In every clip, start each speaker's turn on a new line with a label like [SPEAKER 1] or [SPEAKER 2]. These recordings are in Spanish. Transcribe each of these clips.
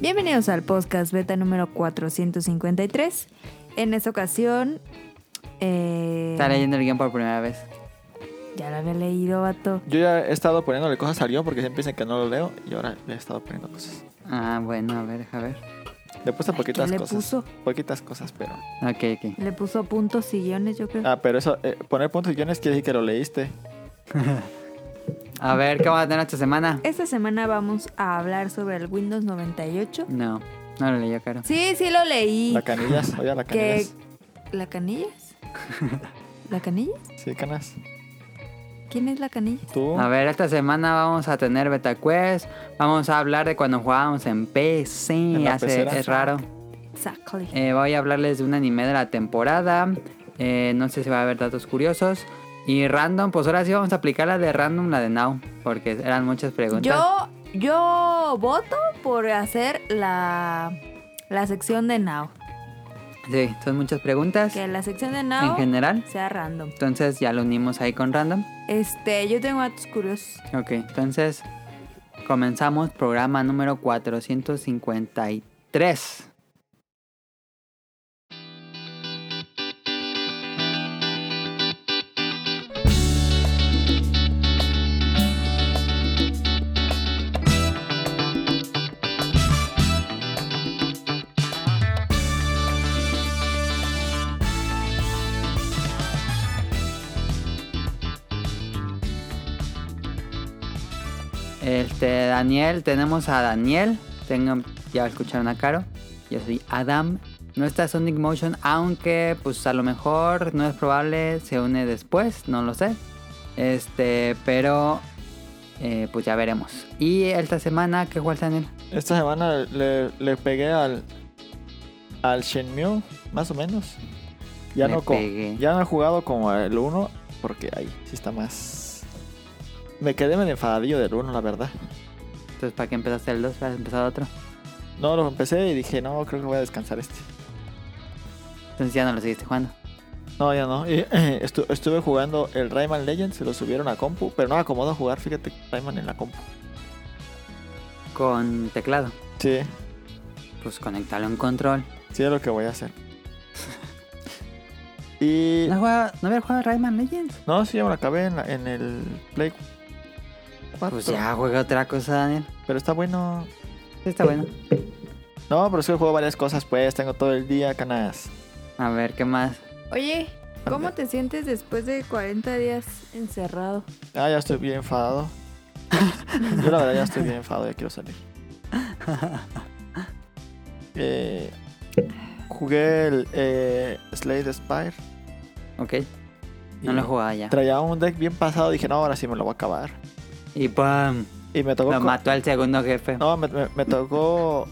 [SPEAKER 1] Bienvenidos al podcast beta número 453. En esta ocasión... eh,
[SPEAKER 2] Está leyendo el guión por primera vez.
[SPEAKER 1] ya lo había leído, vato.
[SPEAKER 3] Yo ya he estado poniéndole cosas al guión porque siempre dicen que no lo leo y ahora le he estado poniendo cosas.
[SPEAKER 2] Ah, bueno, a ver, deja ver.
[SPEAKER 3] Le puse
[SPEAKER 1] Ay,
[SPEAKER 3] poquitas
[SPEAKER 1] ¿qué le
[SPEAKER 3] cosas.
[SPEAKER 1] puso?
[SPEAKER 3] Poquitas cosas, pero.
[SPEAKER 2] Ok, ok.
[SPEAKER 1] Le puso puntos y guiones, yo creo.
[SPEAKER 3] Ah, pero eso, eh, poner puntos y guiones quiere decir que lo leíste.
[SPEAKER 2] A ver, ¿qué vamos a tener esta semana?
[SPEAKER 1] Esta semana vamos a hablar sobre el Windows 98.
[SPEAKER 2] No, no lo leyó, Caro.
[SPEAKER 1] Sí, sí lo leí.
[SPEAKER 3] La canillas, oye, la
[SPEAKER 1] que...
[SPEAKER 3] canillas.
[SPEAKER 1] ¿La canillas? ¿La canillas?
[SPEAKER 3] Sí, canas.
[SPEAKER 1] ¿Quién es la canillas?
[SPEAKER 3] Tú.
[SPEAKER 2] A ver, esta semana vamos a tener Beta Quest. Vamos a hablar de cuando jugábamos en PC.
[SPEAKER 3] En la
[SPEAKER 2] hace-
[SPEAKER 3] pecera.
[SPEAKER 2] es raro.
[SPEAKER 1] Exactly.
[SPEAKER 2] Eh, voy a hablarles de un anime de la temporada. Eh, no sé si va a haber datos curiosos. Y random, pues ahora sí vamos a aplicar la de random, la de now. Porque eran muchas preguntas.
[SPEAKER 1] Yo, yo voto por hacer la, la sección de Now.
[SPEAKER 2] Sí, son muchas preguntas
[SPEAKER 1] Que la sección de
[SPEAKER 2] en
[SPEAKER 1] Now
[SPEAKER 2] general.
[SPEAKER 1] sea random.
[SPEAKER 2] Entonces ya lo unimos ahí con random.
[SPEAKER 1] Este, yo tengo datos curiosos.
[SPEAKER 2] Ok, entonces comenzamos programa número 453. Este, Daniel, tenemos a Daniel. Tengo, ya escucharon a Caro. Yo soy Adam. No está Sonic Motion, aunque pues a lo mejor no es probable, se une después, no lo sé. Este, pero eh, pues ya veremos. Y esta semana, ¿qué juegas Daniel?
[SPEAKER 3] Esta semana le, le pegué al. Al Shenmue, más o menos. Ya
[SPEAKER 2] Le
[SPEAKER 3] no, co-
[SPEAKER 2] pegué.
[SPEAKER 3] ya no he jugado como el 1 porque ahí sí está más. Me quedé medio enfadadillo del 1, la verdad.
[SPEAKER 2] Entonces, ¿para qué empezaste el 2? ¿Para empezar otro?
[SPEAKER 3] No, lo empecé y dije, no, creo que voy a descansar este.
[SPEAKER 2] Entonces ya no lo seguiste jugando.
[SPEAKER 3] No, ya no. Y, estu- estuve jugando el Rayman Legends, se lo subieron a compu, pero no me acomodo jugar, fíjate, Rayman en la compu.
[SPEAKER 2] Con teclado.
[SPEAKER 3] Sí,
[SPEAKER 2] Pues conectarlo en control.
[SPEAKER 3] sí es lo que voy a hacer. y...
[SPEAKER 2] ¿No, jugaba- ¿no había jugado Rayman Legends?
[SPEAKER 3] No, sí, ya me lo acabé en, la- en el Play 4.
[SPEAKER 2] Pues ya juega otra cosa, Daniel.
[SPEAKER 3] Pero está bueno.
[SPEAKER 2] Sí, Está bueno.
[SPEAKER 3] No, pero sí juego varias cosas, pues, tengo todo el día, canas.
[SPEAKER 2] A ver, ¿qué más?
[SPEAKER 1] Oye, ¿cómo te sientes después de 40 días encerrado?
[SPEAKER 3] Ah, ya estoy bien enfadado. Yo la verdad ya estoy bien enfadado, ya quiero salir. Eh, jugué el eh, Slade Spire.
[SPEAKER 2] Ok, no lo jugaba ya.
[SPEAKER 3] Traía un deck bien pasado, dije, no, ahora sí me lo voy a acabar.
[SPEAKER 2] Y ¡pam!
[SPEAKER 3] Y me tocó...
[SPEAKER 2] Lo
[SPEAKER 3] co-
[SPEAKER 2] mató al segundo jefe.
[SPEAKER 3] no, me, me- me tocó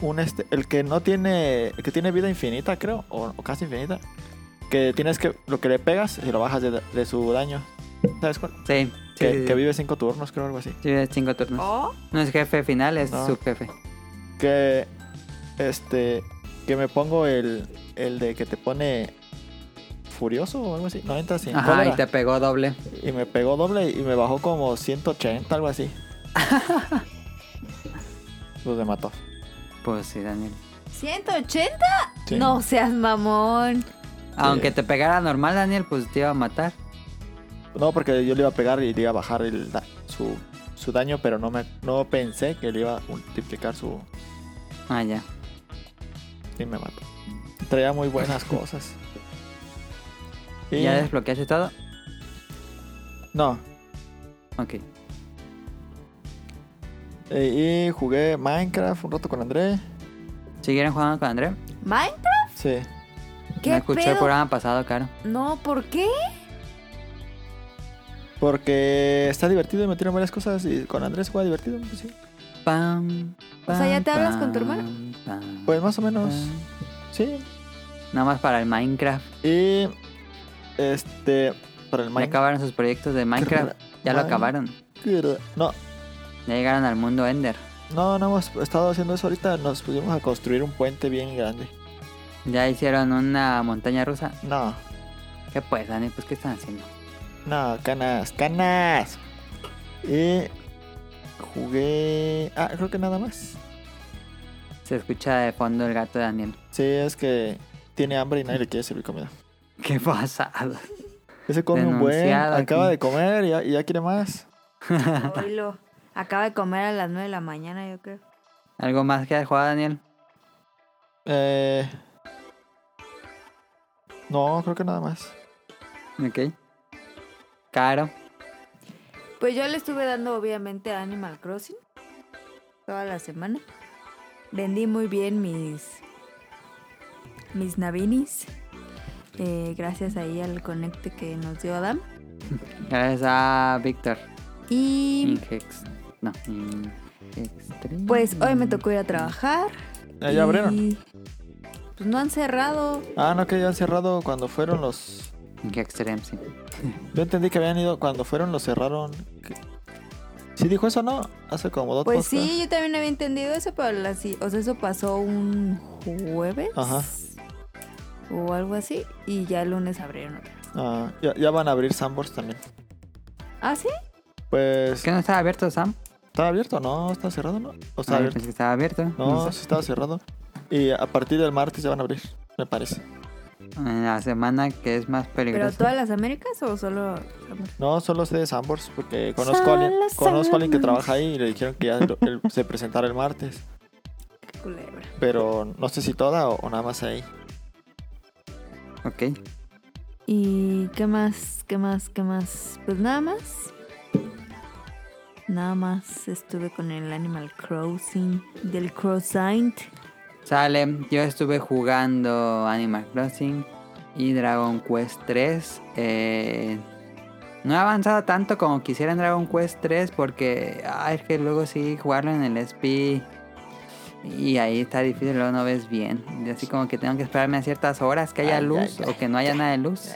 [SPEAKER 3] un este... El que no tiene... El que tiene vida infinita, creo, o, o casi infinita. Que tienes que... Lo que le pegas y lo bajas de, de su daño. ¿Sabes cuál?
[SPEAKER 2] Sí, sí,
[SPEAKER 3] que,
[SPEAKER 2] sí, sí.
[SPEAKER 3] que vive cinco turnos, creo, algo así.
[SPEAKER 2] Sí, es cinco turnos.
[SPEAKER 1] ¿O?
[SPEAKER 2] No es jefe final, es
[SPEAKER 3] No.
[SPEAKER 2] subjefe.
[SPEAKER 3] Que... Este... Que me pongo el... El de que te pone... Furioso o algo así. 90 sin
[SPEAKER 2] Ajá, y
[SPEAKER 3] cólera.
[SPEAKER 2] te pegó doble.
[SPEAKER 3] Y me pegó doble y me bajó como 180, algo así. Los de mató.
[SPEAKER 2] Pues sí, Daniel.
[SPEAKER 1] ¿180?
[SPEAKER 3] Sí.
[SPEAKER 1] No seas mamón.
[SPEAKER 2] Aunque te pegara normal, Daniel, pues te iba a matar.
[SPEAKER 3] No, porque yo le iba a pegar y le iba a bajar el da- su, su daño, pero no me no pensé que le iba a multiplicar su.
[SPEAKER 2] Ah, ya.
[SPEAKER 3] Y me mató. Traía muy buenas cosas. Y
[SPEAKER 2] ¿Ya desbloqueaste todo?
[SPEAKER 3] No.
[SPEAKER 2] Ok.
[SPEAKER 3] eh, Y, y jugué Minecraft un rato con André.
[SPEAKER 2] ¿Siguieron jugando con André?
[SPEAKER 1] ¿Minecraft?
[SPEAKER 3] Sí.
[SPEAKER 1] ¿Qué
[SPEAKER 2] no escuché el
[SPEAKER 1] pedo?
[SPEAKER 2] programa pasado, Caro.
[SPEAKER 1] No, ¿por qué?
[SPEAKER 3] Porque está divertido y me tiran varias cosas. Y con Andrés se juega divertido. Pues, sí.
[SPEAKER 2] Pam,
[SPEAKER 1] O sea, ¿ya
[SPEAKER 2] pam,
[SPEAKER 1] te hablas con tu hermano?
[SPEAKER 2] pam, pam,
[SPEAKER 3] pues más o menos.
[SPEAKER 2] pam.
[SPEAKER 3] Sí.
[SPEAKER 2] Nada más para el Minecraft.
[SPEAKER 3] Y este para el
[SPEAKER 2] Ya acabaron sus proyectos de Minecraft. Ya lo
[SPEAKER 3] Mine-
[SPEAKER 2] acabaron.
[SPEAKER 3] Minecraft. No,
[SPEAKER 2] Ya llegaron al mundo Ender.
[SPEAKER 3] no, no hemos estado haciendo eso ahorita. Nos pusimos a construir un puente bien grande.
[SPEAKER 2] Ya hicieron una montaña rusa.
[SPEAKER 3] No,
[SPEAKER 2] ¿Qué pues, Dani? Pues, ¿qué están haciendo?
[SPEAKER 3] no, canas, canas. Y jugué. Ah, creo que nada más.
[SPEAKER 2] Se escucha de fondo el gato de Daniel.
[SPEAKER 3] Sí, es que tiene hambre y nadie le quiere servir comida.
[SPEAKER 2] Qué pasado.
[SPEAKER 3] Ese come un buen,
[SPEAKER 2] Denunciado
[SPEAKER 3] acaba
[SPEAKER 2] aquí.
[SPEAKER 3] de comer y ya, y ya quiere más.
[SPEAKER 4] Oílo. Acaba de comer a las 9 de la mañana, yo creo.
[SPEAKER 2] ¿Algo más que jugar, Daniel?
[SPEAKER 3] Eh, no, creo que nada más.
[SPEAKER 2] Ok. Caro.
[SPEAKER 4] Pues yo le estuve dando, obviamente, a Animal Crossing toda la semana. Vendí muy bien mis, mis navinis. eh, gracias ahí al conecte que nos dio Adam.
[SPEAKER 2] Gracias a Víctor.
[SPEAKER 4] Y
[SPEAKER 2] Ingex. No. Ingextri-
[SPEAKER 4] pues hoy me tocó ir a trabajar.
[SPEAKER 3] Eh, Mm. ¿Ya abrieron?
[SPEAKER 4] y, Pues no han cerrado.
[SPEAKER 3] Ah, no, que ya han cerrado cuando fueron los...
[SPEAKER 2] Ingextrem, sí.
[SPEAKER 3] Yo entendí que habían ido cuando fueron, los cerraron. ¿Qué? ¿Sí dijo eso, no? Hace como dos
[SPEAKER 4] Pues
[SPEAKER 3] podcasts.
[SPEAKER 4] sí, yo también había entendido eso, pero la- sí, o sea, eso pasó un jueves
[SPEAKER 3] Ajá.
[SPEAKER 4] o algo así, y ya el lunes abrieron otra vez.
[SPEAKER 3] Ah, ya, ya van a abrir Sambors también.
[SPEAKER 4] ¿Ah, sí?
[SPEAKER 2] ¿Es
[SPEAKER 3] Pues,
[SPEAKER 2] que no estaba abierto, Sam?
[SPEAKER 3] ¿estaba abierto? No, ¿estaba cerrado? ¿No? ¿O
[SPEAKER 2] Ah,
[SPEAKER 3] estaba
[SPEAKER 2] yo
[SPEAKER 3] abierto?
[SPEAKER 2] pensé que estaba abierto.
[SPEAKER 3] Pues, No,
[SPEAKER 2] No sé.
[SPEAKER 3] sí estaba cerrado. Y a partir del martes ya van a abrir, me parece.
[SPEAKER 2] En la semana que es más
[SPEAKER 4] ¿Pero
[SPEAKER 2] peligrosa.
[SPEAKER 4] todas las Américas o solo...?
[SPEAKER 3] No, solo sé de Sambors porque conozco a alguien,
[SPEAKER 4] Solo
[SPEAKER 3] conozco a alguien que
[SPEAKER 4] Sanborns.
[SPEAKER 3] trabaja ahí y le dijeron que ya lo- él se presentara el martes.
[SPEAKER 4] Qué culebra.
[SPEAKER 3] Pero no sé si toda o, o nada más ahí.
[SPEAKER 2] Ok.
[SPEAKER 4] ¿Y qué más? ¿Qué más? ¿Qué más? Pues nada más. Nada más estuve con el Animal Crossing, del Crossing.
[SPEAKER 2] Sale, yo estuve jugando Animal Crossing y Dragon Quest 3. eh, no he avanzado tanto como quisiera en Dragon Quest 3 porque ay, es que luego sí jugarlo en el SP y ahí está difícil, luego no ves bien. Y así como que tengo que esperarme a ciertas horas que haya
[SPEAKER 3] Ay,
[SPEAKER 2] luz
[SPEAKER 3] ay, ay,
[SPEAKER 2] o que no haya nada de luz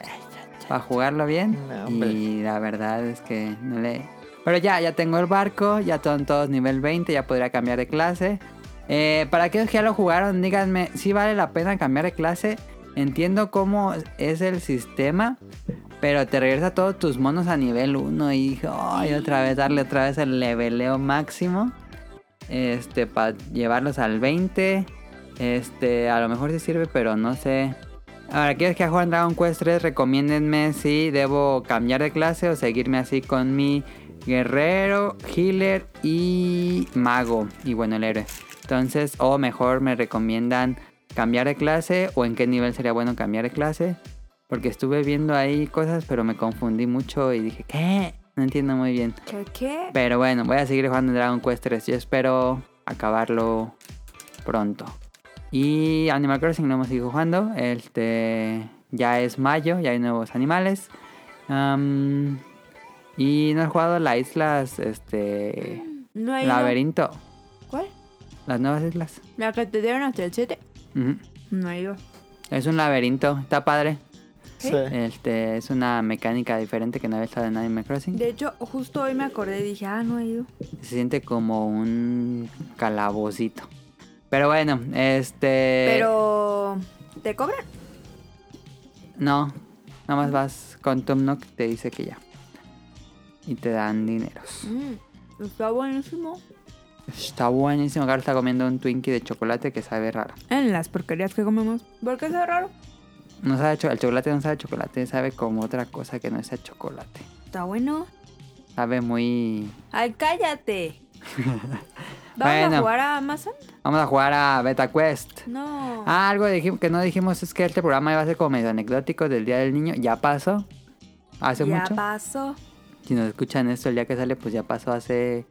[SPEAKER 2] para jugarlo bien.
[SPEAKER 3] No, hombre.
[SPEAKER 2] y la verdad es que no le... Pero ya, ya tengo el barco, ya son todos nivel 20, ya podría cambiar de clase. Eh, para aquellos que ya lo jugaron, díganme si vale la pena cambiar de clase. Entiendo cómo es el sistema, pero te regresa todos tus monos a nivel 1 y ay, otra vez darle otra vez el leveleo máximo. Este, para llevarlos al 20. Este, a lo mejor sí sirve, pero no sé. Ahora, aquellos que juegan Dragon Quest 3, recomiéndenme si debo cambiar de clase o seguirme así con mi guerrero, healer y mago. Y bueno, el héroe. Entonces, o mejor me recomiendan cambiar de clase o en qué nivel sería bueno cambiar de clase. Porque estuve viendo ahí cosas, pero me confundí mucho y dije, ¿qué? No entiendo muy bien.
[SPEAKER 4] ¿Qué? ¿Qué?
[SPEAKER 2] Pero bueno, voy a seguir jugando Dragon Quest 3. Yo espero acabarlo pronto. Y Animal Crossing lo hemos seguido jugando. Este ya es mayo, ya hay nuevos animales. Am, y no he jugado las islas, este
[SPEAKER 4] No hay...
[SPEAKER 2] laberinto,
[SPEAKER 4] ¿Cuál?
[SPEAKER 2] las nuevas islas.
[SPEAKER 4] La que te dieron hasta el 7.
[SPEAKER 2] Ujú.
[SPEAKER 4] No hay...
[SPEAKER 2] Es un laberinto, está padre.
[SPEAKER 3] Sí.
[SPEAKER 2] Este es una mecánica diferente que no había estado en Animal Crossing.
[SPEAKER 4] De hecho, justo hoy me acordé y dije, ah, no he ido.
[SPEAKER 2] Se siente como un calabocito. Pero bueno, este.
[SPEAKER 4] Pero te cobran.
[SPEAKER 2] No, nada más vas con Tom Nook, te dice que ya. Y te dan dineros.
[SPEAKER 4] Mm, está buenísimo.
[SPEAKER 2] Está buenísimo. Ahora está comiendo un Twinkie de chocolate que sabe raro.
[SPEAKER 4] En las porquerías que comemos. ¿Por qué es raro?
[SPEAKER 2] No sabe a cho- el chocolate no sabe a chocolate, sabe como otra cosa que no sea chocolate.
[SPEAKER 4] Está bueno.
[SPEAKER 2] Sabe muy.
[SPEAKER 4] Ay, cállate. ¿Vamos
[SPEAKER 2] Bueno.
[SPEAKER 4] a jugar a Amazon?
[SPEAKER 2] Vamos a jugar a Beta Quest.
[SPEAKER 4] No.
[SPEAKER 2] Ah, algo dijim- que no dijimos es que este programa iba a ser como medio anecdótico del Día del Niño. Ya pasó. Hace
[SPEAKER 4] ya
[SPEAKER 2] mucho.
[SPEAKER 4] pasó.
[SPEAKER 2] Si nos escuchan esto el día que sale, pues ya pasó hace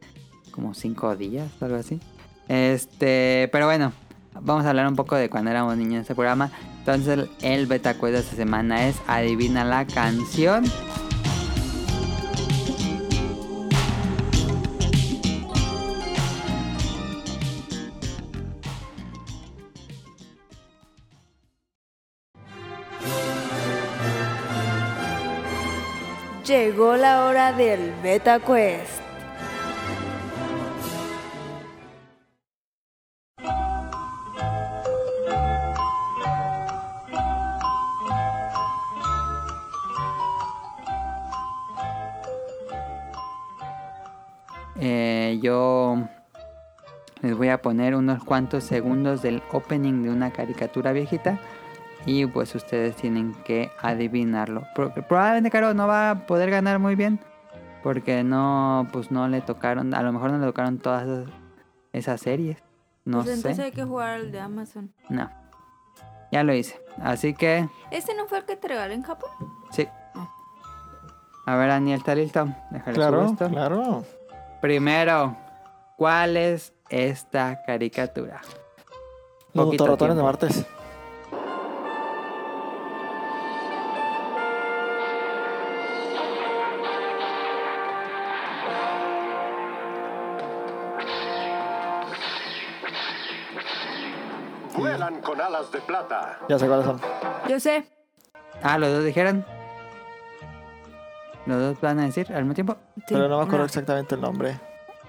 [SPEAKER 2] como cinco días, algo así. Este, pero bueno, vamos a hablar un poco de cuando éramos niños en este programa. Entonces, el- el beta quiz de esta semana es Adivina la canción.
[SPEAKER 4] Llegó la hora del Beta Quest.
[SPEAKER 2] Eh, yo Les voy a poner unos cuantos segundos del opening de una caricatura viejita. Y pues ustedes tienen que adivinarlo. Pro- Probablemente Caro no va a poder ganar muy bien. Porque no, pues no le tocaron. A lo mejor no le tocaron todas esas, esas series. No
[SPEAKER 4] Pues entonces
[SPEAKER 2] sé.
[SPEAKER 4] hay que jugar al de Amazon.
[SPEAKER 2] No. Ya lo hice. Así que,
[SPEAKER 4] ¿Este no fue el que te regalé en Japón?
[SPEAKER 2] sí. A ver, Daniel, ¿está listo? Déjale
[SPEAKER 3] Claro,
[SPEAKER 2] subo esto.
[SPEAKER 3] claro.
[SPEAKER 2] Primero, ¿cuál es esta caricatura?
[SPEAKER 3] Los
[SPEAKER 2] Poquito
[SPEAKER 3] Torotones de
[SPEAKER 2] tiempo.
[SPEAKER 3] martes.
[SPEAKER 5] Vuelan con alas de plata.
[SPEAKER 3] Ya sé cuáles son.
[SPEAKER 4] Yo sé.
[SPEAKER 2] Ah, los dos dijeron. Los dos van a decir al mismo tiempo.
[SPEAKER 4] Sí,
[SPEAKER 3] Pero no me acuerdo
[SPEAKER 4] una,
[SPEAKER 3] exactamente el nombre.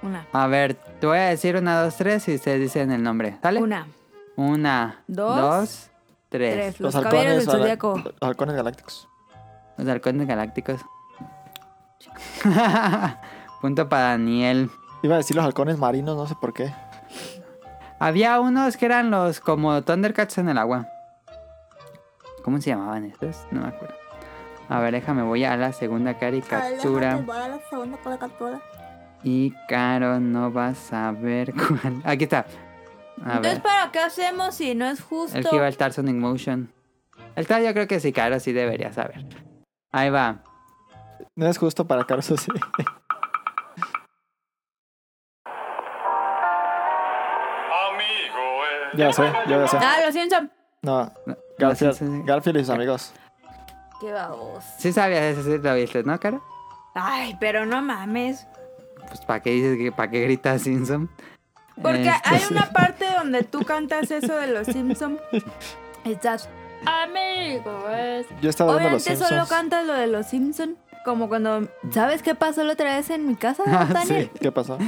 [SPEAKER 4] Una.
[SPEAKER 2] A ver, te voy a decir una, dos, tres y ustedes dicen el nombre. ¿Sale?
[SPEAKER 4] Una.
[SPEAKER 2] Una,
[SPEAKER 4] Dos,
[SPEAKER 2] dos, tres.
[SPEAKER 4] Tres. Los, caballeros del
[SPEAKER 3] halcones galac-
[SPEAKER 4] zodiaco.
[SPEAKER 3] Los halcones galácticos.
[SPEAKER 2] Los halcones galácticos. Punto para Daniel.
[SPEAKER 3] Iba a decir los halcones marinos, no sé por qué.
[SPEAKER 2] Había unos que eran los como Thundercats en el agua. ¿Cómo se llamaban estos? No me acuerdo. A ver, déjame, voy a la segunda caricatura.
[SPEAKER 6] Déjate, voy a la segunda caricatura.
[SPEAKER 2] Y Caro no va a saber cuál. Aquí está. A
[SPEAKER 4] Entonces,
[SPEAKER 2] ver.
[SPEAKER 4] ¿para qué hacemos si no es justo?
[SPEAKER 2] El que iba a estar Sonic Motion. El tal yo creo que sí, Caro sí debería saber. Ahí va.
[SPEAKER 3] No es justo para Carlos así.
[SPEAKER 5] Amigo, eh.
[SPEAKER 3] ya sé, yo ya sé.
[SPEAKER 4] Ah, los Simpson.
[SPEAKER 3] No,
[SPEAKER 2] No, no, sí, sí.
[SPEAKER 3] Garfield, Garfield y sus amigos.
[SPEAKER 4] Qué babos.
[SPEAKER 2] Sí sabías eso, sí lo viste, ¿no, Caro?
[SPEAKER 4] Ay, pero no mames.
[SPEAKER 2] Pues ¿para qué dices que para qué gritas Simpson?
[SPEAKER 4] Porque
[SPEAKER 2] Este,
[SPEAKER 4] hay una parte donde tú cantas eso de los Simpson. Estás. Amigos.
[SPEAKER 3] Yo estaba viendo los
[SPEAKER 4] Obviamente solo
[SPEAKER 3] Simpsons.
[SPEAKER 4] cantas lo de los Simpson. Como cuando. ¿Sabes qué pasó la otra vez en mi casa,
[SPEAKER 2] Ah,
[SPEAKER 4] Daniel?
[SPEAKER 3] Sí, ¿qué pasó?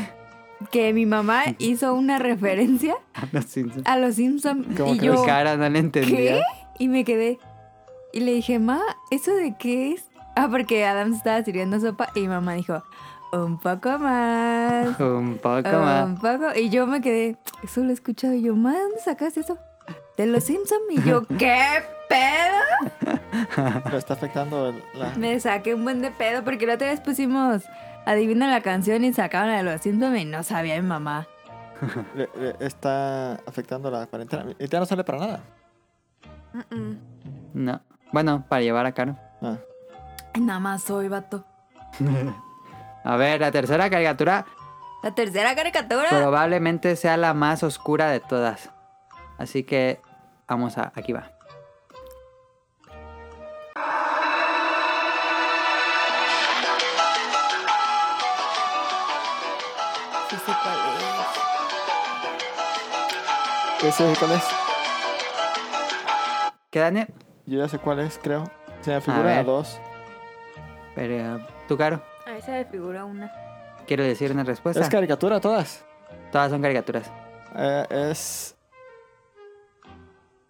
[SPEAKER 4] Que mi mamá hizo una referencia
[SPEAKER 2] los Simpson.
[SPEAKER 4] a los Simpson.
[SPEAKER 3] ¿Cómo
[SPEAKER 4] Y
[SPEAKER 3] crees?
[SPEAKER 4] yo.
[SPEAKER 2] Y Caro no le entendía.
[SPEAKER 4] ¿Qué? Y me quedé. Y le dije, Ma, ¿eso de qué es? Ah, porque Adam se estaba sirviendo sopa y mi mamá dijo, un poco más.
[SPEAKER 2] Un poco
[SPEAKER 4] Un
[SPEAKER 2] más.
[SPEAKER 4] poco. Y yo me quedé, eso lo he escuchado. Y yo, Ma, ¿dónde sacaste eso? De los Simpson. Y yo, ¿qué pedo?
[SPEAKER 3] Lo está afectando el- la...
[SPEAKER 4] Me saqué un buen de pedo porque la otra vez pusimos, adivina la canción y sacaban a los Simpson y no sabía mi mamá.
[SPEAKER 3] le- le está afectando la cuarentena. Y ya no sale para nada.
[SPEAKER 2] No. Bueno, para llevar a Caro.
[SPEAKER 3] Ah.
[SPEAKER 4] Ay, Nada más soy vato.
[SPEAKER 2] A ver, la tercera caricatura
[SPEAKER 4] La tercera caricatura.
[SPEAKER 2] probablemente sea la más oscura de todas. Así que vamos a. Aquí va.
[SPEAKER 4] Sí sé cuál es.
[SPEAKER 3] Yo sé cuál es.
[SPEAKER 2] ¿Qué, Daniel?
[SPEAKER 3] Yo ya sé cuál es, creo. Se me
[SPEAKER 2] ver.
[SPEAKER 3] figura a dos.
[SPEAKER 2] Pero, ¿tú, Caro?
[SPEAKER 4] A esa me figura una.
[SPEAKER 2] Quiero decir una respuesta.
[SPEAKER 3] Es caricatura todas.
[SPEAKER 2] Todas son caricaturas.
[SPEAKER 3] Eh, es...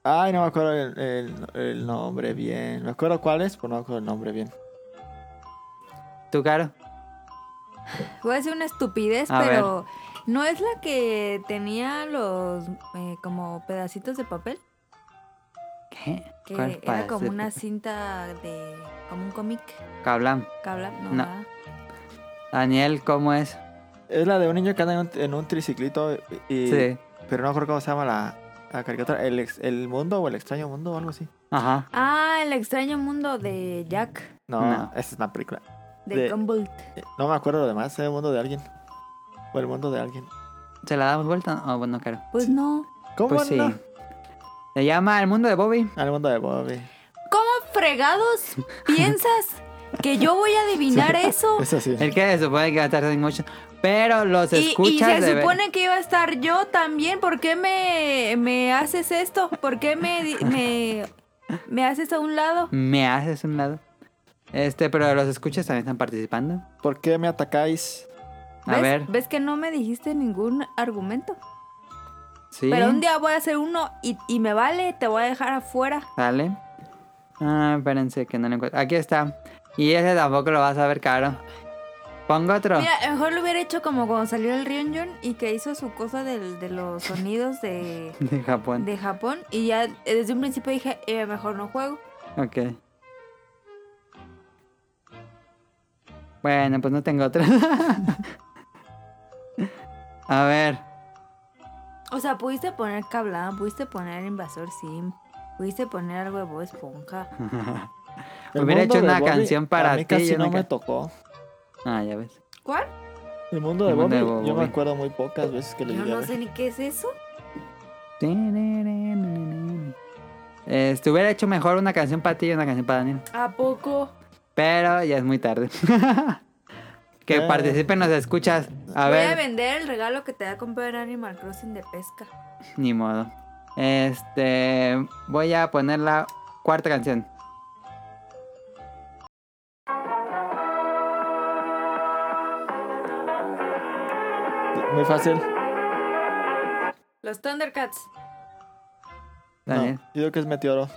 [SPEAKER 3] Ay, no me acuerdo el, el- el nombre bien. Me acuerdo cuál es, pero no me acuerdo el nombre bien.
[SPEAKER 2] ¿Tú, Caro?
[SPEAKER 4] Voy a decir una estupidez,
[SPEAKER 2] A
[SPEAKER 4] pero ¿no es la que tenía los eh, como pedacitos de papel?
[SPEAKER 2] ¿Qué?
[SPEAKER 4] Que
[SPEAKER 2] ¿Cuál
[SPEAKER 4] era como
[SPEAKER 2] parece?
[SPEAKER 4] una cinta de... como un cómic.
[SPEAKER 2] Kablam.
[SPEAKER 4] Cabla, no.
[SPEAKER 2] No.
[SPEAKER 4] ¿verdad?
[SPEAKER 2] Daniel, ¿cómo es?
[SPEAKER 3] Es la de un niño que anda en un, en un triciclito y...
[SPEAKER 2] Sí.
[SPEAKER 3] Pero no me acuerdo cómo se llama la, la caricatura. El, ex- el mundo o el extraño mundo o algo así.
[SPEAKER 2] Ajá.
[SPEAKER 4] Ah, el extraño mundo de Jack,
[SPEAKER 3] No,
[SPEAKER 2] No.
[SPEAKER 3] esa es una película.
[SPEAKER 4] de,
[SPEAKER 3] De-
[SPEAKER 4] Gumball.
[SPEAKER 3] Eh, No me acuerdo lo demás. Es el mundo de alguien. O el mundo de alguien.
[SPEAKER 2] ¿Se la damos vuelta? Oh, bueno, Caro.
[SPEAKER 4] Pues no.
[SPEAKER 3] ¿Cómo
[SPEAKER 2] Pues sí.
[SPEAKER 3] no?
[SPEAKER 2] Se llama El Mundo de Bobby.
[SPEAKER 3] Al mundo de Bobby.
[SPEAKER 4] ¿Cómo fregados piensas que yo voy a adivinar eso?
[SPEAKER 3] Es así.
[SPEAKER 2] El que se supone que va a estar Sonic Motion. Pero los
[SPEAKER 4] Y, y
[SPEAKER 2] escuchas.
[SPEAKER 4] se
[SPEAKER 2] de ver-
[SPEAKER 4] supone que iba a estar yo también. ¿Por qué me, me haces esto? ¿Por qué me, di- me, me haces a un lado?
[SPEAKER 2] Me haces un lado. Este, pero los escuchas también están participando.
[SPEAKER 3] ¿Por qué me atacáis?
[SPEAKER 2] A
[SPEAKER 4] ¿Ves?
[SPEAKER 2] ver.
[SPEAKER 4] ¿Ves que no me dijiste ningún argumento?
[SPEAKER 2] Sí.
[SPEAKER 4] Pero un día voy a hacer uno y, y me vale, te voy a dejar afuera.
[SPEAKER 2] Dale. Ah, espérense que no lo encuentro. Aquí está. Y ese tampoco lo vas a ver, Caro. Pongo otro.
[SPEAKER 4] Mira, a lo mejor lo hubiera hecho como cuando salió el Ryunjun y que hizo su cosa del- de los sonidos de,
[SPEAKER 2] De Japón.
[SPEAKER 4] de Japón. Y ya eh, desde un principio dije, eh, mejor no juego.
[SPEAKER 2] Ok. Bueno, pues no tengo otra. A ver.
[SPEAKER 4] O sea, pudiste poner Kablan, pudiste poner Invasor Sim, pudiste poner algo de Bob Esponja.
[SPEAKER 3] El
[SPEAKER 2] Hubiera
[SPEAKER 3] mundo
[SPEAKER 2] hecho
[SPEAKER 3] de
[SPEAKER 2] una
[SPEAKER 3] Bobby
[SPEAKER 2] canción para
[SPEAKER 3] a mí
[SPEAKER 2] ti,
[SPEAKER 3] casi
[SPEAKER 2] yo
[SPEAKER 3] no
[SPEAKER 2] nunca-
[SPEAKER 3] me tocó.
[SPEAKER 2] Ah, ya ves.
[SPEAKER 4] ¿Cuál?
[SPEAKER 3] El mundo de
[SPEAKER 2] El mundo
[SPEAKER 3] Bobby,
[SPEAKER 2] de
[SPEAKER 3] yo
[SPEAKER 2] Bobby.
[SPEAKER 3] me acuerdo muy pocas veces que lo
[SPEAKER 4] Yo
[SPEAKER 3] llegué a
[SPEAKER 4] no
[SPEAKER 3] ver.
[SPEAKER 4] sé ni qué es eso.
[SPEAKER 2] Este, hubiera hecho mejor una canción para ti y una canción para Daniel.
[SPEAKER 4] ¿A poco?
[SPEAKER 2] Pero ya es muy tarde. que
[SPEAKER 3] Eh.
[SPEAKER 2] participen los escuchas. A
[SPEAKER 4] Voy
[SPEAKER 2] ver.
[SPEAKER 4] a vender el regalo que te da comprar Animal Crossing de pesca.
[SPEAKER 2] Ni modo. Este. Voy a poner la cuarta canción.
[SPEAKER 3] Muy fácil.
[SPEAKER 4] Los Thundercats.
[SPEAKER 2] Daniel.
[SPEAKER 3] No, yo creo que es Meteoro.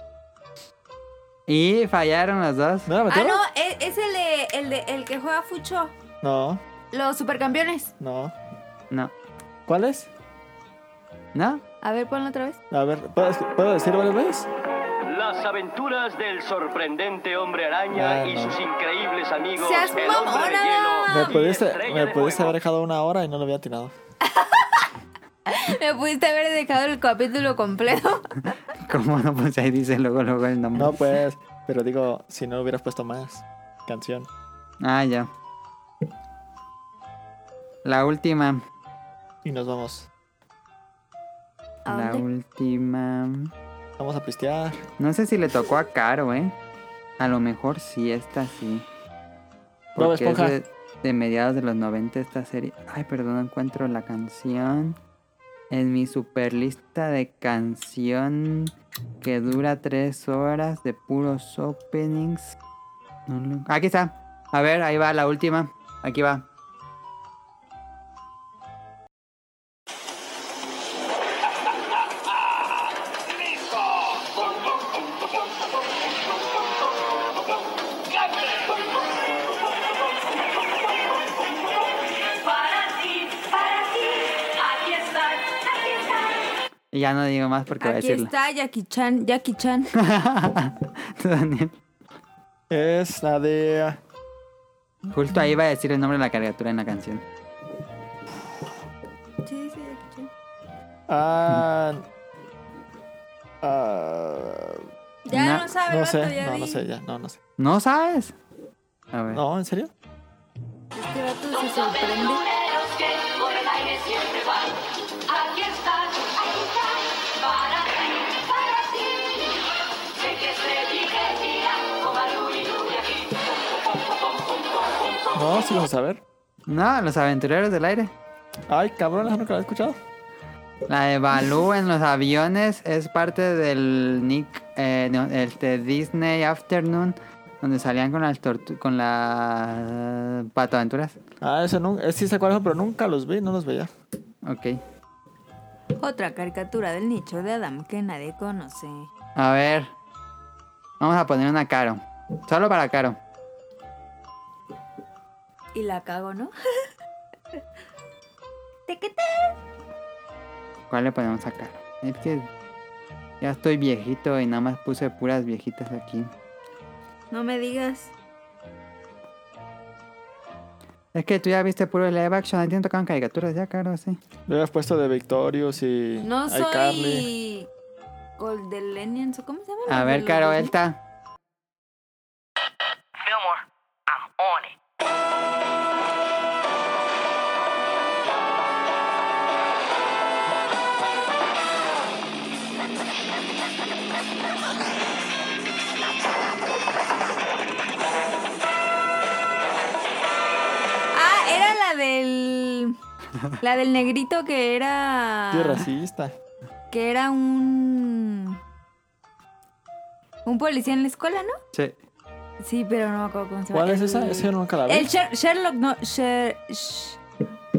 [SPEAKER 2] Y fallaron los dos.
[SPEAKER 3] ¿No era
[SPEAKER 4] Ah,
[SPEAKER 3] Meteoro?
[SPEAKER 4] no, es, es el, de- el, de- el que juega Fucho.
[SPEAKER 3] no. no,
[SPEAKER 4] Los supercampeones.
[SPEAKER 2] No.
[SPEAKER 3] ¿Cuál es?
[SPEAKER 2] ¿No?
[SPEAKER 4] A ver, ponlo otra vez.
[SPEAKER 3] A ver, ¿puedo, puedo decir varias veces?
[SPEAKER 5] Las aventuras del sorprendente hombre araña
[SPEAKER 3] Ay,
[SPEAKER 5] y
[SPEAKER 3] no.
[SPEAKER 5] sus increíbles amigos.
[SPEAKER 4] ¡Seas
[SPEAKER 5] el hombre de
[SPEAKER 4] mamona!
[SPEAKER 5] hielo.
[SPEAKER 3] Me
[SPEAKER 4] Ah,
[SPEAKER 5] y
[SPEAKER 3] pudiste,
[SPEAKER 5] Estrella
[SPEAKER 3] me
[SPEAKER 5] de
[SPEAKER 3] pudiste
[SPEAKER 5] Fuego.
[SPEAKER 3] haber dejado una hora y no lo había tirado.
[SPEAKER 4] Me pudiste haber dejado el capítulo completo.
[SPEAKER 2] ¿Cómo no? Pues ahí dice luego, luego el nombre.
[SPEAKER 3] No, pues, pero digo, si no hubieras puesto más canción.
[SPEAKER 2] Ah, ya. La última.
[SPEAKER 3] Y nos vamos.
[SPEAKER 4] ¿A
[SPEAKER 2] La
[SPEAKER 4] dónde?
[SPEAKER 2] última.
[SPEAKER 3] Vamos a pistear.
[SPEAKER 2] No sé si le tocó a Caro, ¿eh? A lo mejor sí, esta sí.
[SPEAKER 3] Bob
[SPEAKER 2] Porque es
[SPEAKER 3] Esponja.
[SPEAKER 2] de, de mediados de los 90 esta serie. Ay, perdón, no encuentro la canción. En mi super lista de canción que dura tres horas de puros openings. No lo- Aquí está. A ver, ahí va la última. Aquí va.
[SPEAKER 7] Para ti, para ti, aquí estoy, aquí estoy.
[SPEAKER 2] Y ya no digo más porque
[SPEAKER 4] Aquí
[SPEAKER 2] voy
[SPEAKER 4] está Jackie Chan. Jackie Chan.
[SPEAKER 2] a decirla. Tú, Daniel.
[SPEAKER 3] Es la de.
[SPEAKER 2] Justo ahí va a decir el nombre de la caricatura en la canción.
[SPEAKER 4] Sí, sí, Jackie Chan.
[SPEAKER 3] Ah. ah,
[SPEAKER 4] Ya
[SPEAKER 2] No,
[SPEAKER 4] no, sabe, el
[SPEAKER 3] no
[SPEAKER 4] vato,
[SPEAKER 3] sé,
[SPEAKER 4] ya
[SPEAKER 3] no,
[SPEAKER 4] vi.
[SPEAKER 3] no sé, ya, no, no sé.
[SPEAKER 2] ¿No sabes? A ver.
[SPEAKER 3] No, ¿en serio?
[SPEAKER 4] Este vato se sorprende.
[SPEAKER 7] Números que por el aire siempre van. Aquí están, aquí están, para ti, para ti. Sé que es día, como a Lu y Lu y aquí.
[SPEAKER 3] No, sí, vamos a ver.
[SPEAKER 2] No, los aventureros del aire.
[SPEAKER 3] Ay, cabrón, nunca lo he escuchado.
[SPEAKER 2] La de Baloo en los aviones es parte del Nick, eh, no, este Disney Afternoon, donde salían con las tortu- con las patoaventuras.
[SPEAKER 3] Ah, eso nunca. Sí, sé cuál es, pero nunca los vi, no los veía.
[SPEAKER 2] Ok.
[SPEAKER 4] Otra caricatura del nicho de Adam que nadie conoce.
[SPEAKER 2] A ver. Vamos a poner una caro. Solo para caro.
[SPEAKER 4] Y la cago, ¿no?
[SPEAKER 2] ¿Cuál le ponemos a caro? Es que ya estoy viejito y nada más puse puras viejitas aquí.
[SPEAKER 4] No me digas.
[SPEAKER 2] Es que tú ya viste puro live action, ahí te tocaban caricaturas ya, caro, sí.
[SPEAKER 3] Le hubieras puesto de Victorious y.
[SPEAKER 4] No soy.
[SPEAKER 3] iCarly.
[SPEAKER 4] Goldelenians, ¿o ¿cómo se llama?
[SPEAKER 2] A ver, caro, esta.
[SPEAKER 8] Fillmore, I'm on it.
[SPEAKER 4] Ah, era la del. La del negrito que era.
[SPEAKER 3] Qué racista.
[SPEAKER 4] Que era un. Un policía en la escuela, ¿no?
[SPEAKER 2] Sí.
[SPEAKER 4] Sí, pero no me acuerdo cómo se llama.
[SPEAKER 3] ¿Cuál es
[SPEAKER 4] El-
[SPEAKER 3] esa? Esa yo nunca la vi.
[SPEAKER 4] El Sher- Sherlock, no. Sher- Sh-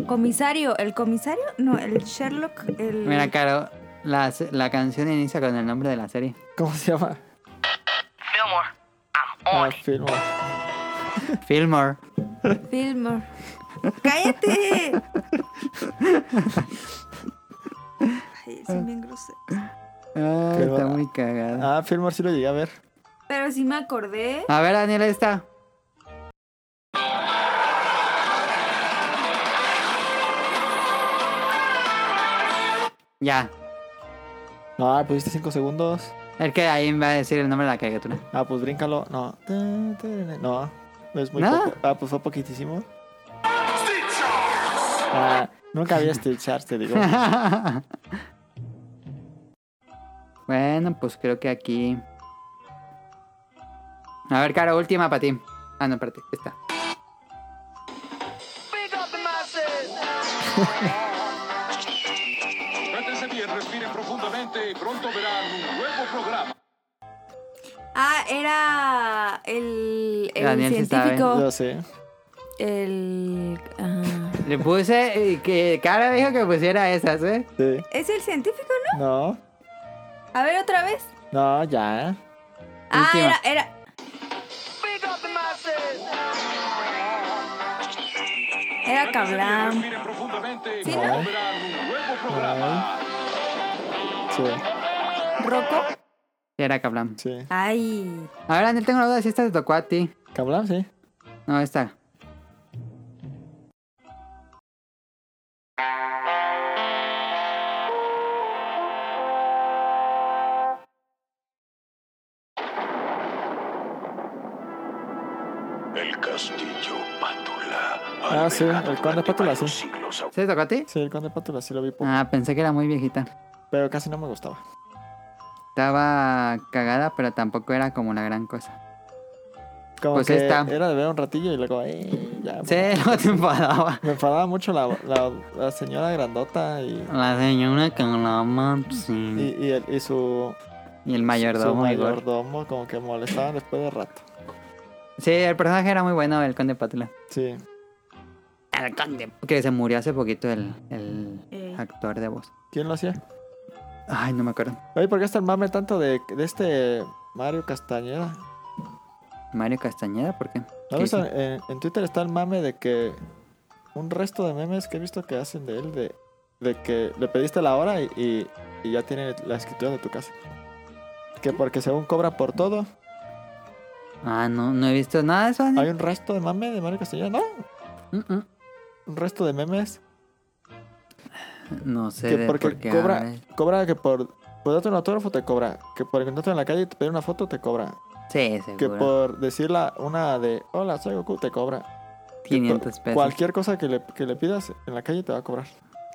[SPEAKER 4] comisario. ¿El comisario? No, el Sherlock. El...
[SPEAKER 2] Mira, Caro, la, se- la canción inicia con el nombre de la serie.
[SPEAKER 3] ¿Cómo se llama?
[SPEAKER 8] Fillmore, I'm on
[SPEAKER 3] Ah,
[SPEAKER 8] it.
[SPEAKER 3] film.
[SPEAKER 2] Fillmore.
[SPEAKER 4] Fillmore.
[SPEAKER 1] ¡Cállate! Ay, son bien groseros.
[SPEAKER 2] Ay,
[SPEAKER 3] Qué
[SPEAKER 2] está
[SPEAKER 3] va-
[SPEAKER 2] muy cagada.
[SPEAKER 3] Ah, Fillmore sí lo llegué a ver.
[SPEAKER 1] Pero sí me acordé.
[SPEAKER 2] A ver, Daniel, ahí está. Ya.
[SPEAKER 3] Ah, pusiste 5 segundos.
[SPEAKER 2] El que ahí me va a decir el nombre de la caricatura.
[SPEAKER 3] Ah, pues bríncalo. No. No. Es muy
[SPEAKER 2] ¿No?
[SPEAKER 3] poco. Ah, pues fue poquitísimo. Ah, nunca había Steel Charts, te digo.
[SPEAKER 2] bueno, pues creo que aquí. A ver, Caro, última para ti. Ah, no, para ti. Está.
[SPEAKER 5] Suéltese bien, respire profundamente y pronto verán un nuevo programa.
[SPEAKER 1] Ah, era el, el
[SPEAKER 2] Daniel sí sabe.
[SPEAKER 1] científico.
[SPEAKER 3] Yo sé.
[SPEAKER 1] el. ah,
[SPEAKER 2] Le puse. eh, que Caro dijo que pusiera esas, ¿eh?
[SPEAKER 3] Sí.
[SPEAKER 1] ¿Es el científico,
[SPEAKER 3] No.
[SPEAKER 1] no? A ver otra vez.
[SPEAKER 3] No, ya.
[SPEAKER 1] Ah,
[SPEAKER 2] Última.
[SPEAKER 1] era, era. Era
[SPEAKER 5] Suéltese bien,
[SPEAKER 1] Cablam.
[SPEAKER 5] respire profundamente y
[SPEAKER 1] ¿Sí,
[SPEAKER 5] pronto
[SPEAKER 3] no?
[SPEAKER 5] verán un nuevo programa.
[SPEAKER 3] Sí.
[SPEAKER 1] ¿Roco?
[SPEAKER 2] Sí, era Kablam.
[SPEAKER 3] Sí.
[SPEAKER 1] Ay.
[SPEAKER 2] A ver, Daniel, tengo una duda si esta te tocó a ti.
[SPEAKER 3] Kablam, sí.
[SPEAKER 2] No, esta.
[SPEAKER 5] El castillo Pátula.
[SPEAKER 3] Ah, alberga sí, el conde durante Pátula, varios sí.
[SPEAKER 2] ¿Sí te tocó a ti?
[SPEAKER 3] Sí, el Conde Pátula sí lo vi poco.
[SPEAKER 2] Ah, pensé que era muy viejita.
[SPEAKER 3] Pero casi no me gustaba.
[SPEAKER 2] Estaba cagada, pero tampoco era como la gran cosa.
[SPEAKER 3] Como
[SPEAKER 2] Pues
[SPEAKER 3] que
[SPEAKER 2] esta.
[SPEAKER 3] era de ver un ratillo y luego, eh, ya.
[SPEAKER 2] Sí,
[SPEAKER 3] bueno.
[SPEAKER 2] no te enfadaba.
[SPEAKER 3] Me enfadaba mucho la, la, la señora grandota y,
[SPEAKER 2] La señora con la mansión.
[SPEAKER 3] y, y el- y su,
[SPEAKER 2] Y el
[SPEAKER 3] su
[SPEAKER 2] mayordomo. Igor.
[SPEAKER 3] mayordomo como que molestaban después de rato.
[SPEAKER 2] Sí, el personaje era muy bueno, el conde Pátula.
[SPEAKER 3] Sí.
[SPEAKER 2] El conde. Que se murió hace poquito el, el
[SPEAKER 1] Eh.
[SPEAKER 2] actor de voz.
[SPEAKER 3] ¿Quién lo hacía?
[SPEAKER 2] Ay, no me acuerdo.
[SPEAKER 3] Oye, ¿por qué está el mame tanto de, de este Mario Castañeda?
[SPEAKER 2] Mario Castañeda, ¿por qué?
[SPEAKER 3] ¿No
[SPEAKER 2] ¿Qué
[SPEAKER 3] ves?
[SPEAKER 2] hizo?
[SPEAKER 3] En, en Twitter está el mame de que un resto de memes que he visto que hacen de él, de, de que le pediste la hora y, y- y ya tiene la escritura de tu casa. Que porque según cobra por todo,
[SPEAKER 2] Ah, no, no he visto nada de eso, Daniel.
[SPEAKER 3] hay un resto de mame de Mario Castañeda, ¿no?
[SPEAKER 2] Mm, mm.
[SPEAKER 3] Un resto de memes
[SPEAKER 2] No sé
[SPEAKER 3] que
[SPEAKER 2] de ah,
[SPEAKER 3] porque
[SPEAKER 2] por qué
[SPEAKER 3] cobra,
[SPEAKER 2] habla.
[SPEAKER 3] cobra que por, por darte un autógrafo te cobra, que por encontrarte en la calle y te pedir una foto te cobra,
[SPEAKER 2] Sí,
[SPEAKER 3] que
[SPEAKER 2] seguro.
[SPEAKER 3] por decirla una de hola soy Goku te cobra, que por
[SPEAKER 2] 500 pesos.
[SPEAKER 3] cualquier cosa que le, que le pidas en la calle te va a cobrar.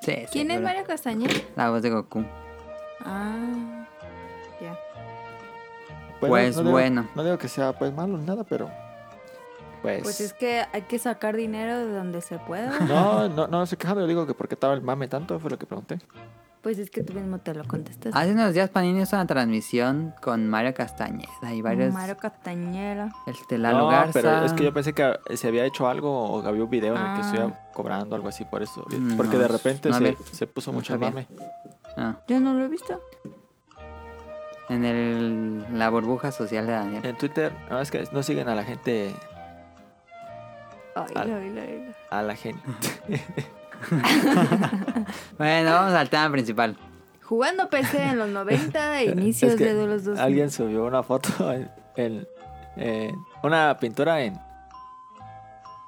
[SPEAKER 2] Sí,
[SPEAKER 1] ¿Quién es
[SPEAKER 2] seguro.
[SPEAKER 1] Mario Castañeda?
[SPEAKER 2] La voz de Goku.
[SPEAKER 1] Ah.
[SPEAKER 2] Pues
[SPEAKER 3] digo-
[SPEAKER 2] bueno.
[SPEAKER 3] no digo que sea pues malo ni nada, pero pues,
[SPEAKER 1] Pues es que hay que sacar dinero de donde se pueda.
[SPEAKER 3] no, no, no estoy quejando, yo digo que porque estaba el mame tanto fue lo que pregunté.
[SPEAKER 1] Pues es que tú mismo te lo contestas.
[SPEAKER 2] Hace unos días Panini hizo una transmisión con Mario Castañeda y varios.
[SPEAKER 1] Mario Castañera.
[SPEAKER 2] Este Lalo
[SPEAKER 3] no,
[SPEAKER 2] Garza.
[SPEAKER 3] pero es que yo pensé que se había hecho algo o había un video en el que
[SPEAKER 1] Ah.
[SPEAKER 3] estuviera cobrando algo así por eso,
[SPEAKER 2] Mm,
[SPEAKER 3] porque
[SPEAKER 2] no,
[SPEAKER 3] de repente
[SPEAKER 2] no
[SPEAKER 3] se,
[SPEAKER 2] había-
[SPEAKER 3] se puso
[SPEAKER 2] no
[SPEAKER 3] mucho el
[SPEAKER 2] sabía.
[SPEAKER 3] mame.
[SPEAKER 2] Ah,
[SPEAKER 1] Yo no lo he visto.
[SPEAKER 2] en el, la burbuja social de Daniel.
[SPEAKER 3] En Twitter, no es que no siguen a la gente,
[SPEAKER 2] Ah.
[SPEAKER 1] Ay,
[SPEAKER 3] Al-
[SPEAKER 1] ay, ay,
[SPEAKER 3] a la gente.
[SPEAKER 2] Bueno, vamos al tema principal.
[SPEAKER 1] ay. Jugando PC en los 90 e inicios
[SPEAKER 3] Es que
[SPEAKER 1] de los 2000.
[SPEAKER 3] Alguien subió una foto en, en- eh, una pintura en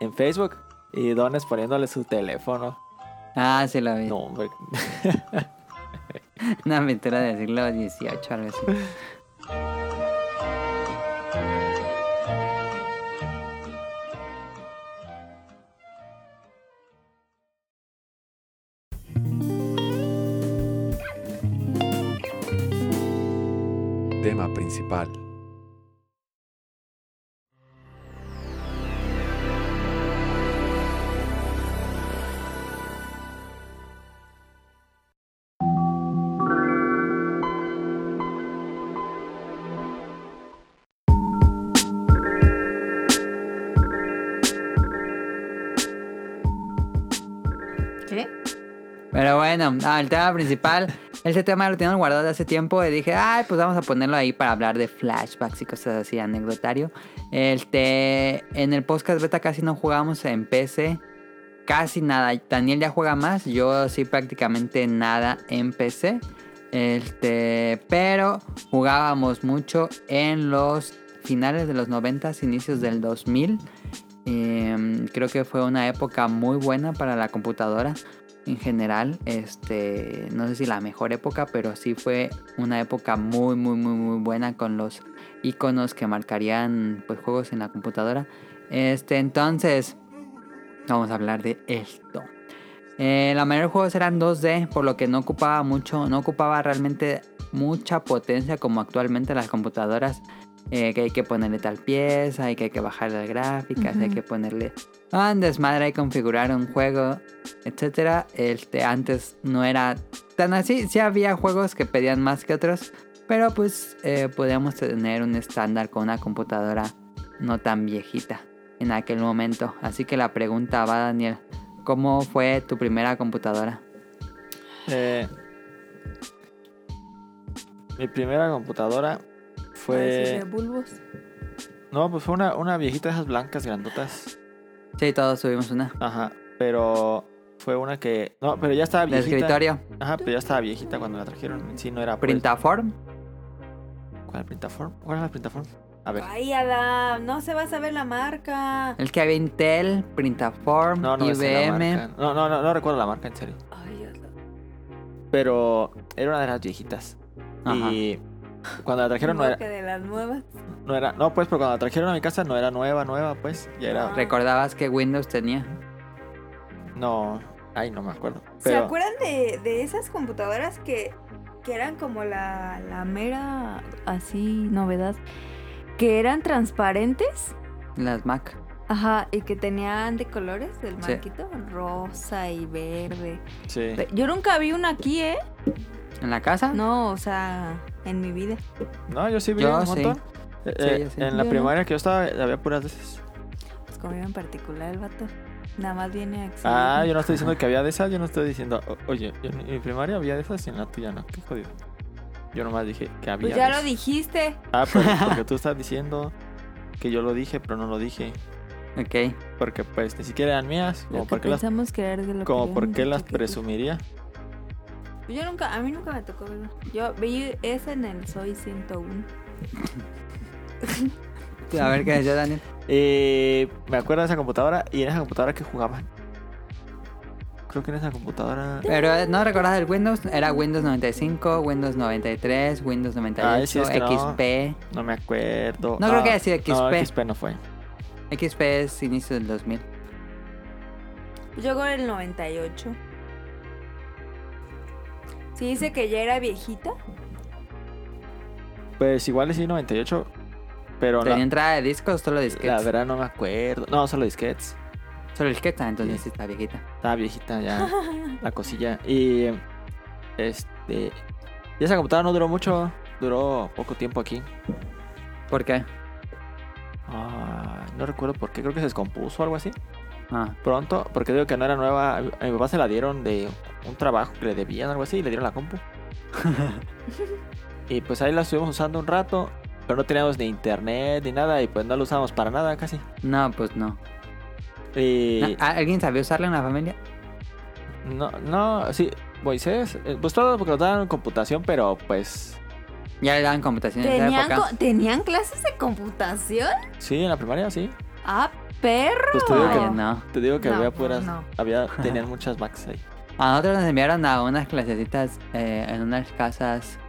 [SPEAKER 3] en Facebook y Dones poniéndole su teléfono.
[SPEAKER 2] Ah, sí lo vi.
[SPEAKER 3] No, hombre.
[SPEAKER 2] Una aventura del siglo XVIII, algo así.
[SPEAKER 9] Tema principal.
[SPEAKER 4] ¿Eh?
[SPEAKER 1] ¿Qué?
[SPEAKER 2] Pero bueno, ah, el tema principal. Este tema lo teníamos guardado de hace tiempo y dije, ay, pues vamos a ponerlo ahí para hablar de flashbacks y cosas así, anecdotario. Este, en el podcast beta casi no jugamos en PC. casi nada. Daniel ya juega más, yo sí prácticamente nada en PC. Este, pero jugábamos mucho en los finales de los 90, inicios del 2000. Em, creo que fue una época muy buena para la computadora en general. Este, no sé si la mejor época, pero sí fue una época muy, muy, muy, muy buena con los iconos que marcarían pues, juegos en la computadora. Este, entonces, vamos a hablar de esto. Eh, la mayoría de juegos eran 2D, por lo que no ocupaba mucho, no ocupaba realmente mucha potencia como actualmente las computadoras. eh, que hay que ponerle tal pieza, y que hay que bajar las gráficas, hay
[SPEAKER 4] Ujú.
[SPEAKER 2] que ponerle ah, un desmadre, hay que configurar un juego, etcétera. Este, antes no era tan así, sí había juegos que pedían más que otros, pero pues eh, podíamos tener un estándar con una computadora no tan viejita en aquel momento. Así que la pregunta va, Daniel, ¿cómo fue tu primera computadora?
[SPEAKER 3] Eh, mi primera computadora
[SPEAKER 4] Parecía de
[SPEAKER 3] fue.
[SPEAKER 4] bulbos.
[SPEAKER 3] No, pues fue una, una viejita de esas blancas grandotas.
[SPEAKER 2] Sí, todos tuvimos una.
[SPEAKER 3] Ajá. Pero fue una que. No, pero ya estaba
[SPEAKER 2] De
[SPEAKER 3] viejita. Pues,
[SPEAKER 2] escritorio,
[SPEAKER 3] Ajá, pero ya estaba viejita cuando la trajeron. Sí, no era. pues,
[SPEAKER 2] Printaform.
[SPEAKER 3] ¿Cuál printaform? ¿Cuál era la printaform? A ver.
[SPEAKER 4] Ay, Adam, no se va a saber la marca.
[SPEAKER 2] El que había Intel, Printaform,
[SPEAKER 3] No, no, me sé la
[SPEAKER 2] IBM.
[SPEAKER 3] marca. no, no, no, no recuerdo la marca, en serio.
[SPEAKER 4] Ay, Dios.
[SPEAKER 3] Pero era una de las viejitas.
[SPEAKER 2] Ajá.
[SPEAKER 3] Y cuando la trajeron no
[SPEAKER 4] Creo
[SPEAKER 3] era,
[SPEAKER 4] que de las nuevas.
[SPEAKER 3] no era. No, pues, pero cuando la trajeron a mi casa no era nueva, nueva, pues. Ya
[SPEAKER 2] Ah.
[SPEAKER 3] era.
[SPEAKER 2] ¿Recordabas que Windows tenía?
[SPEAKER 3] No. Ay, no me acuerdo.
[SPEAKER 4] ¿Se
[SPEAKER 3] Pero.
[SPEAKER 4] acuerdan de, de esas computadoras que, que eran como la, la mera así novedad? Que eran transparentes,
[SPEAKER 2] Las Mac.
[SPEAKER 4] ajá, y que tenían de colores del
[SPEAKER 2] Sí.
[SPEAKER 4] marquito, rosa y verde.
[SPEAKER 3] Sí.
[SPEAKER 4] Pe- Yo nunca vi una aquí, ¿eh?
[SPEAKER 2] ¿En la casa?
[SPEAKER 4] No, o sea, en mi vida.
[SPEAKER 3] No, yo sí vi
[SPEAKER 2] Yo
[SPEAKER 3] un
[SPEAKER 2] sí.
[SPEAKER 3] montón. Eh,
[SPEAKER 2] Sí,
[SPEAKER 3] eh,
[SPEAKER 2] yo sí.
[SPEAKER 3] En la
[SPEAKER 4] Yo no.
[SPEAKER 3] primaria que yo estaba había puras de esas.
[SPEAKER 4] Pues como iba en particular el vato. Nada más viene a exhibir.
[SPEAKER 3] Ah, yo no estoy diciendo que había de esas, yo no estoy diciendo, o- oye, yo en mi primaria había de esas y en la tuya no, qué jodido. Yo nomás dije que había.
[SPEAKER 4] Pues ya
[SPEAKER 3] de
[SPEAKER 4] lo
[SPEAKER 3] esas.
[SPEAKER 4] dijiste.
[SPEAKER 3] Ah, pero porque tú estás diciendo que yo lo dije, pero no lo dije.
[SPEAKER 2] Ok.
[SPEAKER 3] Porque pues ni siquiera eran mías,
[SPEAKER 4] Lo
[SPEAKER 3] como
[SPEAKER 4] que
[SPEAKER 3] por qué las,
[SPEAKER 4] pensamos que era de lo que
[SPEAKER 3] como
[SPEAKER 4] habíamos
[SPEAKER 3] por qué
[SPEAKER 4] dicho
[SPEAKER 3] las
[SPEAKER 4] que tú-
[SPEAKER 3] presumiría.
[SPEAKER 4] Yo nunca, a mí nunca me tocó verlo. Yo vi esa en el Soy 101.
[SPEAKER 2] A ver qué decía Daniel.
[SPEAKER 3] Eh, me acuerdo de esa computadora y en esa computadora que jugaban. Creo que en esa computadora...
[SPEAKER 2] Pero eh, no recordás el Windows, era Windows 95, Windows 93, Windows 98,
[SPEAKER 3] Ay, sí, es que no.
[SPEAKER 2] XP.
[SPEAKER 3] No me acuerdo.
[SPEAKER 2] No creo
[SPEAKER 3] Ah,
[SPEAKER 2] que haya sido
[SPEAKER 3] No,
[SPEAKER 2] XP.
[SPEAKER 3] XP no fue.
[SPEAKER 2] XP es inicio del 2000.
[SPEAKER 4] Pues Yo con el 98. Sí, dice que ya era viejita.
[SPEAKER 3] Pues igual es 98, pero
[SPEAKER 2] ¿Tenía
[SPEAKER 3] la,
[SPEAKER 2] entrada de discos solo
[SPEAKER 3] la
[SPEAKER 2] disquetes?
[SPEAKER 3] verdad no me acuerdo. No, solo disquets.
[SPEAKER 2] Solo disqueta, entonces
[SPEAKER 3] Sí.
[SPEAKER 2] sí está viejita.
[SPEAKER 3] Estaba viejita ya la cosilla. Y este. Y esa computadora no duró mucho, duró poco tiempo aquí.
[SPEAKER 2] ¿Por qué?
[SPEAKER 3] Ah, no recuerdo por qué, creo que se descompuso o algo así.
[SPEAKER 2] Ah,
[SPEAKER 3] Pronto, porque digo que no era nueva. A mi a mi papá se la dieron de un trabajo que le debían o algo así y le dieron la compu. y pues ahí la estuvimos usando un rato, pero no teníamos ni internet ni nada y pues no la usábamos para nada casi.
[SPEAKER 2] no, pues no.
[SPEAKER 3] Y...
[SPEAKER 2] Na- ¿a- ¿Alguien sabía usarla en la familia?
[SPEAKER 3] No, no, sí, Moisés, eh, pues todo porque nos daban computación, pero pues
[SPEAKER 2] Ya le daban computación en esa
[SPEAKER 4] ¿Tenían,
[SPEAKER 2] época.
[SPEAKER 4] co- ¿Tenían clases de computación?
[SPEAKER 3] sí, en la primaria sí.
[SPEAKER 4] ¡Ah, perro!
[SPEAKER 3] Pues te digo
[SPEAKER 2] Ay,
[SPEAKER 3] que,
[SPEAKER 2] no.
[SPEAKER 3] te digo que
[SPEAKER 4] No,
[SPEAKER 3] había
[SPEAKER 4] pues
[SPEAKER 3] puras,
[SPEAKER 4] no.
[SPEAKER 3] había, tenían muchas Macs ahí.
[SPEAKER 2] A nosotros nos enviaron a unas clasecitas eh, en unas casas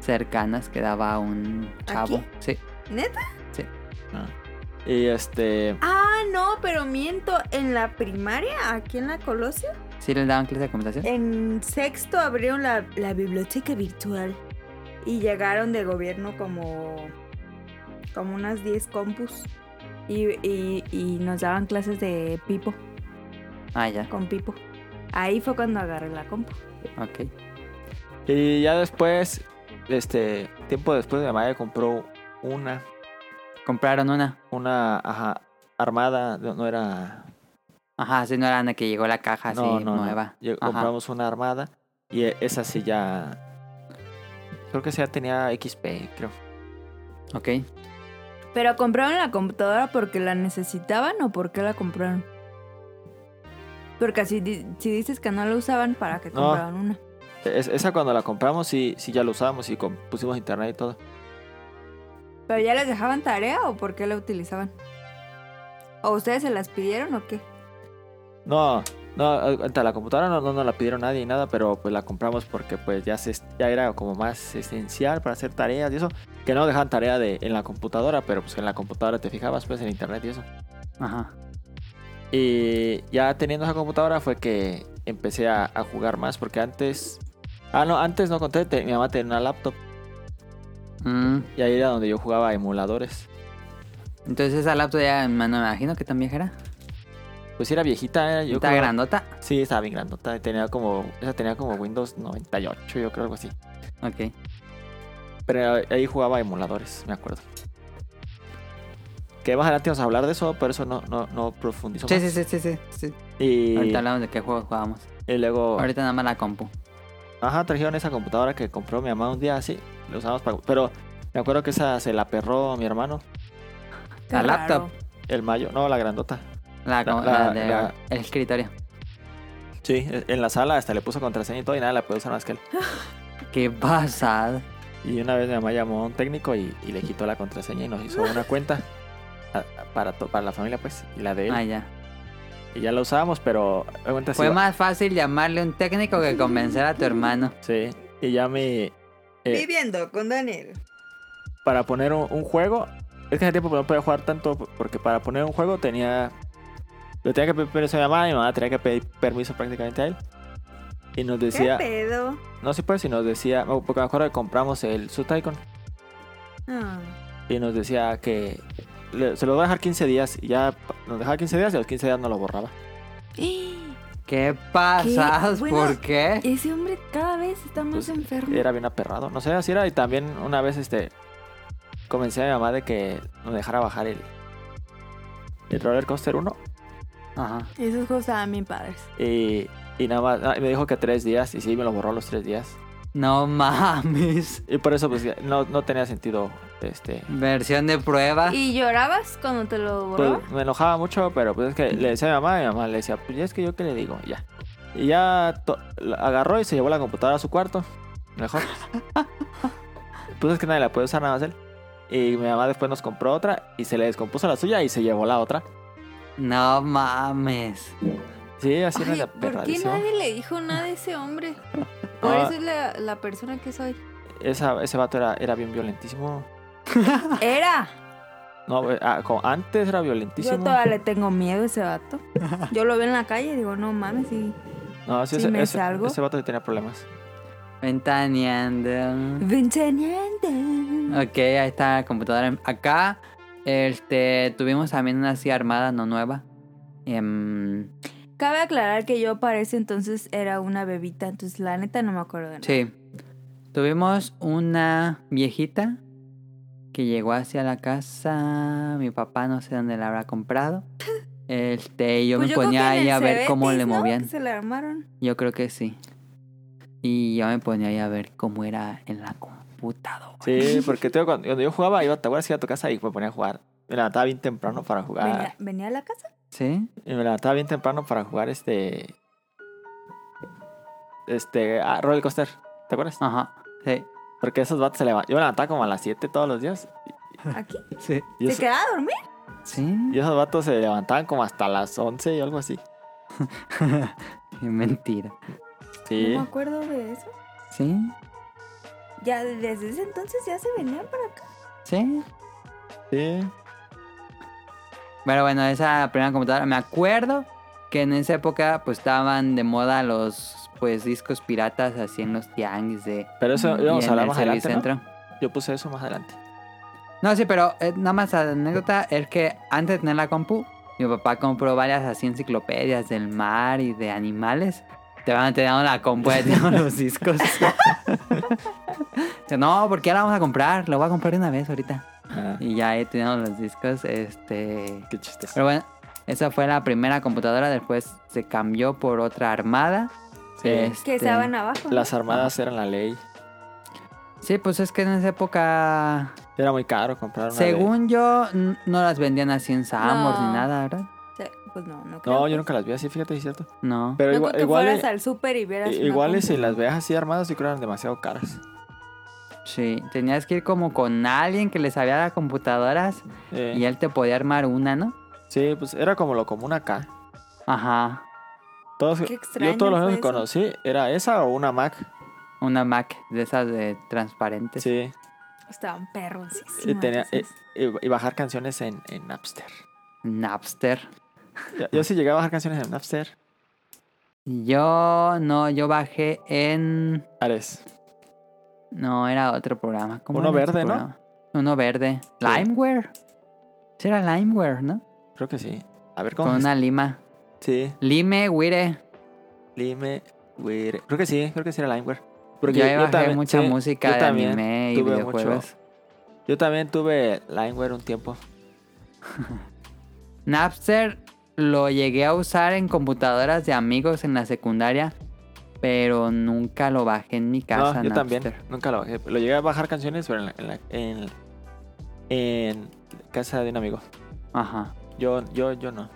[SPEAKER 2] cercanas que daba un chavo.
[SPEAKER 4] ¿Aquí?
[SPEAKER 2] Sí.
[SPEAKER 4] ¿Neta?
[SPEAKER 3] Y este,
[SPEAKER 4] Ah, no, pero miento. En la primaria, aquí en la Colosio,
[SPEAKER 2] ¿Sí le daban clases de computación?
[SPEAKER 4] Eh. en sexto abrieron la, la biblioteca virtual. Y llegaron de gobierno como. como unas 10 compus. Y, y- y nos daban clases de pipo,
[SPEAKER 2] Ah, ya.
[SPEAKER 4] con pipo. Ahí fue cuando agarré la compu.
[SPEAKER 2] Ok.
[SPEAKER 3] y ya después, este, tiempo después mi mamá ya compró una,
[SPEAKER 2] Compraron una.
[SPEAKER 3] una, ajá, armada, no, no era,
[SPEAKER 2] Ajá, sí, no era la que llegó la caja así
[SPEAKER 3] no, no, no.
[SPEAKER 2] Ah, nueva.
[SPEAKER 3] Yo-
[SPEAKER 2] Ajá.
[SPEAKER 3] compramos una armada y e- esa sí ya, creo que esa ya tenía XP, creo.
[SPEAKER 2] Ok.
[SPEAKER 4] ¿Pero compraron la computadora porque la necesitaban o porque la compraron?
[SPEAKER 1] Porque si, di- si dices que no la usaban, ¿para qué
[SPEAKER 3] No.
[SPEAKER 1] compraban una?
[SPEAKER 3] Es- esa cuando la compramos, sí, sí ya la usamos y com- pusimos internet y todo.
[SPEAKER 1] ¿Pero ya les dejaban tarea o por qué la utilizaban? ¿O ustedes se las pidieron o qué?
[SPEAKER 3] No, no, eh, hasta la computadora no, no nos la pidieron nadie ni nada, pero pues la compramos porque pues ya, se, ya era como más esencial para hacer tareas y eso. Que no dejaban tarea de, en la computadora, pero pues en la computadora te fijabas pues en internet y eso.
[SPEAKER 2] Ajá.
[SPEAKER 3] Y ya teniendo esa computadora fue que empecé a, a jugar más, porque antes... Ah, no, antes no conté, te- mi mamá tenía una laptop
[SPEAKER 2] Mm,
[SPEAKER 3] y ahí era donde yo jugaba emuladores.
[SPEAKER 2] Entonces esa laptop ya me no me imagino que tan vieja era.
[SPEAKER 3] Pues sí era viejita, era yo
[SPEAKER 2] Está
[SPEAKER 3] creo-
[SPEAKER 2] grandota.
[SPEAKER 3] Sí, estaba bien grandota, tenía como... Esa tenía como Windows 98, yo creo, algo así.
[SPEAKER 2] Ok.
[SPEAKER 3] Pero ahí jugaba emuladores, me acuerdo. Que más adelante vamos a hablar de eso, pero eso no, no, no profundizo
[SPEAKER 2] Sí,
[SPEAKER 3] más.
[SPEAKER 2] sí, sí, sí, sí, sí.
[SPEAKER 3] Y,
[SPEAKER 2] Ahorita hablamos de qué juegos jugábamos.
[SPEAKER 3] y luego...
[SPEAKER 2] Ahorita nada más la compu.
[SPEAKER 3] Ajá, trajeron esa computadora que compró mi mamá un día así. La usamos para. Pero me acuerdo que esa se la perró mi hermano,
[SPEAKER 1] Qué
[SPEAKER 2] La
[SPEAKER 1] raro.
[SPEAKER 2] laptop.
[SPEAKER 3] el mayo. No, la grandota.
[SPEAKER 2] La, com-
[SPEAKER 3] La-
[SPEAKER 2] la de-
[SPEAKER 3] la-
[SPEAKER 2] el escritorio.
[SPEAKER 3] Sí, E, en la sala hasta le puso contraseña y todo y nada, la puede usar más que él.
[SPEAKER 2] Qué pasada.
[SPEAKER 3] Y una vez mi mamá llamó a un técnico y, y le quitó la contraseña y nos hizo una cuenta a- a- para, to- para la familia, pues, y la de él.
[SPEAKER 2] Ah, ya.
[SPEAKER 3] Y ya la usábamos, pero. haz cuenta, sí
[SPEAKER 2] Fue
[SPEAKER 3] va-
[SPEAKER 2] más fácil llamarle un técnico que convencer a tu hermano.
[SPEAKER 3] Sí, y ya mi. eh,
[SPEAKER 1] Viviendo con Daniel.
[SPEAKER 3] para poner un, un juego. Es que hace tiempo pues, no podía jugar tanto porque para poner un juego tenía. Lo tenía que pedir permiso a mi mamá, y mi mamá tenía que pedir permiso prácticamente a él. Y nos decía,
[SPEAKER 1] ¿Qué pedo?
[SPEAKER 3] no sé pues, y nos decía, me- porque me acuerdo que compramos el Su Tycoon
[SPEAKER 1] Ah,
[SPEAKER 3] y nos decía que le- se lo voy a dejar 15 días y ya pa- nos dejaba 15 días y a los 15 días no lo borraba.
[SPEAKER 2] ¿Qué pasadas?
[SPEAKER 1] Bueno,
[SPEAKER 2] ¿Por qué?
[SPEAKER 1] Ese hombre cada vez está más
[SPEAKER 3] Pues,
[SPEAKER 1] enfermo.
[SPEAKER 3] Era bien aperrado, no sé, así era. Y también una vez este convencí a mi mamá de que nos dejara bajar el, el roller coaster 1
[SPEAKER 2] Ajá.
[SPEAKER 1] Esos juegos estaban bien padres.
[SPEAKER 3] Y, y nada más, ah, me dijo que tres días, y sí, me lo borró los tres días.
[SPEAKER 2] No mames.
[SPEAKER 3] Y por eso, pues, ya no, no tenía sentido, este...
[SPEAKER 2] Versión de prueba.
[SPEAKER 1] ¿Y llorabas cuando te lo borró?
[SPEAKER 3] Ah. Pues, me enojaba mucho, pero pues es que le decía a mi mamá, y mi mamá le decía, pues, ya es que yo qué le digo, y ya. Y ya to- la agarró y se llevó la computadora a su cuarto, mejor. pues es que nadie la puede usar nada más él. Y mi mamá después nos compró otra, y se le descompuso la suya, y se llevó la otra.
[SPEAKER 2] No mames.
[SPEAKER 3] Sí, así era
[SPEAKER 1] Ay,
[SPEAKER 3] la
[SPEAKER 1] ¿Por qué
[SPEAKER 3] perradísima.
[SPEAKER 1] nadie le dijo nada de ese hombre? Por
[SPEAKER 3] Ah.
[SPEAKER 1] eso es la, la persona que soy.
[SPEAKER 3] Esa, ese vato era, era bien violentísimo.
[SPEAKER 1] Era.
[SPEAKER 3] No, eh, ah, como antes era
[SPEAKER 1] Yo
[SPEAKER 3] violentísimo.
[SPEAKER 1] todavía le tengo miedo a ese vato. Yo lo veo en la calle y digo, no mames, y
[SPEAKER 3] No, sí,
[SPEAKER 1] Sí,
[SPEAKER 3] ese,
[SPEAKER 1] me
[SPEAKER 3] ese,
[SPEAKER 1] salgo.
[SPEAKER 3] ese vato sí tenía problemas.
[SPEAKER 2] Ventaneando.
[SPEAKER 1] Vincenzo.
[SPEAKER 2] Ok, ahí está la computadora. Acá este, tuvimos también una así armada, no nueva. Em,
[SPEAKER 1] Cabe aclarar que yo para ese entonces era una bebita, entonces la neta no me acuerdo de nada.
[SPEAKER 2] sí. Tuvimos una viejita que llegó hacia la casa. Mi papá no sé dónde la habrá comprado. Este, yo
[SPEAKER 1] Pues
[SPEAKER 2] me
[SPEAKER 1] creo
[SPEAKER 2] ponía
[SPEAKER 1] que en
[SPEAKER 2] ahí
[SPEAKER 1] el
[SPEAKER 2] a ver cómo
[SPEAKER 1] Cebetis,
[SPEAKER 2] le
[SPEAKER 1] ¿no?
[SPEAKER 2] movían.
[SPEAKER 1] Que se le armaron.
[SPEAKER 2] Yo creo que sí. Y yo me ponía ahí a ver cómo era en la computadora.
[SPEAKER 3] Sí, porque te digo, cuando, cuando yo jugaba, iba, te acuerdas, iba a tu casa y me ponía a jugar. Me levantaba bien temprano para
[SPEAKER 2] Ah.
[SPEAKER 1] Venía,
[SPEAKER 3] jugar.
[SPEAKER 1] venía a la casa.
[SPEAKER 2] ¿Sí?
[SPEAKER 3] Y me levantaba bien temprano para jugar este. Este. Ah, roller coaster. ¿Te acuerdas?
[SPEAKER 2] Ajá. Sí.
[SPEAKER 3] Porque esos vatos se levantaban. Yo me levantaba como a las 7 todos los días.
[SPEAKER 1] Aquí.
[SPEAKER 2] Sí.
[SPEAKER 3] Y,
[SPEAKER 1] ¿Se
[SPEAKER 3] eso-
[SPEAKER 1] quedaba a dormir?
[SPEAKER 2] Sí.
[SPEAKER 3] y esos vatos se levantaban como hasta las 11 y algo así.
[SPEAKER 2] Qué mentira.
[SPEAKER 3] Sí.
[SPEAKER 1] No me acuerdo de eso.
[SPEAKER 2] Sí.
[SPEAKER 1] Ya desde ese entonces ya se venían para acá.
[SPEAKER 2] Sí.
[SPEAKER 3] Sí.
[SPEAKER 2] Pero bueno, esa primera computadora. Me acuerdo que en esa época pues estaban de moda los pues discos piratas así en los tianguis de
[SPEAKER 3] Pero eso
[SPEAKER 2] Mm, y
[SPEAKER 3] íbamos a
[SPEAKER 2] en
[SPEAKER 3] hablar
[SPEAKER 2] el
[SPEAKER 3] más adelante. ¿no?
[SPEAKER 2] servicentro.
[SPEAKER 3] Yo puse eso más adelante.
[SPEAKER 2] No, sí, pero eh, nada más anécdota es que antes de tener la compu, mi papá compró varias así enciclopedias del mar y de animales. Te van a tener la compu, ya tenemos los discos. Yo, no, porque ya la vamos a comprar, lo voy a comprar de una vez ahorita.
[SPEAKER 3] Ah,
[SPEAKER 2] Y ya ahí teníamos los discos, este...
[SPEAKER 3] qué chistes.
[SPEAKER 2] Pero bueno, esa fue la primera computadora, después se cambió por otra armada.
[SPEAKER 3] Sí.
[SPEAKER 1] Que
[SPEAKER 2] Este,
[SPEAKER 1] estaban abajo. ¿no?
[SPEAKER 3] Las armadas eran la ley.
[SPEAKER 2] Sí, pues es que en esa época
[SPEAKER 3] Era muy caro comprar una. de-
[SPEAKER 2] Según yo, n- no las vendían así en Samors
[SPEAKER 1] No.
[SPEAKER 2] ni nada, ¿verdad?
[SPEAKER 1] Sí, pues no, no creo.
[SPEAKER 3] No, yo nunca las vi así, fíjate, es cierto.
[SPEAKER 2] No.
[SPEAKER 3] Pero
[SPEAKER 1] No
[SPEAKER 3] igual,
[SPEAKER 1] creo que
[SPEAKER 3] igual,
[SPEAKER 1] fueras al súper y vieras
[SPEAKER 3] i-
[SPEAKER 1] una
[SPEAKER 3] igual
[SPEAKER 1] compu.
[SPEAKER 3] si las veas así armadas, sí creo que eran demasiado caras.
[SPEAKER 2] Sí, tenías que ir como con alguien que le sabía las computadoras
[SPEAKER 3] Eh,
[SPEAKER 2] y él te podía armar una, ¿no?
[SPEAKER 3] Sí, pues era como lo común acá.
[SPEAKER 2] Ajá,
[SPEAKER 3] Todos,
[SPEAKER 1] Qué
[SPEAKER 3] yo
[SPEAKER 1] extraño
[SPEAKER 3] todos los
[SPEAKER 1] fue
[SPEAKER 3] años que
[SPEAKER 1] eso.
[SPEAKER 3] conocí, ¿era esa o una Mac?
[SPEAKER 2] una Mac de esas de
[SPEAKER 1] Pues,
[SPEAKER 2] transparentes.
[SPEAKER 3] Sí.
[SPEAKER 1] Estaban perroncísimas.
[SPEAKER 3] Y, tenía, eh, y,
[SPEAKER 1] esas.
[SPEAKER 3] y- y bajar canciones en, en Napster.
[SPEAKER 2] Napster.
[SPEAKER 3] Yo, yo sí llegué a bajar canciones en Napster.
[SPEAKER 2] Yo no, yo bajé en...
[SPEAKER 3] Ares.
[SPEAKER 2] No, era otro programa. ¿Cómo
[SPEAKER 3] Uno
[SPEAKER 2] era ese
[SPEAKER 3] verde, ¿no?
[SPEAKER 2] programa? Uno verde. Limeware. Sí, era Limeware, ¿no?
[SPEAKER 3] Creo que sí. A ver cómo.
[SPEAKER 2] Con
[SPEAKER 3] es?
[SPEAKER 2] una lima.
[SPEAKER 3] Sí.
[SPEAKER 2] Lime, Wire.
[SPEAKER 3] Lime, Wire. Creo que sí, creo que sí era Limeware.
[SPEAKER 2] Porque yo ahí bajé
[SPEAKER 3] también-
[SPEAKER 2] mucha
[SPEAKER 3] sí,
[SPEAKER 2] música
[SPEAKER 3] yo
[SPEAKER 2] de
[SPEAKER 3] también
[SPEAKER 2] anime y
[SPEAKER 3] tuve mucho-
[SPEAKER 2] videojuegos.
[SPEAKER 3] yo también tuve Limeware un tiempo.
[SPEAKER 2] Napster lo llegué a usar en computadoras de amigos en la secundaria, pero nunca lo bajé en mi
[SPEAKER 3] No,
[SPEAKER 2] casa.
[SPEAKER 3] yo también.
[SPEAKER 2] Napster.
[SPEAKER 3] Nunca lo bajé. Lo llegué a bajar canciones, pero en, la- en, la- en- en casa de un amigo.
[SPEAKER 2] Ajá.
[SPEAKER 3] Yo, yo, yo no.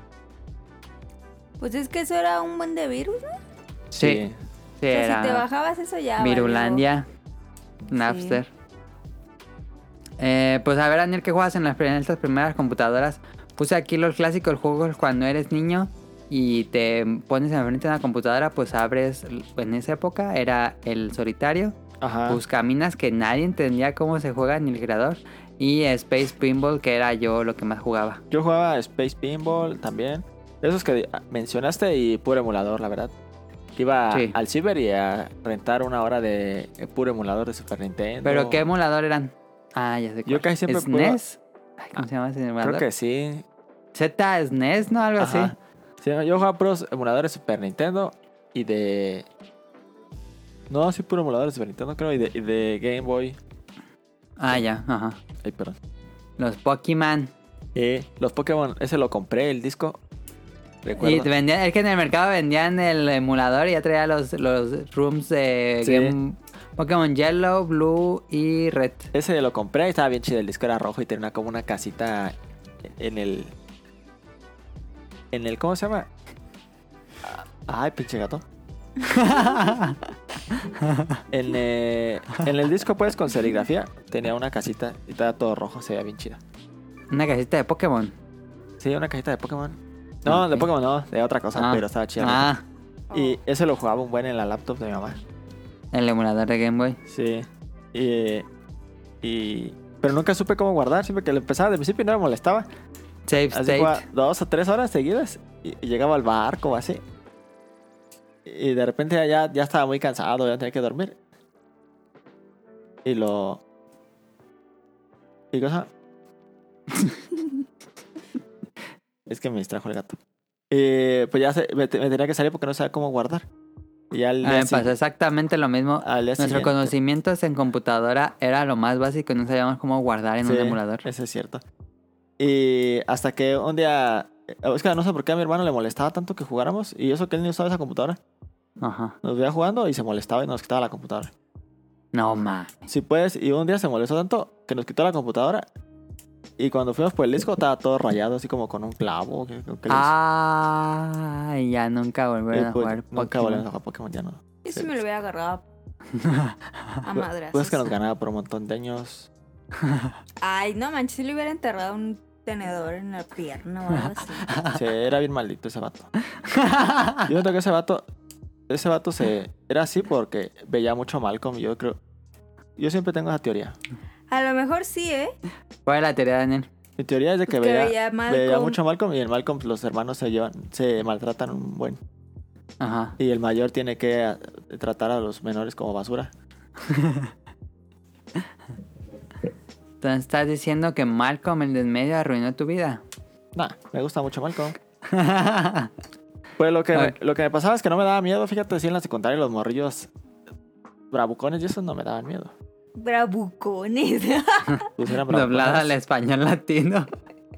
[SPEAKER 1] Pues es que eso era un buen de virus, ¿no?
[SPEAKER 2] Sí, sí,
[SPEAKER 1] O sea,
[SPEAKER 2] era
[SPEAKER 1] si te bajabas eso ya. valió.
[SPEAKER 2] Virulandia, Napster. Eh, pues a ver, Daniel, ¿qué juegas en, las, prim- en estas primeras computadoras? Puse aquí los clásicos juegos cuando eres niño y te pones enfrente de una computadora, pues abres, en esa época era el solitario.
[SPEAKER 3] Ajá.
[SPEAKER 2] Buscaminas que nadie entendía cómo se juega ni el creador. Y Space Pinball, que era yo lo que más jugaba.
[SPEAKER 3] Yo jugaba Space Pinball también. Esos que ah, mencionaste y puro emulador, la verdad. Iba
[SPEAKER 2] Sí.
[SPEAKER 3] al Ciber y a rentar una hora de eh, puro emulador de Super Nintendo.
[SPEAKER 2] Pero qué emulador eran. Ah, ya sé.
[SPEAKER 3] Oh. Yo
[SPEAKER 2] cuál.
[SPEAKER 3] casi siempre juego- Ah,
[SPEAKER 2] ¿SNES? Ay, ¿Cómo se llama ese emulador? Ah,
[SPEAKER 3] Creo que sí.
[SPEAKER 2] Z SNES, ¿no? Algo
[SPEAKER 3] Ajá.
[SPEAKER 2] así.
[SPEAKER 3] Sí, yo jugaba puros emuladores de Super Nintendo y de. No, sí, puro emulador de Super Nintendo, creo, y de, y de Game Boy.
[SPEAKER 2] Ah, ya, ajá.
[SPEAKER 3] Ay, perdón.
[SPEAKER 2] Los Pokémon.
[SPEAKER 3] Eh, los Pokémon, ese lo compré, el disco. Recuerdo.
[SPEAKER 2] Y te vendían, es que en el mercado vendían el emulador y ya traía los, los rooms de
[SPEAKER 3] Sí.
[SPEAKER 2] Game- Pokémon Yellow, Blue y Red.
[SPEAKER 3] Ese lo compré, estaba bien chido. El disco era rojo y tenía como una casita en el. En el. ¿Cómo se llama? Ay, pinche gato. en, eh, en el disco, pues, con serigrafía, tenía una casita y estaba todo rojo, se veía bien chida.
[SPEAKER 2] Una casita de Pokémon.
[SPEAKER 3] Sí, una cajita de Pokémon. No, de
[SPEAKER 2] Ok.
[SPEAKER 3] Pokémon no, de otra cosa,
[SPEAKER 2] Ah.
[SPEAKER 3] pero estaba chida.
[SPEAKER 2] Ah,
[SPEAKER 3] Y ese lo jugaba un buen en la laptop de mi mamá.
[SPEAKER 2] el emulador de Game Boy.
[SPEAKER 3] Sí. Y, y- Pero nunca supe cómo guardar, siempre que lo empezaba de principio no me molestaba.
[SPEAKER 2] Save
[SPEAKER 3] Así
[SPEAKER 2] State.
[SPEAKER 3] jugaba dos o tres horas seguidas y, y llegaba al barco o así. Y de repente ya- ya, ya estaba muy cansado, ya tenía que dormir. Y lo... ¿Y cosa? es que me distrajo el gato. Y pues ya se- me, te- me tenía que salir porque no sabía cómo guardar. Y ya al
[SPEAKER 2] A mí
[SPEAKER 3] día
[SPEAKER 2] Ah, me pasó
[SPEAKER 3] si-
[SPEAKER 2] exactamente lo mismo.
[SPEAKER 3] al día
[SPEAKER 2] Nuestros
[SPEAKER 3] siguiente-
[SPEAKER 2] conocimientos en computadora era lo más básico y no sabíamos cómo guardar en un
[SPEAKER 3] Sí,
[SPEAKER 2] emulador.
[SPEAKER 3] Eso es cierto. Y hasta que un día... eh, Es que no sé por qué a mi hermano le molestaba tanto que jugáramos. Y eso que él ni usaba esa computadora.
[SPEAKER 2] Ajá.
[SPEAKER 3] Nos veía jugando y se molestaba y nos quitaba la computadora.
[SPEAKER 2] No ma.
[SPEAKER 3] Sí, pues, y un día se molestó tanto que nos quitó la computadora. Y cuando fuimos por el disco estaba todo rayado, así como con un clavo. que- que- que le
[SPEAKER 2] Ah, ya nunca
[SPEAKER 3] hizo.
[SPEAKER 2] volver
[SPEAKER 3] Y
[SPEAKER 2] a
[SPEAKER 3] pues,
[SPEAKER 2] jugar
[SPEAKER 3] nunca
[SPEAKER 2] Pokémon.
[SPEAKER 3] volvimos a jugar Pokémon, ya no.
[SPEAKER 1] Yo sí me lo hubiera agarrado
[SPEAKER 4] Ah,
[SPEAKER 1] a
[SPEAKER 3] Pues-
[SPEAKER 1] madrazos.
[SPEAKER 3] Pues que nos ganaba por un montón de años.
[SPEAKER 1] Ay, no manches, si le hubiera enterrado un tenedor en la pierna o algo así.
[SPEAKER 3] Sí, era bien maldito ese vato. Yo siento que ese vato, ese vato se, era así porque veía mucho a Malcolm. y Yo creo, yo siempre tengo esa teoría.
[SPEAKER 1] A lo mejor sí, ¿eh?
[SPEAKER 2] ¿Cuál es la teoría, Daniel?
[SPEAKER 3] Mi teoría es de
[SPEAKER 1] Que
[SPEAKER 3] que, veía,
[SPEAKER 1] veía a
[SPEAKER 3] veía
[SPEAKER 1] Malcolm.
[SPEAKER 3] mucho a Malcolm y en Malcolm los hermanos se llevan, se maltratan un buen.
[SPEAKER 2] Ajá.
[SPEAKER 3] Y el mayor tiene que a, tratar a los menores como basura.
[SPEAKER 2] Entonces estás diciendo que Malcolm, el de en medio, arruinó tu vida.
[SPEAKER 3] Nah, me gusta mucho Malcolm. Pues lo que, me,
[SPEAKER 2] Ok.
[SPEAKER 3] lo que me pasaba es que no me daba miedo. Fíjate, si en la secundaria los morrillos bravucones y esos no me daban miedo.
[SPEAKER 1] Bravucones.
[SPEAKER 3] Pues eran
[SPEAKER 2] Doblada
[SPEAKER 3] bravucones.
[SPEAKER 2] al español latino.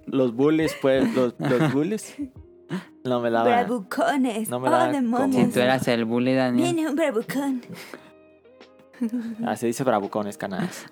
[SPEAKER 3] Los bullies, pues, los, los bullies no me daban.
[SPEAKER 1] bravucones.
[SPEAKER 3] No me
[SPEAKER 1] oh,
[SPEAKER 3] da
[SPEAKER 2] Si
[SPEAKER 1] demonios.
[SPEAKER 3] como-
[SPEAKER 2] tú eras el bully, Daniel.
[SPEAKER 1] Viene un bravucón.
[SPEAKER 3] Así dice bravucones, canales.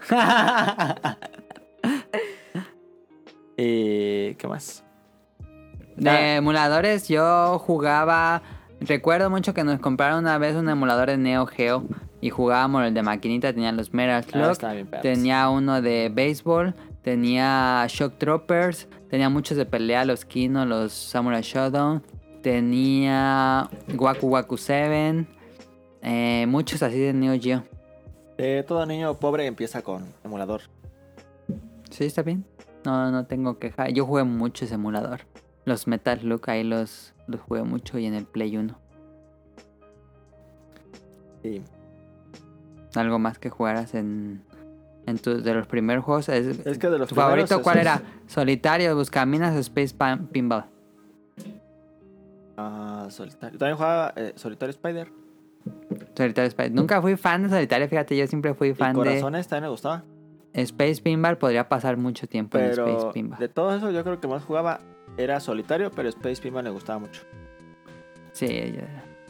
[SPEAKER 3] ¿Y qué más?
[SPEAKER 2] De emuladores, yo jugaba. Recuerdo mucho que nos compraron una vez un emulador de Neo Geo y jugábamos el de maquinita. Tenía los Metal Slug,
[SPEAKER 3] estaba Ah, bien perros.
[SPEAKER 2] tenía uno de béisbol, tenía Shock Troopers, tenía muchos de pelea, los Kino, los Samurai Shodown, tenía Waku Waku 7, eh, muchos así de Neo Geo.
[SPEAKER 3] Eh, todo niño pobre empieza con emulador.
[SPEAKER 2] Sí, está bien. No, no tengo queja. Yo jugué mucho ese emulador. Los Metal Slug ahí los, los jugué mucho y en el Play 1.
[SPEAKER 3] Sí.
[SPEAKER 2] Algo más que jugaras en, en tu- de los primeros juegos. Es,
[SPEAKER 3] Es que de los
[SPEAKER 2] ¿Tu favorito
[SPEAKER 3] primeros,
[SPEAKER 2] cuál
[SPEAKER 3] es-
[SPEAKER 2] era? Solitario, Buscaminas o Space Pam- Pinball.
[SPEAKER 3] Ah, solitario. También jugaba eh, Solitario Spider.
[SPEAKER 2] Solitario Space. Nunca fui fan de Solitario, fíjate, yo siempre fui
[SPEAKER 3] Y
[SPEAKER 2] fan de
[SPEAKER 3] Corazones también me gustaba.
[SPEAKER 2] Space Pinball. Podría pasar mucho tiempo en Space
[SPEAKER 3] Pero
[SPEAKER 2] Pinball.
[SPEAKER 3] de todo eso, yo creo que más jugaba era Solitario, pero Space Pinball me gustaba mucho.
[SPEAKER 2] Sí, yo-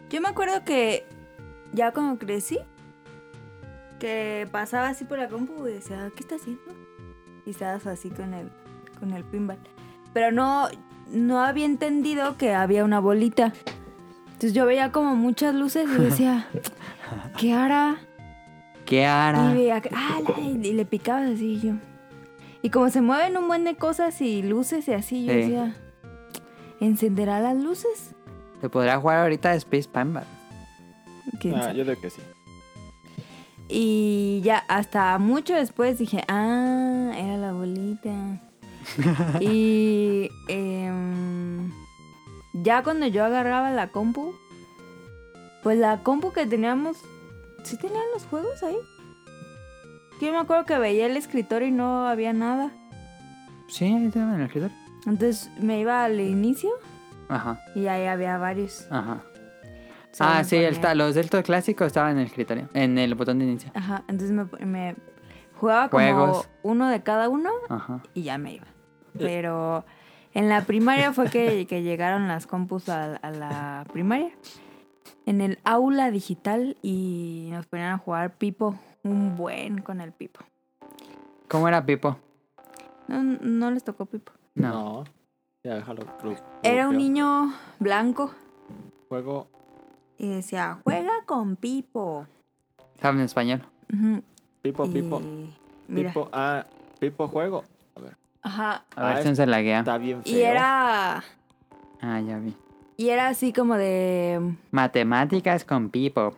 [SPEAKER 4] Yo me acuerdo que ya cuando crecí, que pasaba así por la compu y decía, ¿qué está haciendo? Y estabas así con el, con el pinball. Pero no, no había entendido que había una bolita. Entonces yo veía como muchas luces y decía, ¿qué hará?
[SPEAKER 2] ¿Qué hará?
[SPEAKER 4] Y veía que- ah, la- y le picabas así y yo. Y como se mueven un buen de cosas y luces y así, yo
[SPEAKER 2] Sí.
[SPEAKER 4] decía, ¿encenderá las luces?
[SPEAKER 2] ¿Se podrá jugar ahorita Space Pinball?
[SPEAKER 4] ¿Quién
[SPEAKER 3] Ah,
[SPEAKER 4] sabe?
[SPEAKER 3] yo creo que sí.
[SPEAKER 4] Y ya hasta mucho después dije, ah, era la bolita. y em, ya cuando yo agarraba la compu, pues la compu que teníamos, ¿sí tenían los juegos ahí? Yo me acuerdo que veía el escritorio y no había nada.
[SPEAKER 2] Sí, ahí está en el escritor.
[SPEAKER 4] Entonces me iba al inicio
[SPEAKER 2] Ajá,
[SPEAKER 4] y ahí había varios.
[SPEAKER 2] ajá.
[SPEAKER 4] Entonces
[SPEAKER 2] Ah,
[SPEAKER 4] me
[SPEAKER 2] sí, el
[SPEAKER 4] ponía-
[SPEAKER 2] ta- los deltos clásicos estaban en el escritorio, en el botón de inicio.
[SPEAKER 4] Ajá, entonces me, me jugaba como
[SPEAKER 2] Juegos.
[SPEAKER 4] uno de cada uno
[SPEAKER 2] Ajá.
[SPEAKER 4] y ya me iba.
[SPEAKER 3] Eh.
[SPEAKER 4] Pero en la primaria fue que, que llegaron las compus a, a la primaria. En el aula digital y nos ponían a jugar pipo. Un buen con el pipo.
[SPEAKER 2] ¿Cómo era Pipo?
[SPEAKER 4] No, no les tocó pipo.
[SPEAKER 2] No.
[SPEAKER 3] No. Ya déjalo. cru-
[SPEAKER 4] Era un
[SPEAKER 3] crupeo.
[SPEAKER 4] niño blanco
[SPEAKER 3] Juego.
[SPEAKER 4] y decía, juega con pipo.
[SPEAKER 2] Saben en español.
[SPEAKER 4] Ujú,
[SPEAKER 3] Pipo,
[SPEAKER 4] y
[SPEAKER 3] pipo.
[SPEAKER 4] Mira.
[SPEAKER 3] Pipo. Ah, pipo juego. A ver.
[SPEAKER 4] Ajá.
[SPEAKER 2] A
[SPEAKER 3] Ah,
[SPEAKER 2] ver si no se laguea.
[SPEAKER 3] Está bien feo.
[SPEAKER 4] Y era,
[SPEAKER 2] Ah, ya vi.
[SPEAKER 4] y era así como de...
[SPEAKER 2] Matemáticas con Pipo.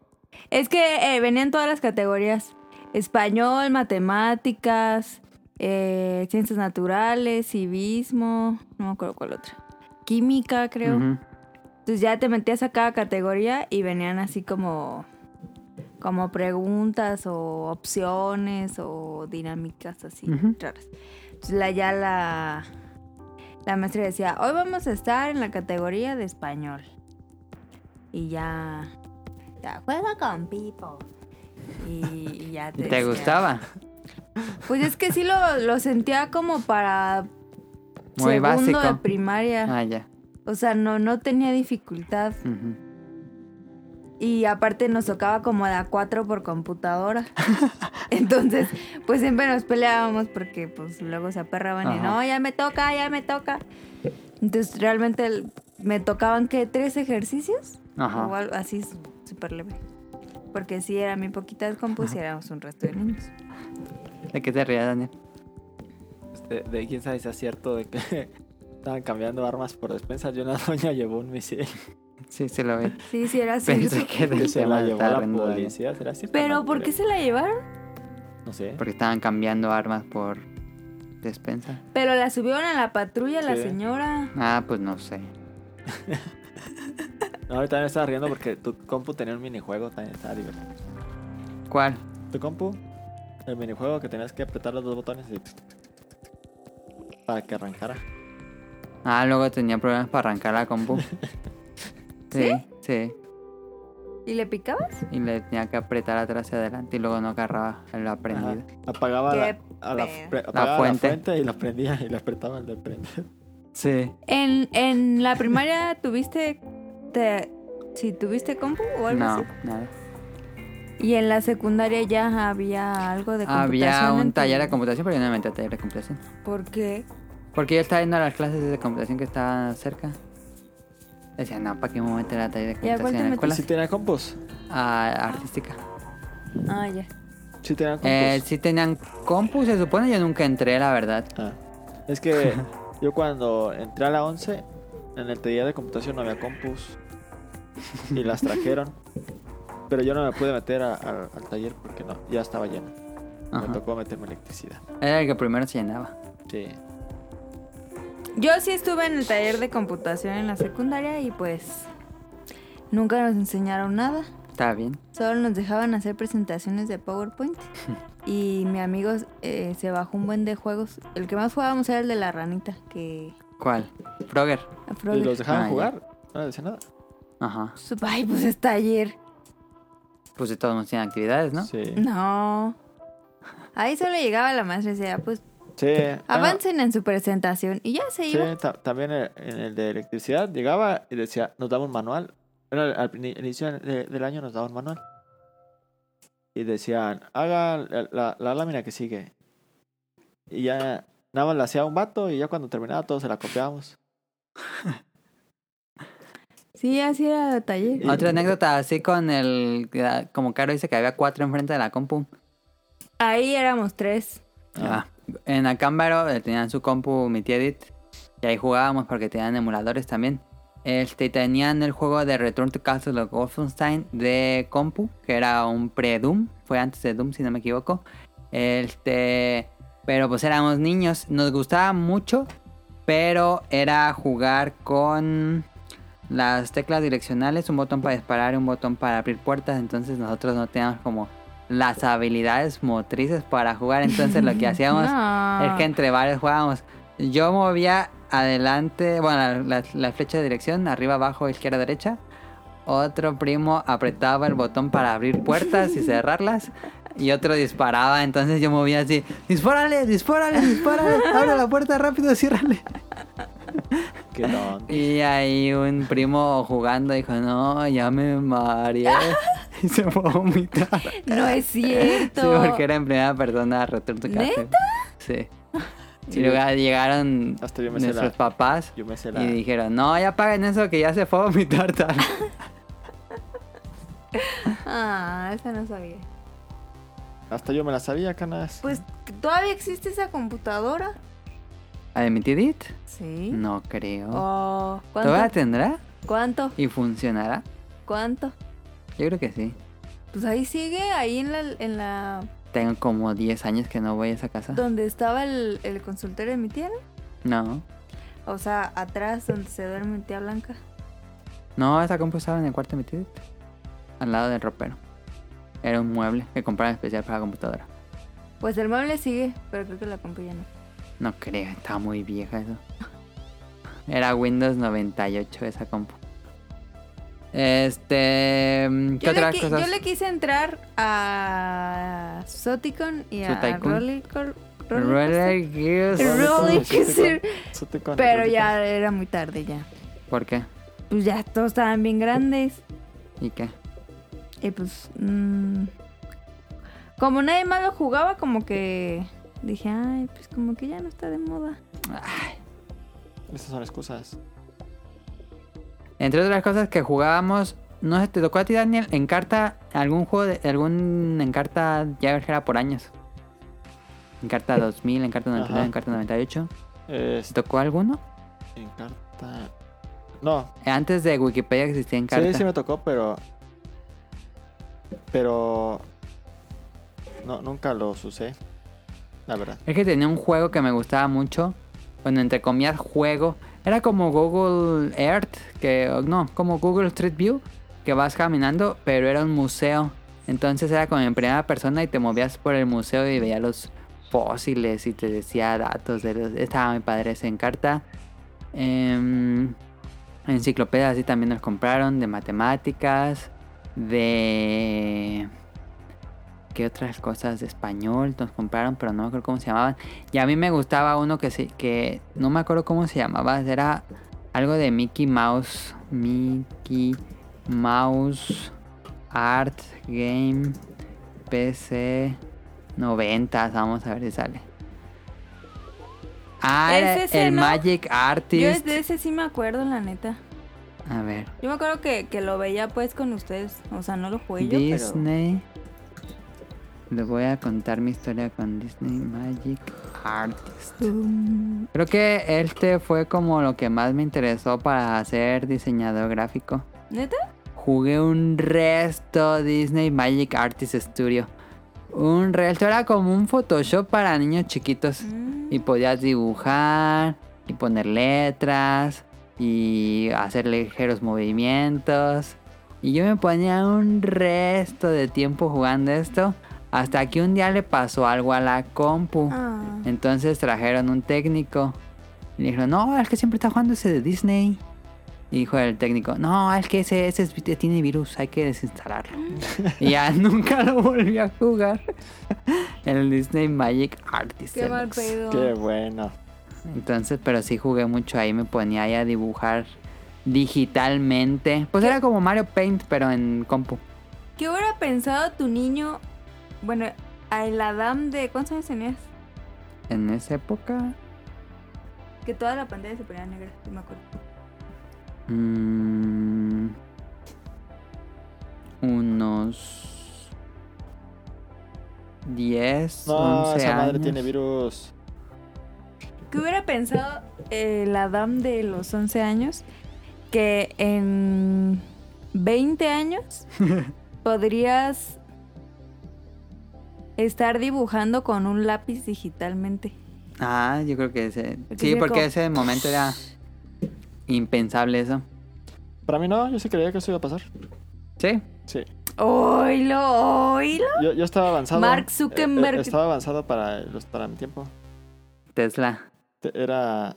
[SPEAKER 4] Es que eh, venían todas las categorías. Español, matemáticas, eh, ciencias naturales, civismo, no me acuerdo cuál otra. Química, creo.
[SPEAKER 2] Ujú.
[SPEAKER 4] Entonces ya te metías a cada categoría y venían así como, como preguntas o opciones o dinámicas así
[SPEAKER 2] Ujú.
[SPEAKER 4] raras. Entonces la, ya la, la maestra decía, hoy vamos a estar en la categoría de español. Y ya, ya juega con Pipo. Y, y ya te,
[SPEAKER 2] ¿Y ¿Te
[SPEAKER 4] decía-
[SPEAKER 2] gustaba?
[SPEAKER 4] Pues es que sí lo, lo sentía como para
[SPEAKER 2] Muy
[SPEAKER 4] segundo de
[SPEAKER 2] básico.
[SPEAKER 4] primaria.
[SPEAKER 2] Ah, ya.
[SPEAKER 4] O sea, no, no tenía dificultad.
[SPEAKER 2] Ujú.
[SPEAKER 4] Y aparte nos tocaba como la 4 por computadora. Entonces, pues siempre nos peleábamos porque pues luego se aperraban y
[SPEAKER 2] Ajá.
[SPEAKER 4] no, ya me toca, ya me toca. Entonces realmente el- me tocaban que tres ejercicios
[SPEAKER 2] Ajá.
[SPEAKER 4] o algo así s- súper leve. Porque si era mi poquita de compu, si éramos un resto de niños.
[SPEAKER 2] ¿De qué te rías, Daniel?
[SPEAKER 3] Este, de quién sabe si es cierto de que estaban cambiando armas por despensas y una doña llevó un misil
[SPEAKER 2] Sí, se lo ve.
[SPEAKER 4] Sí, sí era así.
[SPEAKER 2] Pensé que del
[SPEAKER 3] que se
[SPEAKER 2] tema
[SPEAKER 3] la llevó
[SPEAKER 2] estaba
[SPEAKER 3] la
[SPEAKER 2] riendo Daniel.
[SPEAKER 3] policía. ¿Será cierto?
[SPEAKER 4] Pero
[SPEAKER 3] No
[SPEAKER 4] ¿por qué
[SPEAKER 3] creo.
[SPEAKER 4] se la llevaron?
[SPEAKER 3] No sé.
[SPEAKER 2] Porque estaban cambiando armas por despensa.
[SPEAKER 4] Pero la subieron a la patrulla la
[SPEAKER 3] Sí.
[SPEAKER 4] señora.
[SPEAKER 2] Ah, pues no sé.
[SPEAKER 3] No, ahorita me estaba riendo porque tu compu tenía un minijuego también. Estaba divertido.
[SPEAKER 2] ¿Cuál?
[SPEAKER 3] Tu compu, el minijuego que tenías que apretar los dos botones y... para que arrancara.
[SPEAKER 2] Ah, luego tenía problemas para arrancar la compu. Sí, sí.
[SPEAKER 4] ¿Y le picabas?
[SPEAKER 2] Y le tenía que apretar atrás y adelante y luego no agarraba el
[SPEAKER 3] Ajá.
[SPEAKER 2] aprendido.
[SPEAKER 3] Apagaba, la,
[SPEAKER 4] Qué
[SPEAKER 3] a la,
[SPEAKER 4] pedo.
[SPEAKER 3] pre-
[SPEAKER 2] La
[SPEAKER 3] apagaba la
[SPEAKER 2] fuente.
[SPEAKER 3] fuente. y la prendía y la apretaba el de prender.
[SPEAKER 2] Sí.
[SPEAKER 4] ¿En, en la primaria tuviste. Te, si tuviste compu o algo
[SPEAKER 2] No,
[SPEAKER 4] así?
[SPEAKER 2] nada.
[SPEAKER 4] Y en la secundaria ya había algo de computación.
[SPEAKER 2] Ah, Había
[SPEAKER 4] en
[SPEAKER 2] un
[SPEAKER 4] tu-
[SPEAKER 2] taller de computación, pero yo no me metí a taller de computación.
[SPEAKER 4] ¿Por qué?
[SPEAKER 2] Porque yo estaba yendo a las clases de computación que estaban cerca. Decía, no, ¿para qué me voy a meter a la taller de
[SPEAKER 4] ¿Y a cuál
[SPEAKER 2] computación en la
[SPEAKER 4] te
[SPEAKER 2] escuela?
[SPEAKER 3] ¿Sí tenía compos?
[SPEAKER 2] A artística.
[SPEAKER 4] Ah, ya.
[SPEAKER 3] Sí tenía compos.
[SPEAKER 2] Eh, sí tenían compu, se supone. Yo nunca entré, la verdad.
[SPEAKER 3] Ah. Es que yo cuando entré a la 11, en el taller de computación no había compus. Y las trajeron. Pero yo no me pude meter a- a- al taller porque no, ya estaba lleno.
[SPEAKER 2] Ajá.
[SPEAKER 3] Me tocó meterme electricidad.
[SPEAKER 2] Era el que primero se llenaba.
[SPEAKER 3] Sí.
[SPEAKER 4] Yo sí estuve en el taller de computación en la secundaria y pues nunca nos enseñaron nada.
[SPEAKER 2] Estaba bien.
[SPEAKER 4] Solo nos dejaban hacer presentaciones de PowerPoint. Y mi amigo eh, se bajó un buen de juegos. El que más jugábamos era el de la ranita, que...
[SPEAKER 2] ¿Cuál? Frogger.
[SPEAKER 4] a
[SPEAKER 3] ¿Y
[SPEAKER 4] Frogger.
[SPEAKER 3] los
[SPEAKER 2] Ah,
[SPEAKER 3] dejaban
[SPEAKER 2] ya.
[SPEAKER 3] jugar? No les decía nada.
[SPEAKER 2] Ajá.
[SPEAKER 4] Ay, pues es taller.
[SPEAKER 2] Pues de todos modos tienen actividades, ¿no?
[SPEAKER 3] Sí.
[SPEAKER 4] No. Ahí solo llegaba la maestra y decía, pues
[SPEAKER 3] Sí.
[SPEAKER 2] Ah.
[SPEAKER 3] Bueno,
[SPEAKER 4] avancen en su presentación. Y ya se
[SPEAKER 3] Sí,
[SPEAKER 4] iba.
[SPEAKER 3] ta- también en en el de electricidad llegaba y decía, nos daba un manual. Bueno, al, al inicio de- del año nos daba un manual. Y decían, haga la, la- la lámina que sigue. Y ya nada más la hacía un vato y ya cuando terminaba todos se la copiábamos.
[SPEAKER 4] Sí, así era el taller.
[SPEAKER 2] Otra anécdota así con el... Como Caro dice que había cuatro enfrente de la compu.
[SPEAKER 4] Ahí éramos tres.
[SPEAKER 2] Ah, En Acámbaro eh, tenían su compu, mi tía Edith. Y ahí jugábamos porque tenían emuladores también. Este, y tenían el juego de Return to Castle of Wolfenstein de compu, que era un pre-Doom. Fue antes de Doom, si no me equivoco. Este, pero pues éramos niños. Nos gustaba mucho, pero era jugar con las teclas direccionales, un botón para disparar y un botón para abrir puertas. Entonces nosotros no teníamos como las habilidades motrices para jugar. Entonces lo que hacíamos
[SPEAKER 4] No.
[SPEAKER 2] es que entre varios jugábamos. Yo movía adelante, bueno, la, la- la flecha de dirección, arriba, abajo, izquierda, derecha. Otro primo apretaba el botón para abrir puertas y cerrarlas. Y otro disparaba, entonces yo movía así, dispárale, dispárale, dispárale, abre la puerta rápido, ciérrale.
[SPEAKER 3] Qué tonto.
[SPEAKER 2] Y ahí un primo jugando dijo, no, ya me mareé. Y se fue a vomitar.
[SPEAKER 4] No es cierto.
[SPEAKER 2] Sí, porque era en primera persona Return to Castle.
[SPEAKER 4] ¿Neta?
[SPEAKER 2] Sí.
[SPEAKER 3] Sí,
[SPEAKER 2] y luego llegaron
[SPEAKER 3] Hasta yo me sé la-
[SPEAKER 2] nuestros papás
[SPEAKER 3] Yo me sé la...
[SPEAKER 2] y dijeron, no, ya paguen eso que ya se fue a vomitar tal.
[SPEAKER 4] Ah, esa no sabía.
[SPEAKER 3] Hasta yo me la sabía, canas.
[SPEAKER 4] Pues todavía existe esa computadora.
[SPEAKER 2] ¿Admitid it?
[SPEAKER 4] Sí.
[SPEAKER 2] No creo.
[SPEAKER 4] Oh,
[SPEAKER 2] ¿Todavía
[SPEAKER 4] ¿Cuánto?
[SPEAKER 2] tendrá?
[SPEAKER 4] ¿Cuánto?
[SPEAKER 2] ¿Y funcionará?
[SPEAKER 4] ¿Cuánto?
[SPEAKER 2] Yo creo que sí.
[SPEAKER 4] Pues ahí sigue, ahí en la, en la
[SPEAKER 2] Tengo como 10 años que no voy a esa casa.
[SPEAKER 4] donde estaba el, el consultorio de mi tía, ¿no?
[SPEAKER 2] No.
[SPEAKER 4] o sea, atrás donde se duerme mi tía Blanca.
[SPEAKER 2] No, esa compu estaba en el cuarto de mi tío. Al lado del ropero. Era un mueble que compraron especial para computadora.
[SPEAKER 4] Pues el mueble sigue, pero creo que la compu ya no.
[SPEAKER 2] No creo, estaba muy vieja eso. Era Windows 98 esa compu. Este... mm, ¿Qué
[SPEAKER 4] Yo le,
[SPEAKER 2] otras
[SPEAKER 4] qui-
[SPEAKER 2] cosas?
[SPEAKER 4] yo le quise entrar a Zoticon y a
[SPEAKER 2] Zotaicon.
[SPEAKER 4] Roller, Col- Roller,
[SPEAKER 2] Roller Gears.
[SPEAKER 4] Roller coaster.
[SPEAKER 3] Sote con-
[SPEAKER 4] Pero
[SPEAKER 3] sote con-
[SPEAKER 4] ya era muy tarde ya.
[SPEAKER 2] ¿Por qué?
[SPEAKER 4] Pues ya todos estaban bien grandes.
[SPEAKER 2] ¿Y qué?
[SPEAKER 4] Y pues. mm, como nadie más lo jugaba, como que. Dije, ay, pues como que ya no está de moda.
[SPEAKER 3] Esas son excusas.
[SPEAKER 2] Entre otras cosas que jugábamos, no sé, te tocó a ti, Daniel, en carta, algún juego, de, algún en carta, ya ves que era por años. En carta 2000, en carta 99,
[SPEAKER 3] Ajá.
[SPEAKER 2] en carta 98. ¿Te
[SPEAKER 3] Este,
[SPEAKER 2] tocó alguno?
[SPEAKER 3] en carta... No,
[SPEAKER 2] Eh, Antes de Wikipedia existía en carta.
[SPEAKER 3] Sí, sí me tocó, pero. Pero. No, nunca lo usé. La verdad.
[SPEAKER 2] Es que tenía un juego que me gustaba mucho. Bueno, entre comillas, juego. Era como Google Earth, que no, como Google Street View, que vas caminando, pero era un museo. Entonces era como en primera persona y te movías por el museo y veías los fósiles y te decía datos de los... Estaba muy padre ese en carta. Em, enciclopedias así también nos compraron, de matemáticas, de... ¿Qué otras cosas de español nos compraron? Pero no me acuerdo cómo se llamaban. Y a mí me gustaba uno que se, que no me acuerdo cómo se llamaba. Era algo de Mickey Mouse. Mickey Mouse Art Game PC 90. Vamos a ver si sale. Ah, era
[SPEAKER 4] ¿Es ese,
[SPEAKER 2] el
[SPEAKER 4] no?
[SPEAKER 2] Magic
[SPEAKER 4] Yo
[SPEAKER 2] Artist.
[SPEAKER 4] de ese sí me acuerdo, la neta.
[SPEAKER 2] A ver.
[SPEAKER 4] Yo me acuerdo que, que lo veía pues con ustedes. O sea, no lo jugué yo, pero...
[SPEAKER 2] Disney. Les voy a contar mi historia con Disney Magic Artist. Creo que este fue como lo que más me interesó para ser diseñador gráfico.
[SPEAKER 4] ¿Neta?
[SPEAKER 2] Jugué un resto Disney Magic Artist Studio. Un resto era como un Photoshop para niños chiquitos.
[SPEAKER 4] Mm.
[SPEAKER 2] Y podías dibujar y poner letras y hacer ligeros movimientos. Y yo me ponía un resto de tiempo jugando esto hasta que un día le pasó algo a la compu.
[SPEAKER 4] Ah.
[SPEAKER 2] Entonces trajeron un técnico. Y le dijeron, no, es que siempre está jugando ese de Disney. Y dijo el técnico, no, es que ese, ese es- tiene virus, hay que desinstalarlo. y ya nunca lo volví a jugar. el Disney Magic Artist.
[SPEAKER 4] Qué mal
[SPEAKER 2] Deluxe.
[SPEAKER 4] pedo.
[SPEAKER 3] Qué bueno.
[SPEAKER 2] Entonces, pero sí jugué mucho ahí, me ponía ahí a dibujar digitalmente. Pues era como Mario Paint, pero en compu.
[SPEAKER 4] ¿Qué hubiera pensado tu niño? Bueno, a el Adam de. ¿Cuántos años tenías?
[SPEAKER 2] En esa época,
[SPEAKER 4] Que toda la pantalla se ponía negra, sí me acuerdo.
[SPEAKER 2] mm, unos 10,
[SPEAKER 3] No,
[SPEAKER 2] 11
[SPEAKER 3] esa madre
[SPEAKER 2] años.
[SPEAKER 3] tiene virus.
[SPEAKER 4] ¿Qué hubiera pensado el Adam de los 11 años? Que en 20 años podrías estar dibujando con un lápiz digitalmente.
[SPEAKER 2] Ah, yo creo que ese. Sí,
[SPEAKER 4] sería
[SPEAKER 2] porque
[SPEAKER 4] como-
[SPEAKER 2] ese momento era impensable eso.
[SPEAKER 3] Para mí no, yo sí creía que eso iba a pasar.
[SPEAKER 2] Sí.
[SPEAKER 3] Sí.
[SPEAKER 4] ¡Oilo! ¡Oilo!
[SPEAKER 3] Yo, yo estaba avanzado.
[SPEAKER 4] Mark Zuckerberg.
[SPEAKER 3] Eh, eh, estaba avanzado para, los, para mi tiempo.
[SPEAKER 2] Tesla.
[SPEAKER 3] Te- Era.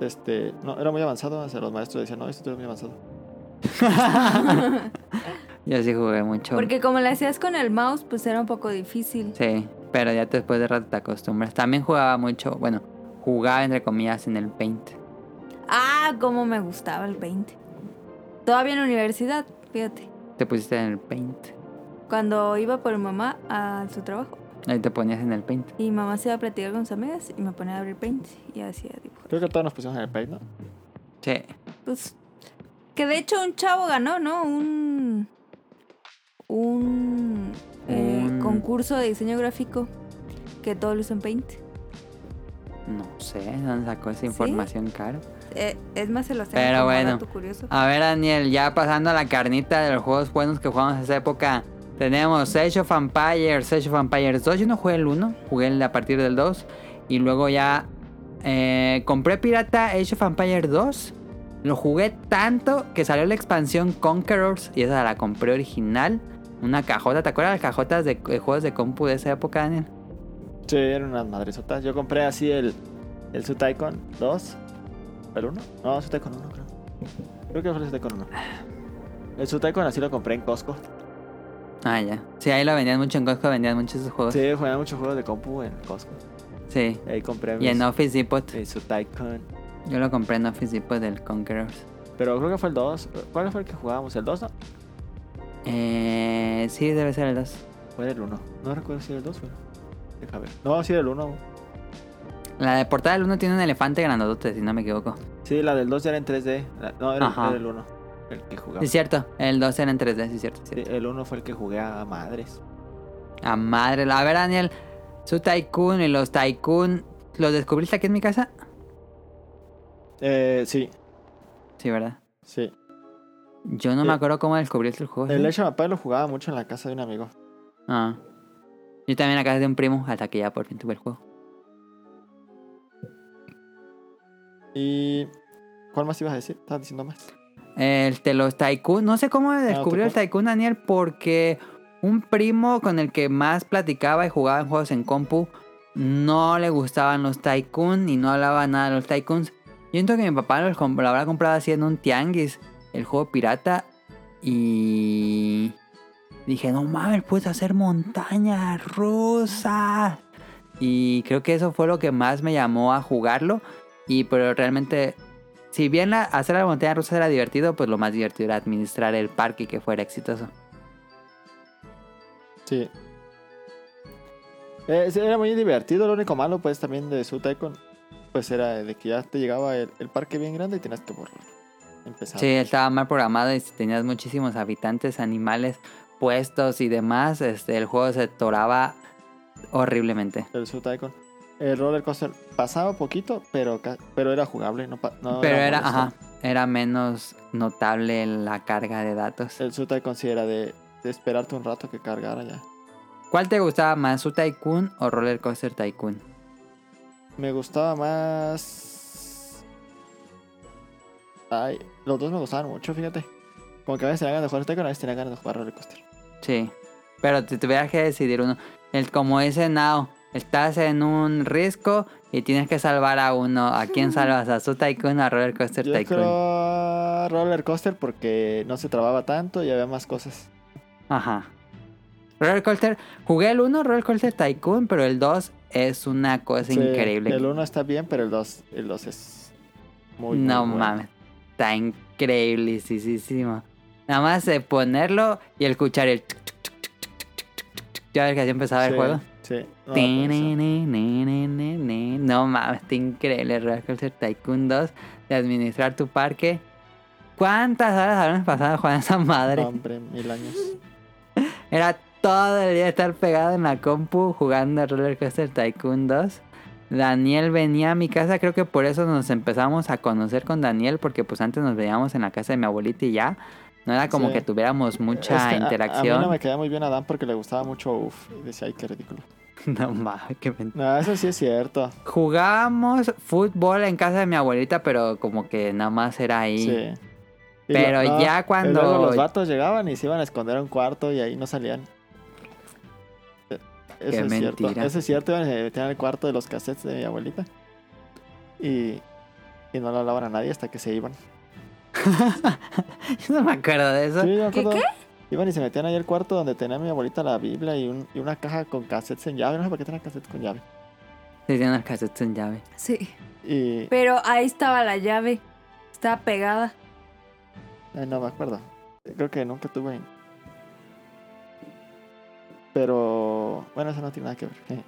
[SPEAKER 3] Este. No, era muy avanzado. o sea, los maestros decían, no, esto es muy avanzado.
[SPEAKER 2] Yo sí jugué mucho.
[SPEAKER 4] Porque como lo hacías con el mouse, pues era un poco difícil.
[SPEAKER 2] Sí, pero ya después de rato te acostumbras. También jugaba mucho, bueno, jugaba entre comillas en el Paint.
[SPEAKER 4] Ah, cómo me gustaba el 20. Todavía en la universidad, fíjate.
[SPEAKER 2] Te pusiste en el Paint.
[SPEAKER 4] Cuando iba por mi mamá a su trabajo
[SPEAKER 2] Ahí te ponías en el Paint.
[SPEAKER 4] y mi mamá se iba a platicar con sus amigas y me ponía a abrir paint y hacía dibujar.
[SPEAKER 3] Creo que todos nos pusimos en el país, ¿no?
[SPEAKER 2] Sí.
[SPEAKER 4] Pues que de hecho un chavo ganó, ¿no? Un un eh,
[SPEAKER 2] Un-
[SPEAKER 4] concurso de diseño gráfico que todo lo hizo en paint.
[SPEAKER 2] No sé de dónde sacó esa información, Caro.
[SPEAKER 4] Eh, es más se lo hacía
[SPEAKER 2] Pero
[SPEAKER 4] como
[SPEAKER 2] bueno.
[SPEAKER 4] dato curioso.
[SPEAKER 2] A ver, Daniel, ya pasando a la carnita de los juegos buenos que jugamos en esa época. Tenemos Age of Empires, Age of Empires 2. Yo no jugué el 1, jugué el a partir del 2. Y luego ya eh, compré pirata Age of Empires 2. Lo jugué tanto que salió la expansión Conquerors y esa la compré original. Una cajota, ¿te acuerdas las cajotas de, de juegos de compu de esa época, Daniel?
[SPEAKER 3] Sí, eran unas madresotas. Yo compré así el. El Su Tycoon 2. ¿El 1? No, Su Tycoon 1, creo. Creo que fue el Su Tycoon 1. El Su Tycoon así lo compré en Costco.
[SPEAKER 2] Ah, ya. Sí, ahí lo vendían mucho en Costco, vendían muchos esos juegos. Sí.
[SPEAKER 3] Sí, jugaba muchos juegos de compu en Costco. Y ahí compré
[SPEAKER 2] Y en
[SPEAKER 3] mis-
[SPEAKER 2] Office Depot.
[SPEAKER 3] mi Su Tycoon.
[SPEAKER 2] Yo lo compré en Office Depot del Conquerors.
[SPEAKER 3] Pero creo que fue el 2. ¿Cuál fue el que jugábamos? ¿El 2? No.
[SPEAKER 2] Eh, sí, debe ser el 2.
[SPEAKER 3] Fue el 1. No recuerdo si era el 2 pero. Deja ver. No, sí era el 1.
[SPEAKER 2] La de portada del 1 tiene un elefante grandote, si no me equivoco.
[SPEAKER 3] Sí, la del 2 era en 3D. La- No, era,
[SPEAKER 2] Ajá.
[SPEAKER 3] era el 1. El que jugaba.
[SPEAKER 2] Sí, es cierto. El 2 era en 3D, sí, es cierto. es
[SPEAKER 3] Sí,
[SPEAKER 2] cierto.
[SPEAKER 3] el 1 fue el que jugué a madres.
[SPEAKER 2] A madre. la- A ver, Daniel. Su Tycoon y los Tycoon. ¿Los descubriste aquí en mi casa?
[SPEAKER 3] Eh, sí,
[SPEAKER 2] Sí, ¿verdad?
[SPEAKER 3] sí.
[SPEAKER 2] Yo no me
[SPEAKER 3] Eh,
[SPEAKER 2] acuerdo cómo descubriste el juego.
[SPEAKER 3] El
[SPEAKER 2] ¿sí?
[SPEAKER 3] Age of Empires lo jugaba mucho en la casa de un amigo.
[SPEAKER 2] Ah. Yo también en la casa de un primo, hasta que ya por fin tuve el juego.
[SPEAKER 3] ¿Y cuál más ibas a decir? Estabas diciendo más.
[SPEAKER 2] El de los Tycoon. No sé cómo descubrió el
[SPEAKER 3] tocó.
[SPEAKER 2] Tycoon Daniel porque un primo con el que más platicaba y jugaba en juegos en compu no le gustaban los Tycoon y no hablaba nada de los Tycoons. Yo siento que mi papá los comp- lo, habrá comprado así en un tianguis, el juego pirata y dije, no mames, puedes hacer montañas rusas. Y creo que eso fue lo que más me llamó a jugarlo. Y pero realmente si bien la- hacer la montaña rusa era divertido, pues lo más divertido era administrar el parque y que fuera exitoso.
[SPEAKER 3] Ah, Sí. Eh, sí, era muy divertido. Lo único malo, pues, también de su Tycoon pues era de que ya te llegaba el, el parque bien grande y tenías que borrar. Empezar.
[SPEAKER 2] Sí, estaba mal programado y si tenías muchísimos habitantes, animales, puestos y demás, este, el juego se toraba horriblemente.
[SPEAKER 3] El Zoo Tycoon. El roller coaster pasaba poquito, pero, ca- pero era jugable. No, pa- no
[SPEAKER 2] Pero era,
[SPEAKER 3] molesto.
[SPEAKER 2] ajá, era menos notable la carga de datos.
[SPEAKER 3] El Zoo Tycoon sí era de, de esperarte un rato que cargara ya.
[SPEAKER 2] ¿Cuál te gustaba más, su Tycoon o Roller Coaster Tycoon?
[SPEAKER 3] Me gustaba más. Ay, los dos me gustaban mucho, fíjate. Como que a veces tenía ganas de jugar Tekken, a veces tenía ganas de jugar Roller Coaster.
[SPEAKER 2] Sí, pero te tuvieras que decidir uno. El, como dice Nao, estás en un risco y tienes que salvar a uno. ¿A quién salvas? ¿A su Tycoon o a Roller Coaster
[SPEAKER 3] Yo
[SPEAKER 2] Tycoon?
[SPEAKER 3] creo Roller Coaster porque no se trababa tanto y había más cosas.
[SPEAKER 2] Ajá. Roller Coaster, jugué el 1, Roller Coaster Tycoon, pero el 2 es una cosa
[SPEAKER 3] Sí,
[SPEAKER 2] increíble.
[SPEAKER 3] El 1 está bien, pero el 2 el dos es muy. muy
[SPEAKER 2] no
[SPEAKER 3] bueno.
[SPEAKER 2] mames, está increíble, sí, sí, sí, ma. Nada más de ponerlo y escuchar el... tuc, tuc, tuc, tuc, tuc, tuc, tuc, tuc, tuc. Ya ves que así empezaba el
[SPEAKER 3] Sí,
[SPEAKER 2] juego.
[SPEAKER 3] Sí. no,
[SPEAKER 2] Ti,
[SPEAKER 3] por
[SPEAKER 2] ni,
[SPEAKER 3] eso.
[SPEAKER 2] ni, ni, ni, ni, ni. No mames, está increíble Roller Coaster Tycoon 2 de administrar tu parque. ¿Cuántas horas habrán pasado jugando a esa madre?
[SPEAKER 3] No, hombre, mil años.
[SPEAKER 2] Era todo el día estar pegado en la compu jugando a Roller Coaster Tycoon 2. Daniel venía a mi casa, creo que por eso nos empezamos a conocer con Daniel, porque pues antes nos veíamos en la casa de mi abuelita y ya. No era como
[SPEAKER 3] Sí.
[SPEAKER 2] que tuviéramos mucha
[SPEAKER 3] Es que a- A,
[SPEAKER 2] interacción.
[SPEAKER 3] mí no me quedaba muy bien Adán porque le gustaba mucho Uf. Y decía, ay, qué ridículo.
[SPEAKER 2] No mames, qué mentira.
[SPEAKER 3] No, eso sí es cierto.
[SPEAKER 2] Jugábamos fútbol en casa de mi abuelita, pero como que nada más era ahí.
[SPEAKER 3] Sí. Y
[SPEAKER 2] Pero
[SPEAKER 3] lo- no,
[SPEAKER 2] ya
[SPEAKER 3] Y
[SPEAKER 2] cuando...
[SPEAKER 3] luego los vatos llegaban y se iban a esconder a un cuarto y ahí no salían. Eh, Eso
[SPEAKER 2] Qué
[SPEAKER 3] es cierto.
[SPEAKER 2] mentira.
[SPEAKER 3] Eso es cierto, iban y se metían al cuarto de los cassettes de mi abuelita. Y, y no le hablaban a nadie hasta que se iban.
[SPEAKER 2] Yo no me acuerdo de eso.
[SPEAKER 3] Sí, yo me acuerdo. Iban y se metían ahí al cuarto donde tenía mi abuelita la Biblia y, un- y una caja con cassettes en llave. No sé por qué tenía cassettes con llave.
[SPEAKER 2] Se hicieron las casetas en llave.
[SPEAKER 1] Sí.
[SPEAKER 3] Y
[SPEAKER 4] Pero ahí estaba la llave. Estaba pegada.
[SPEAKER 3] ay, no me acuerdo. Creo que nunca tuve. Pero bueno, eso no tiene nada que ver. Eh.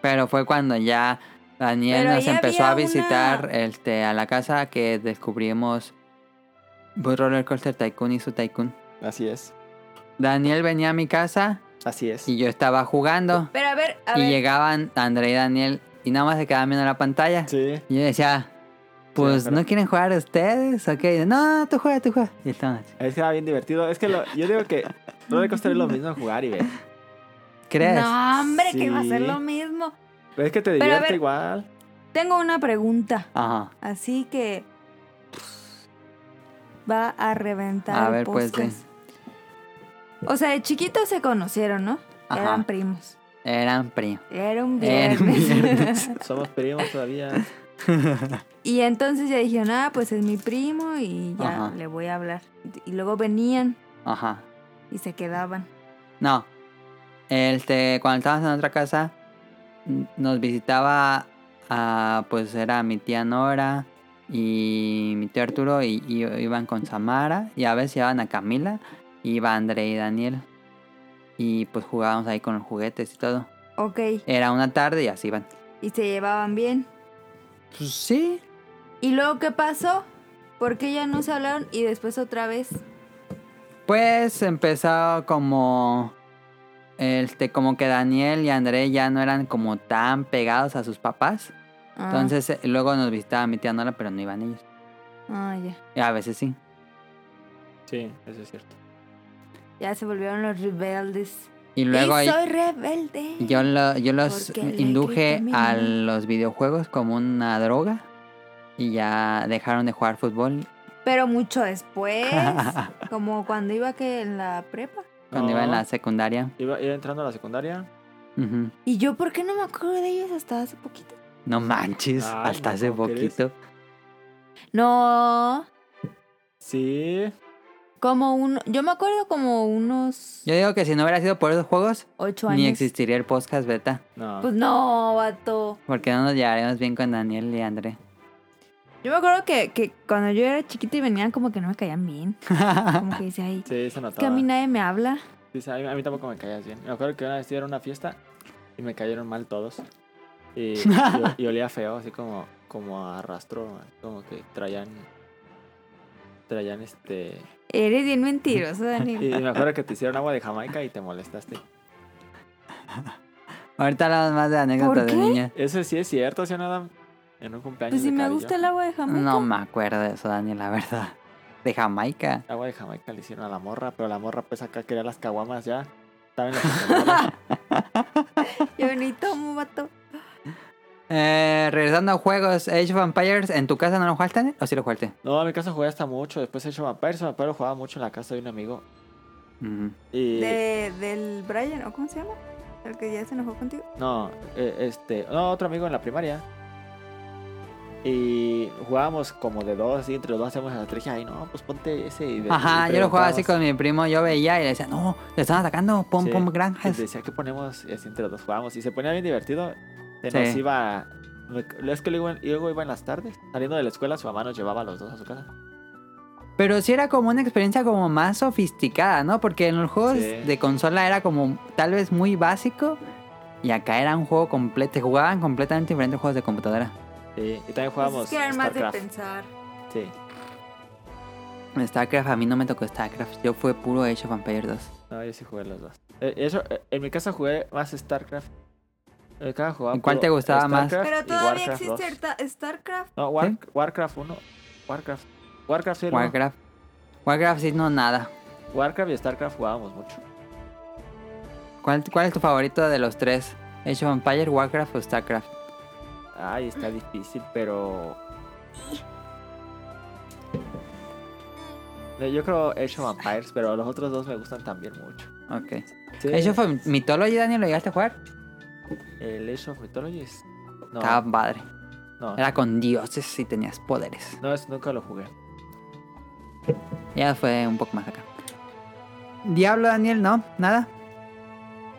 [SPEAKER 2] Pero fue cuando ya Daniel
[SPEAKER 4] Pero
[SPEAKER 2] nos
[SPEAKER 4] ahí
[SPEAKER 2] empezó a
[SPEAKER 4] había
[SPEAKER 2] visitar
[SPEAKER 4] una-
[SPEAKER 2] este, a la casa que descubrimos pues, Roller Coaster Tycoon y su Tycoon.
[SPEAKER 3] Así es.
[SPEAKER 2] Daniel venía a mi casa
[SPEAKER 3] Así es.
[SPEAKER 2] y yo estaba jugando.
[SPEAKER 4] Pero a ver, a
[SPEAKER 2] y
[SPEAKER 4] ver.
[SPEAKER 2] llegaban André y Daniel y nada más se quedaban viendo la pantalla.
[SPEAKER 3] Sí.
[SPEAKER 2] Y yo decía, pues
[SPEAKER 3] Sí, pero-
[SPEAKER 2] no quieren jugar ustedes, ok. No, no, tú juega, tú juega. Y estaban así,
[SPEAKER 10] Es que era bien divertido. Es que lo- yo digo que Roller Coaster es lo mismo jugar y ver.
[SPEAKER 2] ¿crees?
[SPEAKER 4] No, hombre, que va a ser
[SPEAKER 3] Sí.
[SPEAKER 4] lo mismo.
[SPEAKER 10] Pero es que te
[SPEAKER 4] Pero a
[SPEAKER 10] divierte
[SPEAKER 4] ver-
[SPEAKER 10] igual.
[SPEAKER 4] Tengo una pregunta.
[SPEAKER 2] Ajá.
[SPEAKER 4] Así que. Va a reventar.
[SPEAKER 2] A
[SPEAKER 4] el
[SPEAKER 2] ver, pues,
[SPEAKER 4] podcast. O sea, de chiquitos se conocieron, ¿no?
[SPEAKER 2] Ajá.
[SPEAKER 4] Eran primos.
[SPEAKER 2] Eran primos.
[SPEAKER 4] Era un
[SPEAKER 2] Era
[SPEAKER 4] viernes.
[SPEAKER 2] un viernes.
[SPEAKER 10] Somos primos todavía.
[SPEAKER 4] y entonces ya dijeron, ah, pues es mi primo y ya
[SPEAKER 2] Ajá.
[SPEAKER 4] le voy a hablar. Y luego venían
[SPEAKER 2] Ajá.
[SPEAKER 4] y se quedaban.
[SPEAKER 2] No. Este, cuando estábamos en otra casa, n- nos visitaba a, pues era mi tía Nora y mi tío Arturo y, y iban con Samara y a veces llevaban a Camila, y iba André y Daniel. Y pues jugábamos ahí con los juguetes y todo.
[SPEAKER 4] Ok,
[SPEAKER 2] Era una tarde y así iban.
[SPEAKER 4] y se llevaban bien.
[SPEAKER 2] Pues sí.
[SPEAKER 4] ¿Y luego qué pasó? Porque ya no se hablaron y después otra vez.
[SPEAKER 2] Pues empezó como. Este, como que Daniel y André ya no eran como tan pegados a sus papás.
[SPEAKER 4] Ah,
[SPEAKER 2] Entonces eh, luego nos visitaba mi tía Nora, pero no iban ellos.
[SPEAKER 4] Ah, ya.
[SPEAKER 2] Y a veces sí.
[SPEAKER 10] Sí, eso es cierto.
[SPEAKER 4] Ya se volvieron los rebeldes.
[SPEAKER 2] Y luego
[SPEAKER 4] y
[SPEAKER 2] ahí-
[SPEAKER 4] soy rebelde.
[SPEAKER 2] yo, lo- yo los
[SPEAKER 4] Porque le
[SPEAKER 2] induje
[SPEAKER 4] gritan a
[SPEAKER 2] a
[SPEAKER 4] mi mamá.
[SPEAKER 2] los videojuegos como una droga. Y ya dejaron de jugar fútbol
[SPEAKER 4] Pero mucho después. como cuando iba que en la prepa.
[SPEAKER 2] cuando iba en
[SPEAKER 10] No.
[SPEAKER 2] la secundaria.
[SPEAKER 10] Iba, iba entrando a la secundaria.
[SPEAKER 2] Ujú.
[SPEAKER 4] ¿Y yo por qué no me acuerdo de ellos hasta hace poquito?
[SPEAKER 2] No manches,
[SPEAKER 10] Ay,
[SPEAKER 2] hasta
[SPEAKER 10] no,
[SPEAKER 2] hace
[SPEAKER 10] ¿cómo crees?
[SPEAKER 2] poquito.
[SPEAKER 4] No.
[SPEAKER 10] Sí.
[SPEAKER 4] Como uno. Yo me acuerdo como unos
[SPEAKER 2] Yo digo que si no hubiera sido por esos juegos,
[SPEAKER 4] ocho años.
[SPEAKER 2] ni existiría el podcast beta.
[SPEAKER 10] No.
[SPEAKER 4] Pues no, vato.
[SPEAKER 2] Porque no nos llevaremos bien con Daniel y André.
[SPEAKER 4] Yo me acuerdo que, que cuando yo era chiquita y venían como que no me caían bien. Como que decía, ay,
[SPEAKER 10] sí, se
[SPEAKER 4] es que a
[SPEAKER 10] notaba.
[SPEAKER 4] mí nadie me habla.
[SPEAKER 10] Sí, sí, a, mí, a mí tampoco me caías bien. Me acuerdo que una vez era una fiesta y me cayeron mal todos.
[SPEAKER 3] Y, y ol- y olía feo, así como, como a rastro, man. como que traían. Traían este.
[SPEAKER 4] Eres bien mentiroso, Daniel.
[SPEAKER 3] Y me acuerdo que te hicieron agua de Jamaica y te molestaste.
[SPEAKER 2] Ahorita hablamos más de anécdotas
[SPEAKER 4] ¿Por
[SPEAKER 2] de
[SPEAKER 4] qué?
[SPEAKER 2] niña.
[SPEAKER 3] Eso sí es cierto, ¿sí, nada? En un cumpleaños.
[SPEAKER 4] Pues si
[SPEAKER 3] de
[SPEAKER 4] me
[SPEAKER 3] Cari y
[SPEAKER 4] gusta
[SPEAKER 3] yo.
[SPEAKER 4] el agua de Jamaica.
[SPEAKER 2] No me acuerdo de eso, Daniel, la verdad. De Jamaica.
[SPEAKER 3] Agua de Jamaica le hicieron a la morra, pero la morra, pues acá quería las caguamas ya. Saben lo que se mola.
[SPEAKER 4] Yo ni tomo, vato.
[SPEAKER 2] Eh, regresando a juegos, Age of Empires, ¿en tu casa no lo jugaste, Daniel? ¿O sí lo jugaste?
[SPEAKER 3] No, en mi casa jugué hasta mucho. Después he hecho Vampires. Vampires lo jugaba mucho en la casa de un amigo.
[SPEAKER 2] Mm.
[SPEAKER 3] Y.
[SPEAKER 4] De, del Brian, ¿o cómo se llama? El que ya se enojó contigo.
[SPEAKER 3] No, eh, este, no, otro amigo en la primaria. Y jugábamos como de dos, así entre los dos hacíamos la estrategia. Ay, no, pues ponte ese. y de-
[SPEAKER 2] Ajá,
[SPEAKER 3] y
[SPEAKER 2] yo lo jugaba así
[SPEAKER 3] preguntábamos.
[SPEAKER 2] con mi primo, yo veía y le decía, no, le están atacando, pom,
[SPEAKER 3] Sí,
[SPEAKER 2] pom,
[SPEAKER 3] Y
[SPEAKER 2] granjas.
[SPEAKER 3] decía que ponemos, y así entre los dos jugábamos. Y se ponía bien divertido. Se
[SPEAKER 2] Sí.
[SPEAKER 3] nos iba. me- Es que luego, luego iba en las tardes, saliendo de la escuela, su mamá nos llevaba a los dos a su casa.
[SPEAKER 2] Pero sí era como una experiencia como más sofisticada, ¿no? Porque en los juegos
[SPEAKER 3] Sí.
[SPEAKER 2] de consola era como tal vez muy básico y acá era un juego completo, jugaban completamente diferentes juegos de computadora.
[SPEAKER 3] Sí, y también
[SPEAKER 4] Pues
[SPEAKER 3] jugábamos
[SPEAKER 4] es que eran más de
[SPEAKER 3] StarCraft.
[SPEAKER 4] pensar.
[SPEAKER 3] Sí.
[SPEAKER 2] StarCraft, a mí no me tocó StarCraft, yo fue puro Age of Empires 2.
[SPEAKER 3] No, yo sí jugué los dos. Eh, eso, eh, en mi casa jugué más StarCraft. En mi casa jugaba
[SPEAKER 2] ¿Y cuál te
[SPEAKER 3] puro
[SPEAKER 2] gustaba más?
[SPEAKER 3] StarCraft
[SPEAKER 4] Pero
[SPEAKER 3] y
[SPEAKER 4] todavía
[SPEAKER 3] Warcraft 2.
[SPEAKER 4] existe Arta- StarCraft.
[SPEAKER 3] No, War- Warcraft 1. Warcraft. Warcraft sí, ¿no?
[SPEAKER 2] Warcraft. Warcraft sí, no nada.
[SPEAKER 3] Warcraft y StarCraft jugábamos mucho.
[SPEAKER 2] ¿Cuál, cuál es tu favorito de los tres? Age of Empires, Warcraft o StarCraft?
[SPEAKER 3] Ay, está difícil, pero. No, Yo creo Age of Vampires, pero los otros dos me gustan también mucho.
[SPEAKER 2] Ok.
[SPEAKER 3] Sí,
[SPEAKER 2] ¿Age of Em- Mythology, Daniel, lo llegaste a jugar?
[SPEAKER 3] El Age of Mythology es. No,
[SPEAKER 2] Estaba padre.
[SPEAKER 3] no,
[SPEAKER 2] Era con dioses y tenías poderes.
[SPEAKER 3] no, es- nunca lo jugué.
[SPEAKER 2] Ya fue un poco más acá. Diablo, Daniel, ¿no? ¿Nada?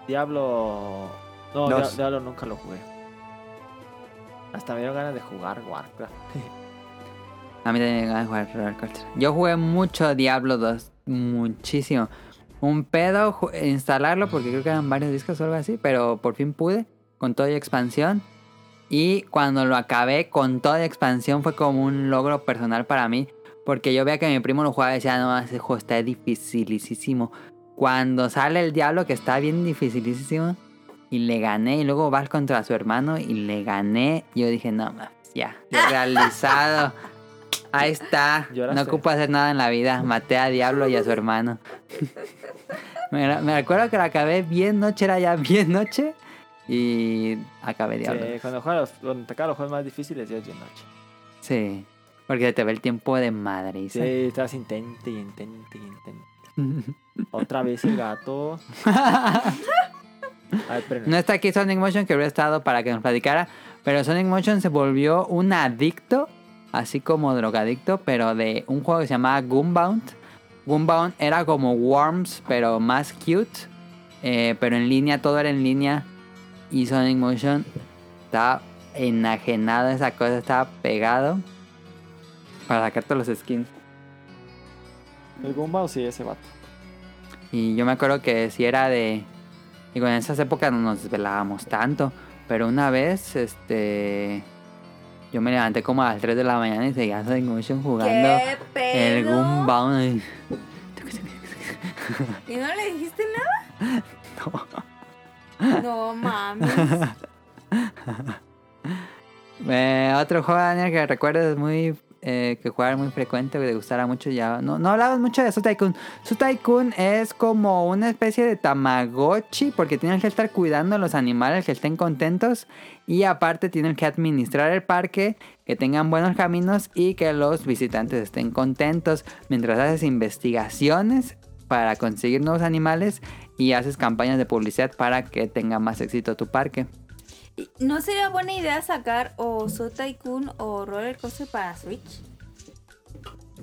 [SPEAKER 3] Diablo. No,
[SPEAKER 2] Dos.
[SPEAKER 3] Dia- Diablo nunca lo jugué. Hasta me dieron ganas de jugar Warcraft.
[SPEAKER 2] A mí también me ganas de jugar Roller Coaster. Yo jugué mucho Diablo 2. Muchísimo. Un pedo ju- instalarlo porque creo que eran varios discos o algo así. Pero por fin pude. Con toda expansión. Y cuando lo acabé con toda expansión fue como un logro personal para mí. Porque yo veía que mi primo lo jugaba y decía, no, ese juego está dificilísimo. Cuando sale el diablo que está bien dificilísimo. Y le gané. Y luego vas contra su hermano y le gané. Yo dije, no, mames, ya. Realizado. Ahí está.
[SPEAKER 3] Lloraste.
[SPEAKER 2] No ocupo hacer nada en la vida. Maté a Diablo y a su hermano. me, me acuerdo que lo acabé bien noche, era ya bien noche. Y acabé Diablo.
[SPEAKER 3] Sí, cuando, juegas los, cuando te acabas los juegos más difíciles, ya es bien noche.
[SPEAKER 2] Sí, porque te ve el tiempo de madre.
[SPEAKER 3] Sí,
[SPEAKER 2] Sí.
[SPEAKER 3] estás intente y intente y intente. Otra vez el gato. Ay, espérenme.
[SPEAKER 2] No está aquí Sonic Motion que hubiera estado para que nos platicara, pero Sonic Motion se volvió un adicto, así como drogadicto, pero de un juego que se llamaba Goombound. Goombound era como Worms, pero más cute, eh, pero en línea, todo era en línea. Y Sonic Motion estaba enajenado, a esa cosa estaba pegado para sacar todos los skins.
[SPEAKER 3] ¿El Goomba o sí ese vato?
[SPEAKER 2] Y yo me acuerdo que si era de. Digo, en esas épocas no nos desvelábamos tanto. Pero una vez, este. Yo me levanté como a las 3 de la mañana y seguía Sonic Motion jugando
[SPEAKER 4] ¿Qué pedo?
[SPEAKER 2] el Goombound.
[SPEAKER 4] ¿Y no le dijiste nada? No. No mames.
[SPEAKER 2] Eh, otro juego, Daniel, que recuerdas muy. eh, que jugar muy frecuente, que te gustara mucho ya. No, no hablabas mucho de Su Tycoon. Su Tycoon es como una especie de Tamagotchi, porque tienes que estar cuidando a los animales que estén contentos. Y aparte tienes que administrar el parque, que tengan buenos caminos y que los visitantes estén contentos. Mientras haces investigaciones para conseguir nuevos animales y haces campañas de publicidad para que tenga más éxito tu parque.
[SPEAKER 4] ¿Y ¿No sería buena idea sacar o So Tycoon o Roller Coaster para Switch?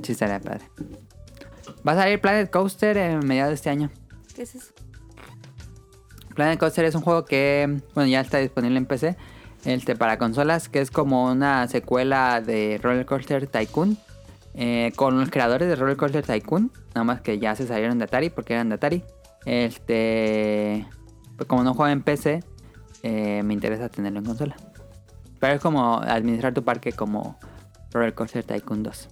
[SPEAKER 2] Sí, estaría padre. Va a salir Planet Coaster en mediados de este año.
[SPEAKER 4] ¿Qué es eso?
[SPEAKER 2] Planet Coaster es un juego que, bueno, ya está disponible en PC. Este, para consolas, que es como una secuela de Roller Coaster Tycoon. eh, con los creadores de Roller Coaster Tycoon. Nada más que ya se salieron de Atari porque eran de Atari. Este. pues como no juego en PC, eh, me interesa tenerlo en consola. Pero es como administrar tu parque como Roller Coaster Tycoon 2.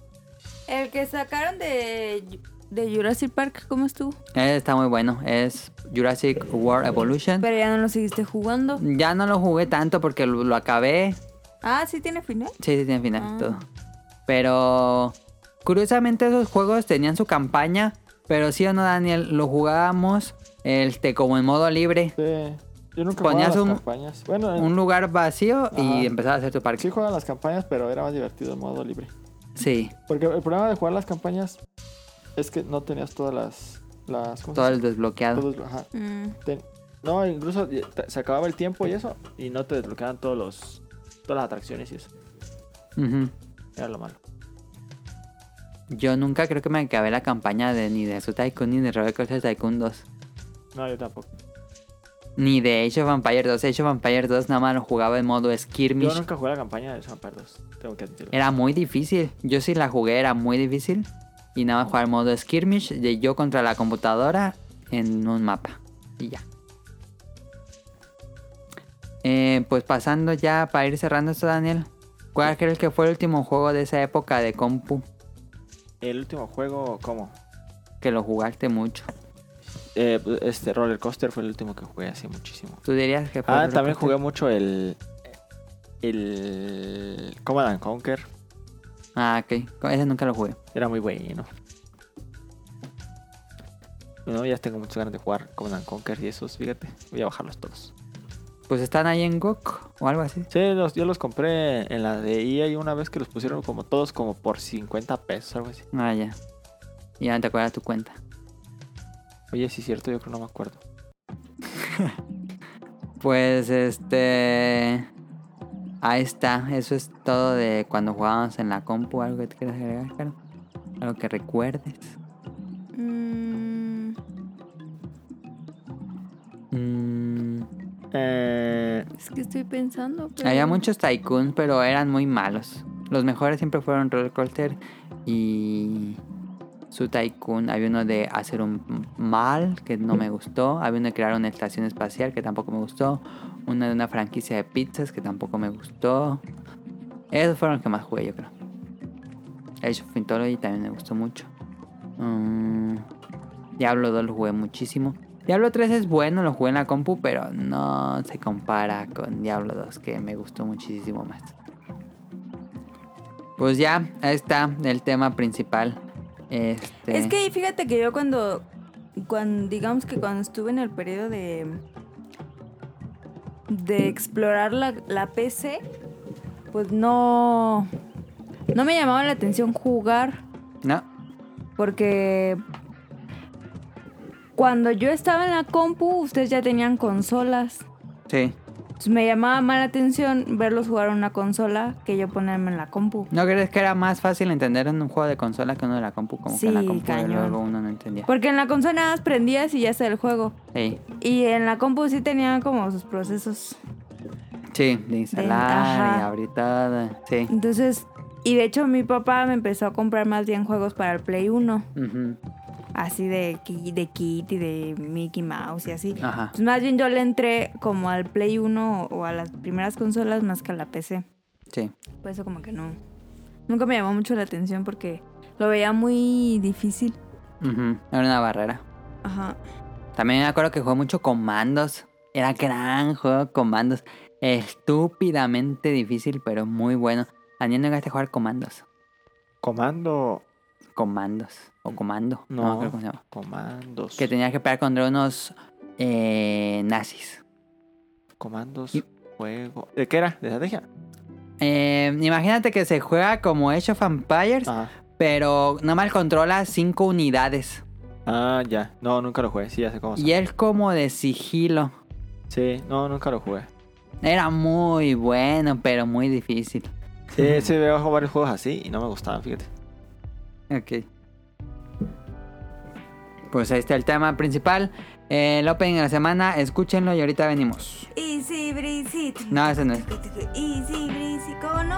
[SPEAKER 4] El que sacaron de, de Jurassic Park, ¿cómo estuvo?
[SPEAKER 2] Eh, Está muy bueno. Es Jurassic World Evolution.
[SPEAKER 4] Pero ya no lo seguiste jugando.
[SPEAKER 2] Ya no lo jugué tanto porque lo, lo acabé.
[SPEAKER 4] Ah, sí tiene final.
[SPEAKER 2] Sí, sí, tiene final
[SPEAKER 4] Ah.
[SPEAKER 2] y todo. Pero curiosamente esos juegos tenían su campaña. Pero sí o no, Daniel, lo jugábamos este, como en modo libre.
[SPEAKER 3] Sí. Yo nunca
[SPEAKER 2] Ponías
[SPEAKER 3] jugaba las
[SPEAKER 2] un-
[SPEAKER 3] campañas. Bueno, en-
[SPEAKER 2] Un lugar vacío
[SPEAKER 3] Ajá.
[SPEAKER 2] y empezaba a hacer tu
[SPEAKER 3] sí
[SPEAKER 2] parque.
[SPEAKER 3] jugaba las campañas, pero era más divertido en modo libre.
[SPEAKER 2] Sí,
[SPEAKER 3] Porque el problema de jugar las campañas es que no tenías todas las... las ¿cómo se
[SPEAKER 2] todo el
[SPEAKER 3] dice?
[SPEAKER 2] desbloqueado.
[SPEAKER 3] Todos- ajá.
[SPEAKER 4] Mm.
[SPEAKER 3] Ten- No, incluso te- se acababa el tiempo y eso, y no te desbloqueaban todos los, todas las atracciones y eso.
[SPEAKER 2] Ujú.
[SPEAKER 3] Era lo malo.
[SPEAKER 2] Yo nunca creo que me acabé la campaña de ni de su Tycoon ni de Roller Coaster Tycoon 2.
[SPEAKER 3] No, yo tampoco.
[SPEAKER 2] Ni de Age of Empires 2. Age of Empires 2 nada más lo jugaba en modo
[SPEAKER 3] Yo
[SPEAKER 2] skirmish.
[SPEAKER 3] nunca jugué la campaña de San Perdos, tengo que admitirlo.
[SPEAKER 2] Era muy difícil. Yo sí la jugué, era muy difícil. Y nada más jugaba en modo skirmish de yo contra la computadora en un mapa. Y ya. Eh, pues pasando ya para ir cerrando esto, Daniel. ¿Cuál crees que fue el último juego de esa época de compu
[SPEAKER 3] El último juego, ¿cómo?
[SPEAKER 2] que lo jugaste mucho?
[SPEAKER 3] Eh, este Roller Coaster fue el último que jugué hace muchísimo.
[SPEAKER 2] ¿Tú dirías que fue
[SPEAKER 3] Ah,
[SPEAKER 2] Roller
[SPEAKER 3] también
[SPEAKER 2] Coaster?
[SPEAKER 3] jugué mucho el. El. Command and Conquer.
[SPEAKER 2] Ah, ok. Ese nunca lo jugué.
[SPEAKER 3] Era muy bueno. No, ya tengo muchas ganas de jugar Command and Conquer y esos, fíjate. Voy a bajarlos todos.
[SPEAKER 2] Pues están ahí en GOG o algo así.
[SPEAKER 3] Sí, los, yo los compré en la de EA y una vez que los pusieron como todos como por 50 pesos, algo así.
[SPEAKER 2] Ah, ya. Y ya no te acuerdas tu cuenta.
[SPEAKER 3] Oye, sí es cierto, yo creo no me acuerdo.
[SPEAKER 2] Pues este. Ahí está. Eso es todo de cuando jugábamos en la compu. ¿Algo que te quieras agregar, Caro? Algo que recuerdes.
[SPEAKER 4] Mm.
[SPEAKER 2] Mm,
[SPEAKER 3] Eh,
[SPEAKER 4] Es que estoy pensando. pero-
[SPEAKER 2] había muchos tycoons, pero eran muy malos. Los mejores siempre fueron Roller Coaster y. Su tycoon. Había uno de hacer un mal que no me gustó. Había uno de crear una estación espacial que tampoco me gustó. Una de una franquicia de pizzas que tampoco me gustó. Esos fueron los que más jugué, yo creo. Age of Mythology también me gustó mucho. Mm, Diablo 2 lo jugué muchísimo. Diablo 3 es bueno, lo jugué en la compu, pero no se compara con Diablo 2, que me gustó muchísimo más. Pues ya, ahí está el tema principal. Este,
[SPEAKER 4] Es que fíjate que yo cuando, cuando. Digamos que cuando estuve en el periodo de. De explorar la, la PC, pues no. No me llamaba la atención jugar.
[SPEAKER 2] No,
[SPEAKER 4] Porque cuando yo estaba en la compu, ustedes ya tenían consolas.
[SPEAKER 2] sí.
[SPEAKER 4] Entonces me llamaba más la atención verlos jugar en una consola que yo ponerme en la compu.
[SPEAKER 2] ¿No crees que era más fácil entender en un juego de consola que uno de la compu? Como que en la
[SPEAKER 4] Sí,
[SPEAKER 2] compu
[SPEAKER 4] cañón.
[SPEAKER 2] luego uno no entendía.
[SPEAKER 4] Porque en la consola nada más prendías y ya está el juego.
[SPEAKER 2] Sí,
[SPEAKER 4] Y en la compu sí tenía como sus procesos.
[SPEAKER 2] sí, de instalar y
[SPEAKER 4] ajá.
[SPEAKER 2] abrir todo. Sí.
[SPEAKER 4] Entonces, y de hecho mi papá me empezó a comprar más bien juegos para el Play 1.
[SPEAKER 2] Ujú,
[SPEAKER 4] Así de, Ki- de Kit y de Mickey Mouse y así.
[SPEAKER 2] Ajá.
[SPEAKER 4] Pues más bien yo le entré como al Play 1 o a las primeras consolas más que a la PC.
[SPEAKER 2] Sí.
[SPEAKER 4] Por eso como que no. Nunca me llamó mucho la atención porque lo veía muy difícil.
[SPEAKER 2] Ujú, Era una barrera.
[SPEAKER 4] Ajá.
[SPEAKER 2] También me acuerdo que jugué mucho comandos. Era gran juego comandos. Estúpidamente difícil, pero muy bueno. Daniel no llegaste a jugar comandos.
[SPEAKER 3] comando.
[SPEAKER 2] Comandos. O comando. No,
[SPEAKER 3] No.
[SPEAKER 2] me acuerdo cómo se llama.
[SPEAKER 3] Comandos.
[SPEAKER 2] Que tenías que pelear contra unos eh, nazis.
[SPEAKER 3] Comandos.
[SPEAKER 2] Y-
[SPEAKER 3] Juego. ¿De qué era? ¿De estrategia?
[SPEAKER 2] Eh, imagínate que se juega como Age of Empires,
[SPEAKER 3] Ah.
[SPEAKER 2] pero nada más controla cinco unidades.
[SPEAKER 3] Ah, ya. No, nunca lo jugué. Sí, ya sé cómo se
[SPEAKER 2] Y es como de sigilo.
[SPEAKER 3] Sí, no, nunca lo jugué.
[SPEAKER 2] Era muy bueno, pero muy difícil.
[SPEAKER 3] Sí, sí, veo varios juegos así y no me gustaban, fíjate.
[SPEAKER 2] Ok. Pues ahí está el tema principal. Eh, El opening de la semana, escúchenlo y ahorita venimos.
[SPEAKER 4] Easy breezy.
[SPEAKER 2] No, ese no es.
[SPEAKER 4] Easy breezy, ¿cómo no?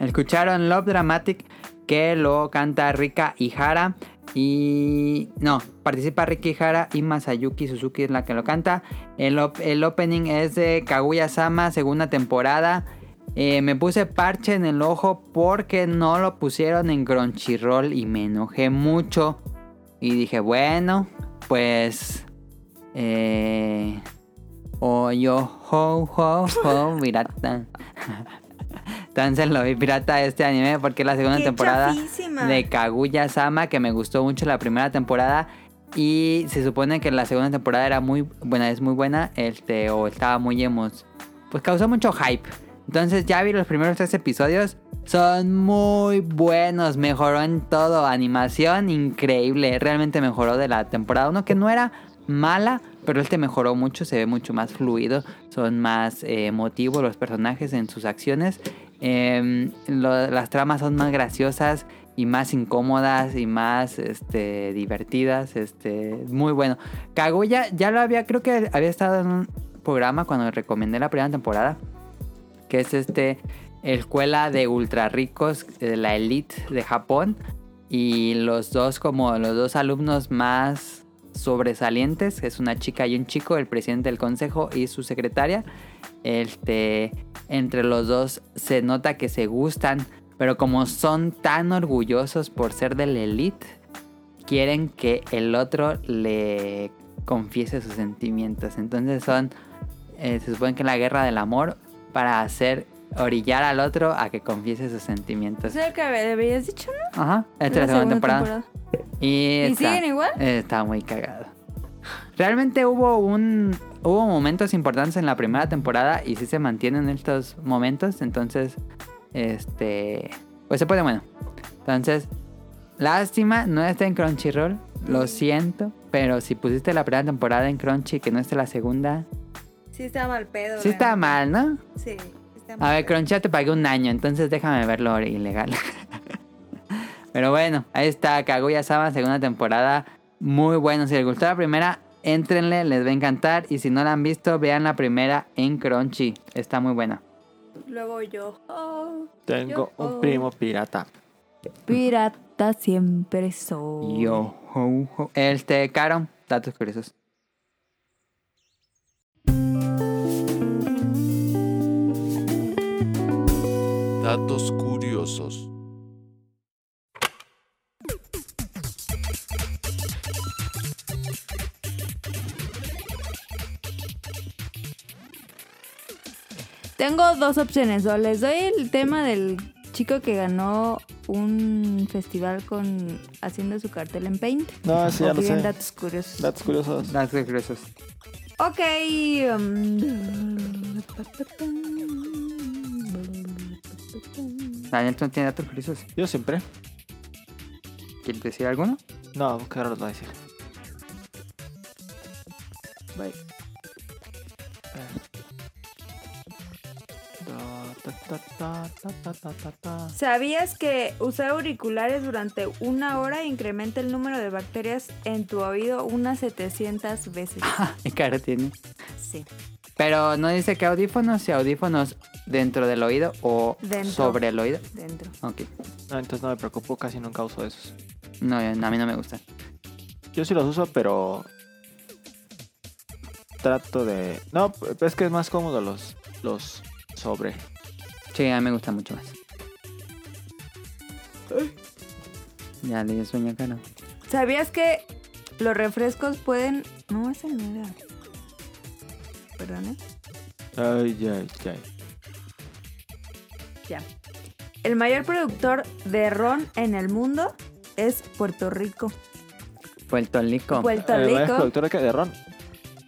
[SPEAKER 11] Escucharon Love Dramatic que lo canta Rika Ihara y no, participa Rika Ihara y Masayuki Suzuki es la que lo canta. El, op- el opening es de Kaguya Sama, segunda temporada.
[SPEAKER 2] Eh, me puse parche en el ojo porque no lo pusieron en Crunchyroll y me enojé mucho. Y dije, bueno, pues... Eh, o yo, ho, ho, ho, pirata. Entonces lo vi pirata este anime porque es la segunda
[SPEAKER 12] ¡Qué
[SPEAKER 2] temporada
[SPEAKER 12] chafísima!
[SPEAKER 2] de Kaguya Sama que me gustó mucho la primera temporada. Y se supone que la segunda temporada era muy buena, es muy buena, este, o estaba muy hemos. Pues causó mucho hype. Entonces ya vi los primeros tres episodios. Son muy buenos, mejoró en todo. Animación increíble, realmente mejoró de la temporada 1, que no era mala, pero este mejoró mucho, se ve mucho más fluido. Son más eh, emotivos los personajes en sus acciones. Em, lo- las tramas son más graciosas y más incómodas y más este, divertidas. Este, muy bueno. Kaguya ya lo había, creo que había estado en un programa cuando recomendé la primera temporada. Que es este escuela de ultra ricos, eh, la elite de Japón. Y los dos, como los dos alumnos más sobresalientes, es una chica y un chico, el presidente del consejo y su secretaria. Este, entre los dos se nota que se gustan, pero como son tan orgullosos por ser de la elite, quieren que el otro le confiese sus sentimientos. Entonces son, eh, se supone que la guerra del amor para hacer orillar al otro a que confiese sus sentimientos.
[SPEAKER 4] Es el Pues que me habías dicho, ¿no?
[SPEAKER 2] Ajá, esta es la segunda temporada. Y, está-
[SPEAKER 4] siguen igual?
[SPEAKER 2] Está muy cagado. Realmente hubo un hubo momentos importantes en la primera temporada y sí se mantienen estos momentos, entonces este pues se pone bueno. Entonces, lástima no está en Crunchyroll, lo siento, pero si pusiste la primera temporada en Crunchy que no esté la segunda,
[SPEAKER 12] Sí está mal pedo.
[SPEAKER 2] sí
[SPEAKER 12] la
[SPEAKER 2] está
[SPEAKER 12] neta.
[SPEAKER 2] mal, ¿no?
[SPEAKER 12] Sí, está mal.
[SPEAKER 2] A ver, Crunchy ya te pagué un año, entonces déjame verlo ilegal. Pero bueno, ahí está Kaguya Sama, segunda temporada. Muy bueno. Si les gustó la primera, éntrenle, les va a encantar. Y si no la han visto, vean la primera en Crunchy. Está muy buena.
[SPEAKER 12] Luego yo. oh,
[SPEAKER 3] Tengo
[SPEAKER 12] yo,
[SPEAKER 3] un
[SPEAKER 12] oh.
[SPEAKER 3] primo pirata.
[SPEAKER 4] Pirata siempre soy.
[SPEAKER 2] Yo, ho, ho. Este, Caro, datos curiosos.
[SPEAKER 9] Datos curiosos.
[SPEAKER 4] Tengo dos opciones. O les doy el tema del chico que ganó un festival con haciendo su cartel en Paint.
[SPEAKER 3] No, sí,
[SPEAKER 4] O
[SPEAKER 3] ya lo
[SPEAKER 4] quieren
[SPEAKER 3] sé.
[SPEAKER 4] datos curiosos.
[SPEAKER 3] Datos curiosos.
[SPEAKER 2] Datos curiosos.
[SPEAKER 4] Ok. um,
[SPEAKER 2] Daniel, ¿tú no tienes datos curiosos?
[SPEAKER 3] Yo siempre.
[SPEAKER 2] ¿Quieres decir alguno?
[SPEAKER 3] No, claro, lo va a decir.
[SPEAKER 2] Bye.
[SPEAKER 3] Eh. Ta, ta, ta, ta, ta, ta, ta, ta.
[SPEAKER 4] ¿Sabías que usar auriculares durante una hora incrementa el número de bacterias en tu oído unas 700 veces?
[SPEAKER 2] ¿Qué cara tiene?
[SPEAKER 4] Sí.
[SPEAKER 2] Pero no dice que audífonos y audífonos dentro del oído o
[SPEAKER 4] Dentro.
[SPEAKER 2] sobre el oído.
[SPEAKER 4] Dentro.
[SPEAKER 2] Ok.
[SPEAKER 3] No, entonces no me preocupo, casi nunca uso esos.
[SPEAKER 2] No, a mí no me gusta.
[SPEAKER 3] Yo sí los uso, pero trato de. No, p- es que es más cómodo los los sobre.
[SPEAKER 2] Sí, a mí me gusta mucho más. Ya le dio sueño a Caro.
[SPEAKER 4] ¿Sabías que los refrescos pueden... No, ese no era. Perdón, ¿eh?
[SPEAKER 3] Ay, ay, ay.
[SPEAKER 4] Ya. El mayor productor de ron en el mundo es Puerto Rico.
[SPEAKER 2] Puerto Rico.
[SPEAKER 4] Puerto
[SPEAKER 3] El mayor
[SPEAKER 4] Rico.
[SPEAKER 3] productor de, qué? de ron.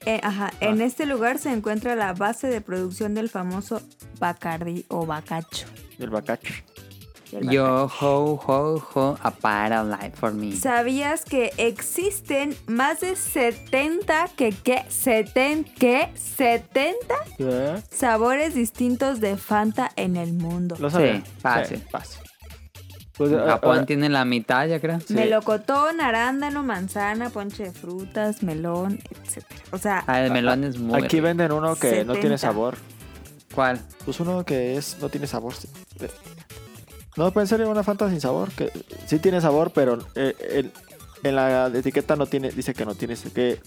[SPEAKER 4] eh, ajá. En este lugar se encuentra la base de producción del famoso Bacardi o Bacacho.
[SPEAKER 3] Del bacacho.
[SPEAKER 4] El
[SPEAKER 2] Yo, ho, ho, ho, a life for me.
[SPEAKER 4] ¿Sabías que existen más de 70 que qué? ¿Seten qué? ¿70
[SPEAKER 3] ¿Qué?
[SPEAKER 4] sabores distintos de Fanta en el mundo?
[SPEAKER 3] Lo sabía.
[SPEAKER 2] fácil.
[SPEAKER 3] fácil. Pues, eh,
[SPEAKER 2] Japón
[SPEAKER 3] ahora-
[SPEAKER 2] tiene la mitad, ya creo.
[SPEAKER 3] sí.
[SPEAKER 4] Melocotón, arándano, manzana, ponche de frutas, melón, etc. O sea,
[SPEAKER 2] Ah, el melón es muy.
[SPEAKER 3] Aquí
[SPEAKER 2] rico.
[SPEAKER 3] venden uno que no
[SPEAKER 4] 70.
[SPEAKER 3] tiene sabor.
[SPEAKER 2] ¿Cuál?
[SPEAKER 3] Pues uno que es no tiene sabor. sí. No, pero en serio, una Fanta sin sabor. Que sí tiene sabor, pero eh, el- en la etiqueta no tiene, pues, dice que no tiene, que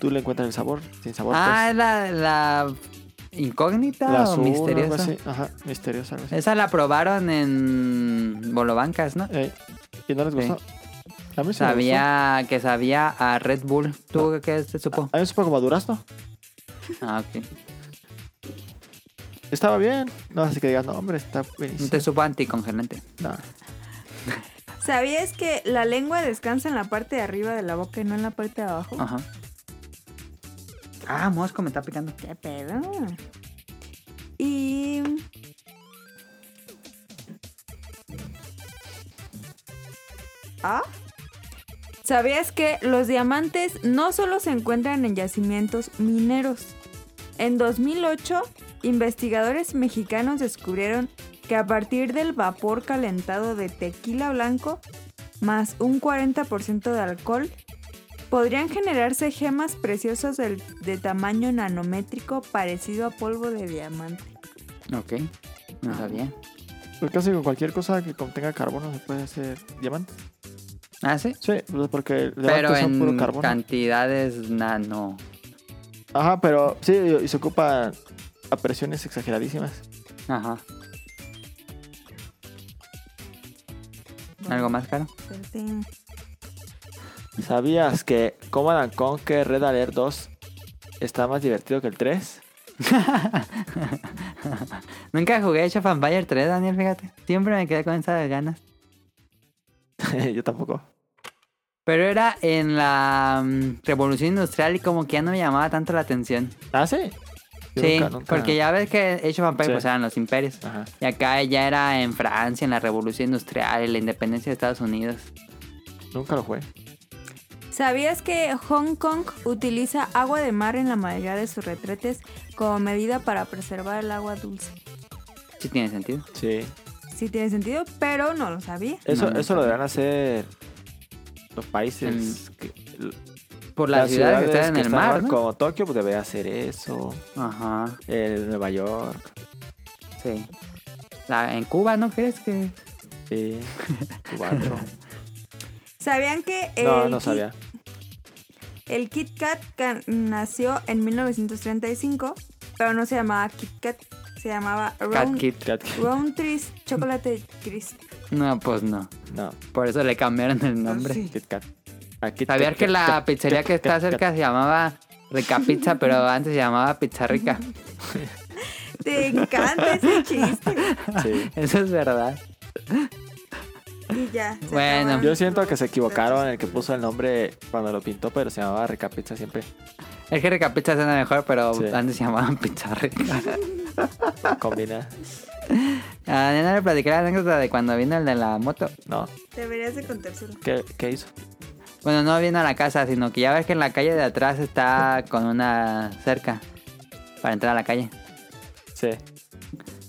[SPEAKER 3] tú le encuentras el sabor, sin sabor.
[SPEAKER 2] Ah, es la, la incógnita
[SPEAKER 3] La
[SPEAKER 2] o
[SPEAKER 3] azul,
[SPEAKER 2] misteriosa.
[SPEAKER 3] algo así. Ajá, misteriosa, algo así.
[SPEAKER 2] Esa la probaron en Bolobancas, ¿no?
[SPEAKER 3] ¿Y no les gustó? A mí sí me
[SPEAKER 2] sabía que sabía a Red Bull. ¿Tú qué te supo?
[SPEAKER 3] A mí me supo como a durazno.
[SPEAKER 2] Ah, ok.
[SPEAKER 3] Estaba bien. No, así que digas, no, hombre, está buenísimo.
[SPEAKER 2] Te supo anticongelante.
[SPEAKER 3] No.
[SPEAKER 4] ¿Sabías que la lengua descansa en la parte de arriba de la boca y no en la parte de abajo?
[SPEAKER 2] Ajá. Ah, mosco, me está picando.
[SPEAKER 4] ¿Qué pedo? Y... ¿Ah? ¿Sabías que los diamantes no solo se encuentran en yacimientos mineros? En 2008, investigadores mexicanos descubrieron que a partir del vapor calentado de tequila blanco más un 40% de alcohol, podrían generarse gemas preciosas del- de tamaño nanométrico parecido a polvo de diamante.
[SPEAKER 2] Ok. No sabía.
[SPEAKER 3] Pues casi con cualquier cosa que contenga carbono se puede hacer diamante.
[SPEAKER 2] ¿Ah, sí?
[SPEAKER 3] Sí, pues porque el diamante
[SPEAKER 2] Pero
[SPEAKER 3] es puro
[SPEAKER 2] en
[SPEAKER 3] carbono.
[SPEAKER 2] cantidades nano.
[SPEAKER 3] Ajá, pero sí, y se ocupa a presiones exageradísimas.
[SPEAKER 2] Ajá. ¿Algo más caro?
[SPEAKER 3] ¿Sabías que Command and Conquer Red Alert 2 está más divertido que el 3?
[SPEAKER 2] Nunca jugué Age of Empires 3, Daniel, fíjate. Siempre me quedé con esas ganas.
[SPEAKER 3] Yo tampoco.
[SPEAKER 2] Pero era en la mm, revolución industrial y como que ya no me llamaba tanto la atención.
[SPEAKER 3] ¿Ah, sí? Yo
[SPEAKER 2] sí,
[SPEAKER 3] nunca- nunca-
[SPEAKER 2] porque ya ves que Age of Empires
[SPEAKER 3] Sí.
[SPEAKER 2] pues, eran los imperios.
[SPEAKER 3] Ajá.
[SPEAKER 2] Y acá ya era en Francia, en la revolución industrial, en la independencia de Estados Unidos.
[SPEAKER 3] Nunca lo jugué.
[SPEAKER 4] ¿Sabías que Hong Kong utiliza agua de mar en la mayoría de sus retretes como medida para preservar el agua dulce?
[SPEAKER 2] Sí tiene sentido.
[SPEAKER 3] Sí.
[SPEAKER 4] Sí tiene sentido, pero no lo sabía.
[SPEAKER 3] Eso,
[SPEAKER 2] No, no
[SPEAKER 3] eso lo deberán hacer los países que-
[SPEAKER 2] Por las ciudades que están en el mar, ¿no?
[SPEAKER 3] Como Tokio, pues debería hacer eso.
[SPEAKER 2] Ajá,
[SPEAKER 3] El Nueva York.
[SPEAKER 2] sí. La- en Cuba, ¿no crees que...?
[SPEAKER 3] Sí. Cuatro.
[SPEAKER 4] ¿Sabían que el,
[SPEAKER 3] no, no
[SPEAKER 4] Kit-
[SPEAKER 3] sabía.
[SPEAKER 4] el Kit Kat can- nació en 1935, pero no se llamaba Kit Kat, se llamaba
[SPEAKER 2] Cat
[SPEAKER 4] Round,
[SPEAKER 2] Kit.
[SPEAKER 4] Round Trees Chocolate Crisp.
[SPEAKER 2] No, pues no.
[SPEAKER 3] No.
[SPEAKER 2] Por eso le cambiaron el nombre.
[SPEAKER 4] sí.
[SPEAKER 3] Kit Kat. Ah, Kit
[SPEAKER 2] Sabías
[SPEAKER 3] Kat,
[SPEAKER 2] que
[SPEAKER 3] Kit
[SPEAKER 2] la
[SPEAKER 3] Kat,
[SPEAKER 2] pizzería
[SPEAKER 3] Kit
[SPEAKER 2] que está
[SPEAKER 3] Kat, Kit
[SPEAKER 2] cerca
[SPEAKER 3] Kat.
[SPEAKER 2] se llamaba Rica Pizza, pero antes se llamaba Pizza Rica.
[SPEAKER 4] Te encanta ese chiste.
[SPEAKER 3] Sí.
[SPEAKER 2] Eso es verdad.
[SPEAKER 4] Y ya. se
[SPEAKER 2] Bueno.
[SPEAKER 4] acabaron
[SPEAKER 3] Yo siento que se
[SPEAKER 4] los
[SPEAKER 3] equivocaron el que puso el nombre cuando lo pintó, pero se llamaba Recapitza siempre.
[SPEAKER 2] Es que Rica Pizza suena mejor, pero
[SPEAKER 3] Sí.
[SPEAKER 2] antes se llamaban Pizza Rica.
[SPEAKER 3] Combina.
[SPEAKER 2] A Nena Ah, le platicé la anécdota de cuando vino el de la moto.
[SPEAKER 3] No.
[SPEAKER 4] retos. Deberías de contárselo.
[SPEAKER 3] ¿Qué, qué hizo?
[SPEAKER 2] Bueno, no vino a la casa, sino que ya ves que en la calle de atrás está con una cerca para entrar a la calle.
[SPEAKER 3] Sí,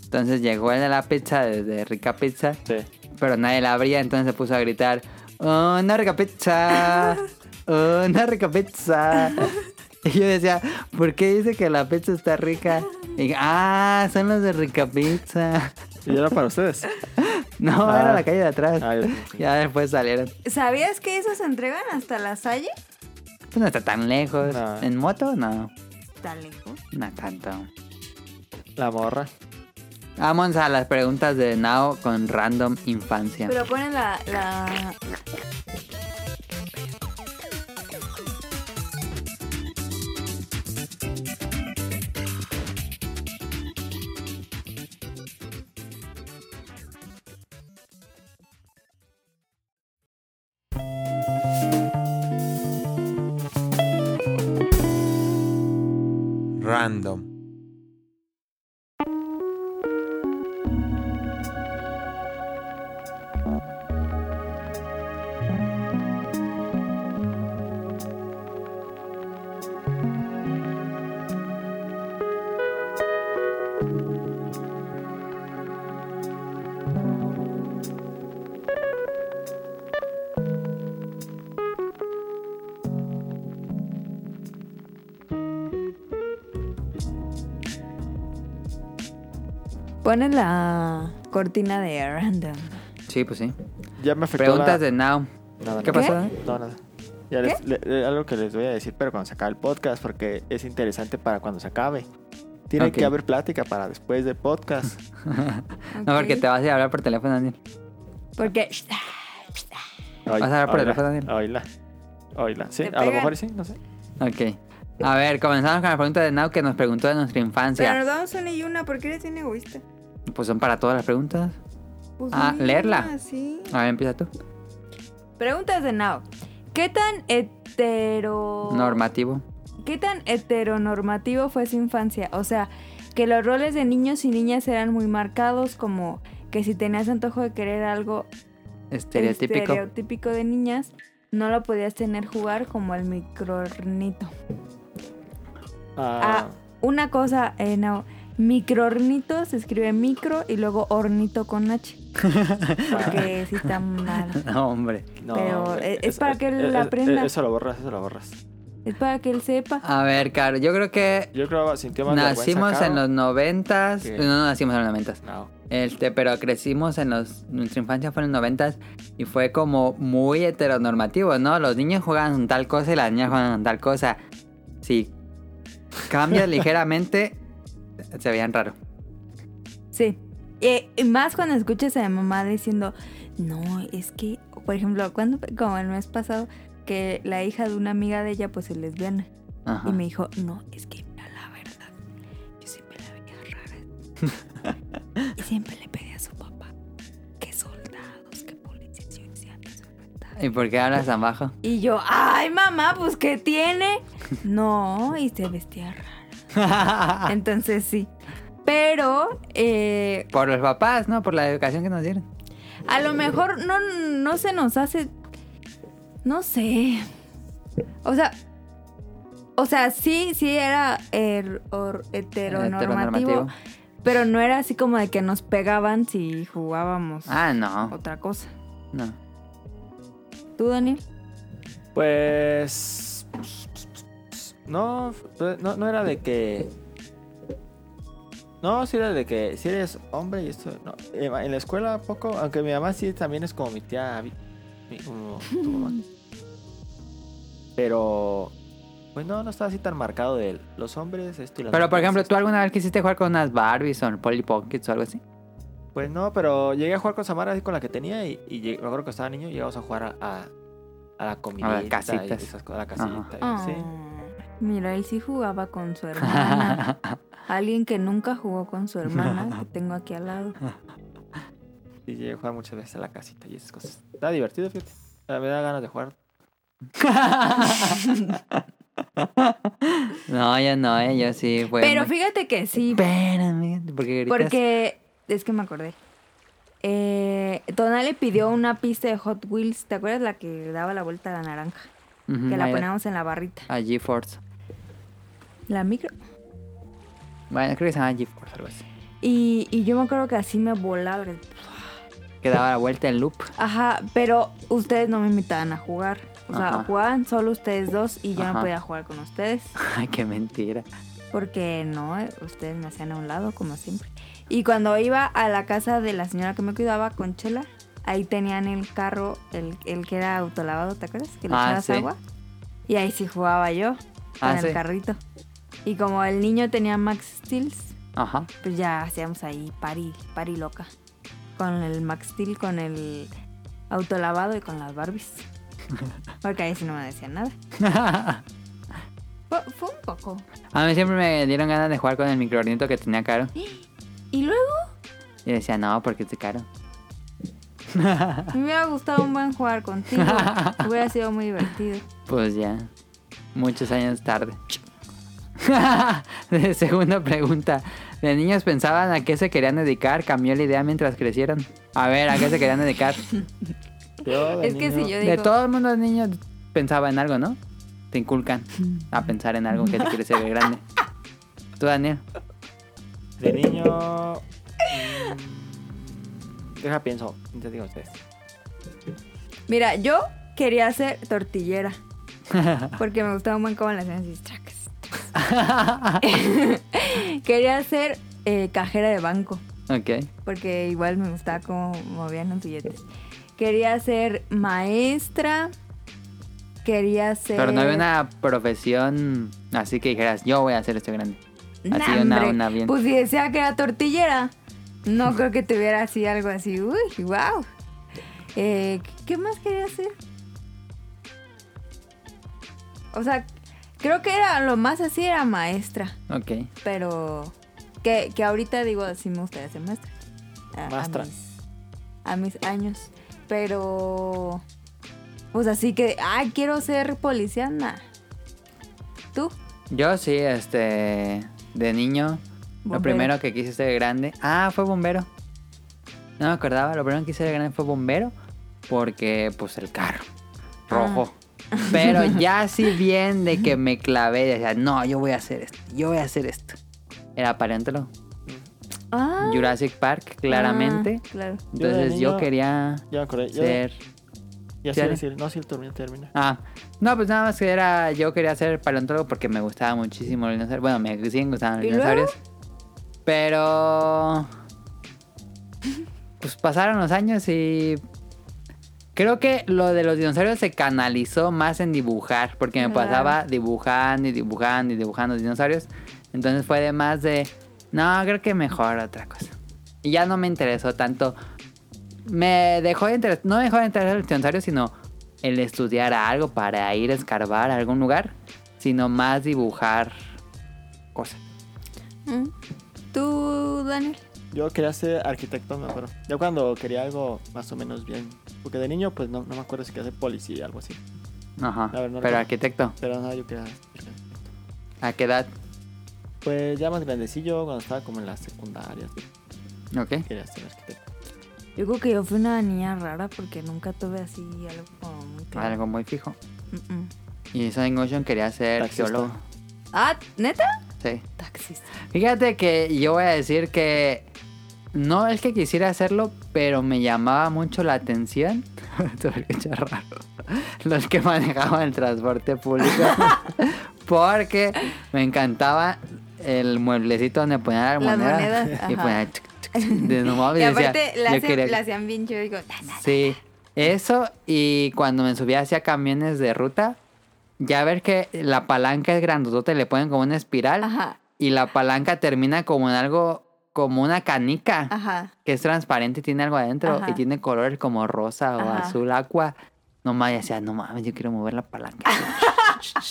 [SPEAKER 2] Entonces llegó el de la pizza, desde Rica Pizza,
[SPEAKER 3] sí.
[SPEAKER 2] pero nadie la abría, entonces se puso a gritar, "Oh, una rica pizza, oh, una rica pizza. Y yo decía, ¿por qué dice que la pizza está rica? Y, ah, son los de rica pizza.
[SPEAKER 3] ¿Y era para ustedes?
[SPEAKER 2] No,
[SPEAKER 3] Ah.
[SPEAKER 2] era la calle de atrás.
[SPEAKER 3] Ah, yo-
[SPEAKER 2] Ya después salieron.
[SPEAKER 4] ¿Sabías que esos se entregan hasta la salle?
[SPEAKER 2] Pues no está tan lejos.
[SPEAKER 3] No.
[SPEAKER 2] ¿En moto? No,
[SPEAKER 4] Está lejos.
[SPEAKER 2] no tanto.
[SPEAKER 3] La morra.
[SPEAKER 2] Vamos a las preguntas de Nao con random infancia.
[SPEAKER 4] Pero ponen la, la...
[SPEAKER 9] Random.
[SPEAKER 4] Ponen la cortina de random.
[SPEAKER 2] Sí, pues sí.
[SPEAKER 3] Ya me afectó
[SPEAKER 2] Preguntas
[SPEAKER 3] la-
[SPEAKER 2] de Nao.
[SPEAKER 3] Nada,
[SPEAKER 2] ¿Qué
[SPEAKER 3] nada.
[SPEAKER 2] pasó?
[SPEAKER 3] No, nada. Ya les- le- le- algo que les voy a decir, pero cuando se acabe el podcast, porque es interesante para cuando se acabe. Tiene
[SPEAKER 2] Ok.
[SPEAKER 3] que haber plática para después del podcast.
[SPEAKER 2] No, porque te vas a ir a hablar por teléfono, Daniel.
[SPEAKER 1] Porque
[SPEAKER 4] ah,
[SPEAKER 2] Vas
[SPEAKER 3] Ay,
[SPEAKER 2] a hablar por
[SPEAKER 3] oíla,
[SPEAKER 2] teléfono, Daniel.
[SPEAKER 3] Oíla. Oíla. Sí,
[SPEAKER 1] Te
[SPEAKER 3] a lo
[SPEAKER 1] pegan.
[SPEAKER 3] mejor sí, no sé.
[SPEAKER 2] Ok. A ver, comenzamos con la pregunta de Nau que nos preguntó de nuestra
[SPEAKER 4] Pero
[SPEAKER 2] infancia.
[SPEAKER 4] nos damos una y una, ¿por qué eres bien egoísta?
[SPEAKER 2] Pues son para todas las preguntas.
[SPEAKER 4] Pues
[SPEAKER 2] Ah,
[SPEAKER 4] una y
[SPEAKER 2] leerla.
[SPEAKER 4] una, sí.
[SPEAKER 2] A ver, empieza tú.
[SPEAKER 4] Preguntas de Nao. ¿Qué tan hetero...
[SPEAKER 2] Normativo.
[SPEAKER 4] ¿Qué tan heteronormativo fue su infancia? O sea, que los roles de niños y niñas eran muy marcados, como que si tenías antojo de querer algo
[SPEAKER 2] Estereotípico.
[SPEAKER 4] estereotípico de niñas, no lo podías tener jugar como el microornito. Ah,
[SPEAKER 3] Ah,
[SPEAKER 4] una cosa, eh, no. Microornito se escribe micro y luego hornito con H.
[SPEAKER 3] ah.
[SPEAKER 4] Porque sí está mal.
[SPEAKER 2] No, hombre.
[SPEAKER 3] no,
[SPEAKER 4] pero
[SPEAKER 3] hombre,
[SPEAKER 4] es- es
[SPEAKER 3] eso-
[SPEAKER 4] para que él
[SPEAKER 3] es- es-
[SPEAKER 4] aprenda.
[SPEAKER 3] Eso lo borras, eso lo borras.
[SPEAKER 4] Es para que él sepa.
[SPEAKER 2] A ver, Caro, yo creo que
[SPEAKER 3] Yo creo que sintió más
[SPEAKER 2] nacimos
[SPEAKER 3] vergüenza,
[SPEAKER 2] en los
[SPEAKER 3] Caro.
[SPEAKER 2] noventas.
[SPEAKER 3] Sí.
[SPEAKER 2] No, no nacimos en los noventas.
[SPEAKER 3] No.
[SPEAKER 2] Este, pero crecimos en los. Nuestra infancia fue en los noventas y fue como muy heteronormativo, ¿no? Los niños jugaban con tal cosa y las niñas jugaban con tal cosa. Si cambias ligeramente, se veían raro.
[SPEAKER 4] Sí. Eh, y más cuando escuchas a mi mamá diciendo, no, es que, por ejemplo, cuando, como el mes pasado, que la hija de una amiga de ella, pues es lesbiana.
[SPEAKER 2] Ajá.
[SPEAKER 4] Y me dijo, no, es que mira, la verdad, yo siempre la veía rara. y siempre le pedía a su papá que soldados, que policías, y decía, "No soy rata".
[SPEAKER 2] ¿Y por qué hablas tan bajo?
[SPEAKER 4] Y yo, ay, mamá, pues ¿qué tiene? no, y se vestía rara. Entonces sí. Pero, eh,
[SPEAKER 2] Por los papás, ¿no? Por la educación que nos dieron.
[SPEAKER 4] A lo mejor no, no se nos hace. No sé. O sea. O sea, sí, sí era er- or- heteronormativo,
[SPEAKER 2] Heteronormativo.
[SPEAKER 4] Pero no era así como de que nos pegaban si jugábamos
[SPEAKER 2] Ah, no.
[SPEAKER 4] otra cosa.
[SPEAKER 2] No.
[SPEAKER 4] ¿Tú, Daniel?
[SPEAKER 3] Pues. No, pues, no, no era de que. No, sí era de que si eres hombre y esto. no. En en la escuela poco, aunque mi mamá sí también es como mi tía. Abby, mi- como tu mamá. Pero. Pues no, no estaba así tan marcado de los hombres, esto y las
[SPEAKER 2] Pero por
[SPEAKER 3] mujeres,
[SPEAKER 2] ejemplo,
[SPEAKER 3] esto.
[SPEAKER 2] ¿tú alguna vez quisiste jugar con unas Barbies o Polly Pockets o algo así?
[SPEAKER 3] Pues no, pero llegué a jugar con Samara así con la que tenía y, y llegué- me acuerdo que estaba niño y íbamos a jugar a, a, a la comida.
[SPEAKER 2] casitas.
[SPEAKER 3] a la casita.
[SPEAKER 4] Ah,
[SPEAKER 3] Sí.
[SPEAKER 4] Mira, él sí jugaba con su hermana. Alguien que nunca jugó con su hermana, que tengo aquí al lado.
[SPEAKER 3] Y llegué a jugar muchas veces a la casita y esas cosas. Está divertido, fíjate. O sea, Me da ganas de jugar.
[SPEAKER 2] No, yo no, ¿eh? Yo sí fue.
[SPEAKER 4] Pero
[SPEAKER 2] muy-
[SPEAKER 4] fíjate que sí,
[SPEAKER 2] Espérame, porque gritas.
[SPEAKER 4] Porque es que me acordé. Eh, Tonale pidió una pista de Hot Wheels, ¿te acuerdas la que daba la vuelta a la naranja?
[SPEAKER 2] Ujú,
[SPEAKER 4] Que la
[SPEAKER 2] ahí-
[SPEAKER 4] poníamos en la barrita.
[SPEAKER 2] A GeForce.
[SPEAKER 4] La micro.
[SPEAKER 2] Bueno, creo que se llama GeForce, algo así.
[SPEAKER 4] Y, y yo me acuerdo que así me volaba.
[SPEAKER 2] Que daba la vuelta en loop.
[SPEAKER 4] Ajá, pero ustedes no me invitaban a jugar. O sea,
[SPEAKER 2] Ajá.
[SPEAKER 4] jugaban solo ustedes dos y yo
[SPEAKER 2] Ajá.
[SPEAKER 4] no podía jugar con ustedes.
[SPEAKER 2] Ay, qué mentira.
[SPEAKER 4] Porque no, eh, ustedes me hacían a un lado, como siempre. Y cuando iba a la casa de la señora que me cuidaba, Conchela, ahí tenían el carro, el, el que era autolavado, ¿te acuerdas? Que le
[SPEAKER 2] Ah,
[SPEAKER 4] echabas
[SPEAKER 2] sí.
[SPEAKER 4] agua. Y ahí sí jugaba yo, con
[SPEAKER 2] Ah,
[SPEAKER 4] el
[SPEAKER 2] sí.
[SPEAKER 4] carrito. Y como el niño tenía Max Steels,
[SPEAKER 2] Ajá.
[SPEAKER 4] pues ya hacíamos ahí pari, pari loca. Con el Max Steel, con el autolavado y con las Barbies. Porque ahí sí no me decían nada. Fue, fue un poco.
[SPEAKER 2] A mí siempre me dieron ganas de jugar con el microornito que tenía caro.
[SPEAKER 4] Y luego
[SPEAKER 2] Y decía, no, porque es de caro.
[SPEAKER 4] Me hubiera gustado un buen jugar contigo. hubiera sido muy divertido.
[SPEAKER 2] Pues ya, muchos años tarde. De Segunda pregunta. ¿De niños pensaban a qué se querían dedicar? ¿Cambió la idea mientras crecieron? A ver, ¿a qué se querían dedicar?
[SPEAKER 3] Yo de
[SPEAKER 4] es que si
[SPEAKER 3] niño-
[SPEAKER 4] yo digo.
[SPEAKER 2] De todo el mundo de niños pensaba en algo, ¿no? Te inculcan a pensar en algo que te quieres ser de grande. ¿Tú, Daniel?
[SPEAKER 3] De niño. mm, Deja pienso. Te digo ustedes.
[SPEAKER 4] Mira, yo quería ser tortillera. Porque me gustaba un buen cómo las hacían así, tracas, tracas. quería ser eh, cajera de banco.
[SPEAKER 2] Ok.
[SPEAKER 4] Porque igual me gustaba cómo movían los billetes. Quería ser maestra. Quería ser.
[SPEAKER 2] Pero no había una profesión así que dijeras, yo voy a hacer esto grande. Así
[SPEAKER 4] Nah,
[SPEAKER 2] una,
[SPEAKER 4] hombre,
[SPEAKER 2] una bien.
[SPEAKER 4] Pues si decía que era tortillera, no creo que tuviera así algo así. Uy, wow. ¿Qué más quería hacer? O sea, creo que era lo más así, era maestra.
[SPEAKER 2] Ok.
[SPEAKER 4] Pero que, que ahorita digo, sí me gustaría ser maestra. A, a
[SPEAKER 2] Maestra.
[SPEAKER 4] mis- A, mis, años. Pero. Pues así que, ay, quiero ser policía, nah. ¿Tú?
[SPEAKER 2] Yo sí, este. De niño, lo
[SPEAKER 4] Bombero.
[SPEAKER 2] primero que quise ser de grande. Ah, fue bombero. No me acordaba, lo primero que quise ser de grande fue bombero. Porque, pues, el carro.
[SPEAKER 4] Ah.
[SPEAKER 2] Rojo. Pero ya así bien de que me clavé y decía, no, yo voy a hacer esto, yo voy a hacer esto. Era paréntelo.
[SPEAKER 4] Ah.
[SPEAKER 2] Jurassic Park, claramente.
[SPEAKER 4] Ah, claro.
[SPEAKER 3] Yo de
[SPEAKER 2] Entonces yo,
[SPEAKER 3] niño-
[SPEAKER 2] quería
[SPEAKER 3] Ya me acordé, yo de-
[SPEAKER 2] ser.
[SPEAKER 3] Y así
[SPEAKER 2] ¿Qué era?
[SPEAKER 3] decir, no, si termina, termina.
[SPEAKER 2] Ah, no, pues nada más que era. Yo quería ser paleontólogo porque me gustaba muchísimo los dinosaurios. Bueno, me siguen gustando los
[SPEAKER 4] ¿Y luego?
[SPEAKER 2] dinosaurios. Pero. Pues pasaron los años y. Creo que lo de los dinosaurios se canalizó más en dibujar, porque me
[SPEAKER 10] Claro.
[SPEAKER 2] pasaba dibujando y dibujando y dibujando los dinosaurios. Entonces fue de más de. No, creo que mejor otra cosa. Y ya no me interesó tanto. Me dejó de interesar. No me dejó de interesar los dinosaurios, sino el estudiar algo para ir a escarbar a algún lugar, sino más dibujar cosas.
[SPEAKER 4] Mm. ¿Tú, Daniel?
[SPEAKER 3] Yo quería ser arquitecto, me acuerdo. Yo cuando quería algo más o menos bien. Porque de niño, pues no, no me acuerdo si quería ser policía o algo así.
[SPEAKER 2] Ajá.
[SPEAKER 3] La verdad, no
[SPEAKER 2] Pero
[SPEAKER 3] recuerdo.
[SPEAKER 2] arquitecto,
[SPEAKER 3] Pero no, yo quería ser arquitecto.
[SPEAKER 2] ¿a qué edad?
[SPEAKER 3] Pues ya más grandecillo, cuando estaba como en la secundaria. así,
[SPEAKER 2] Ok.
[SPEAKER 3] Quería ser arquitecto.
[SPEAKER 4] Yo creo que yo fui una niña rara porque nunca tuve así algo como muy claro.
[SPEAKER 2] Algo muy fijo.
[SPEAKER 4] Mm-mm.
[SPEAKER 2] Y Sonic Ocean quería ser
[SPEAKER 3] Taxista.
[SPEAKER 2] geólogo.
[SPEAKER 4] Ah, ¿neta?
[SPEAKER 2] Sí.
[SPEAKER 4] Taxista.
[SPEAKER 2] Fíjate que yo voy a decir que no es que quisiera hacerlo, pero me llamaba mucho la atención. Se va a escuchar raro. Los que manejaban el transporte público. porque me encantaba el mueblecito donde ponían las
[SPEAKER 4] Las
[SPEAKER 2] monedas.
[SPEAKER 4] monedas,
[SPEAKER 2] y
[SPEAKER 4] ajá.
[SPEAKER 2] ponían chuc, chuc, chuc, de no mames,
[SPEAKER 4] Y
[SPEAKER 2] decía,
[SPEAKER 4] aparte la,
[SPEAKER 2] yo
[SPEAKER 4] hacen,
[SPEAKER 2] quería-
[SPEAKER 4] la hacían bien chido. Digo,
[SPEAKER 2] Sí, eso y cuando me subía hacia camiones de ruta, ya ver que la palanca es grandotota y le ponen como una espiral
[SPEAKER 4] Ajá.
[SPEAKER 2] y la palanca termina como en algo, como una canica
[SPEAKER 4] ajá.
[SPEAKER 2] que es transparente y tiene algo adentro
[SPEAKER 4] Ajá.
[SPEAKER 2] y tiene colores como rosa o
[SPEAKER 4] Ajá.
[SPEAKER 2] azul agua. No mames, yo decía, no mames, yo quiero mover la palanca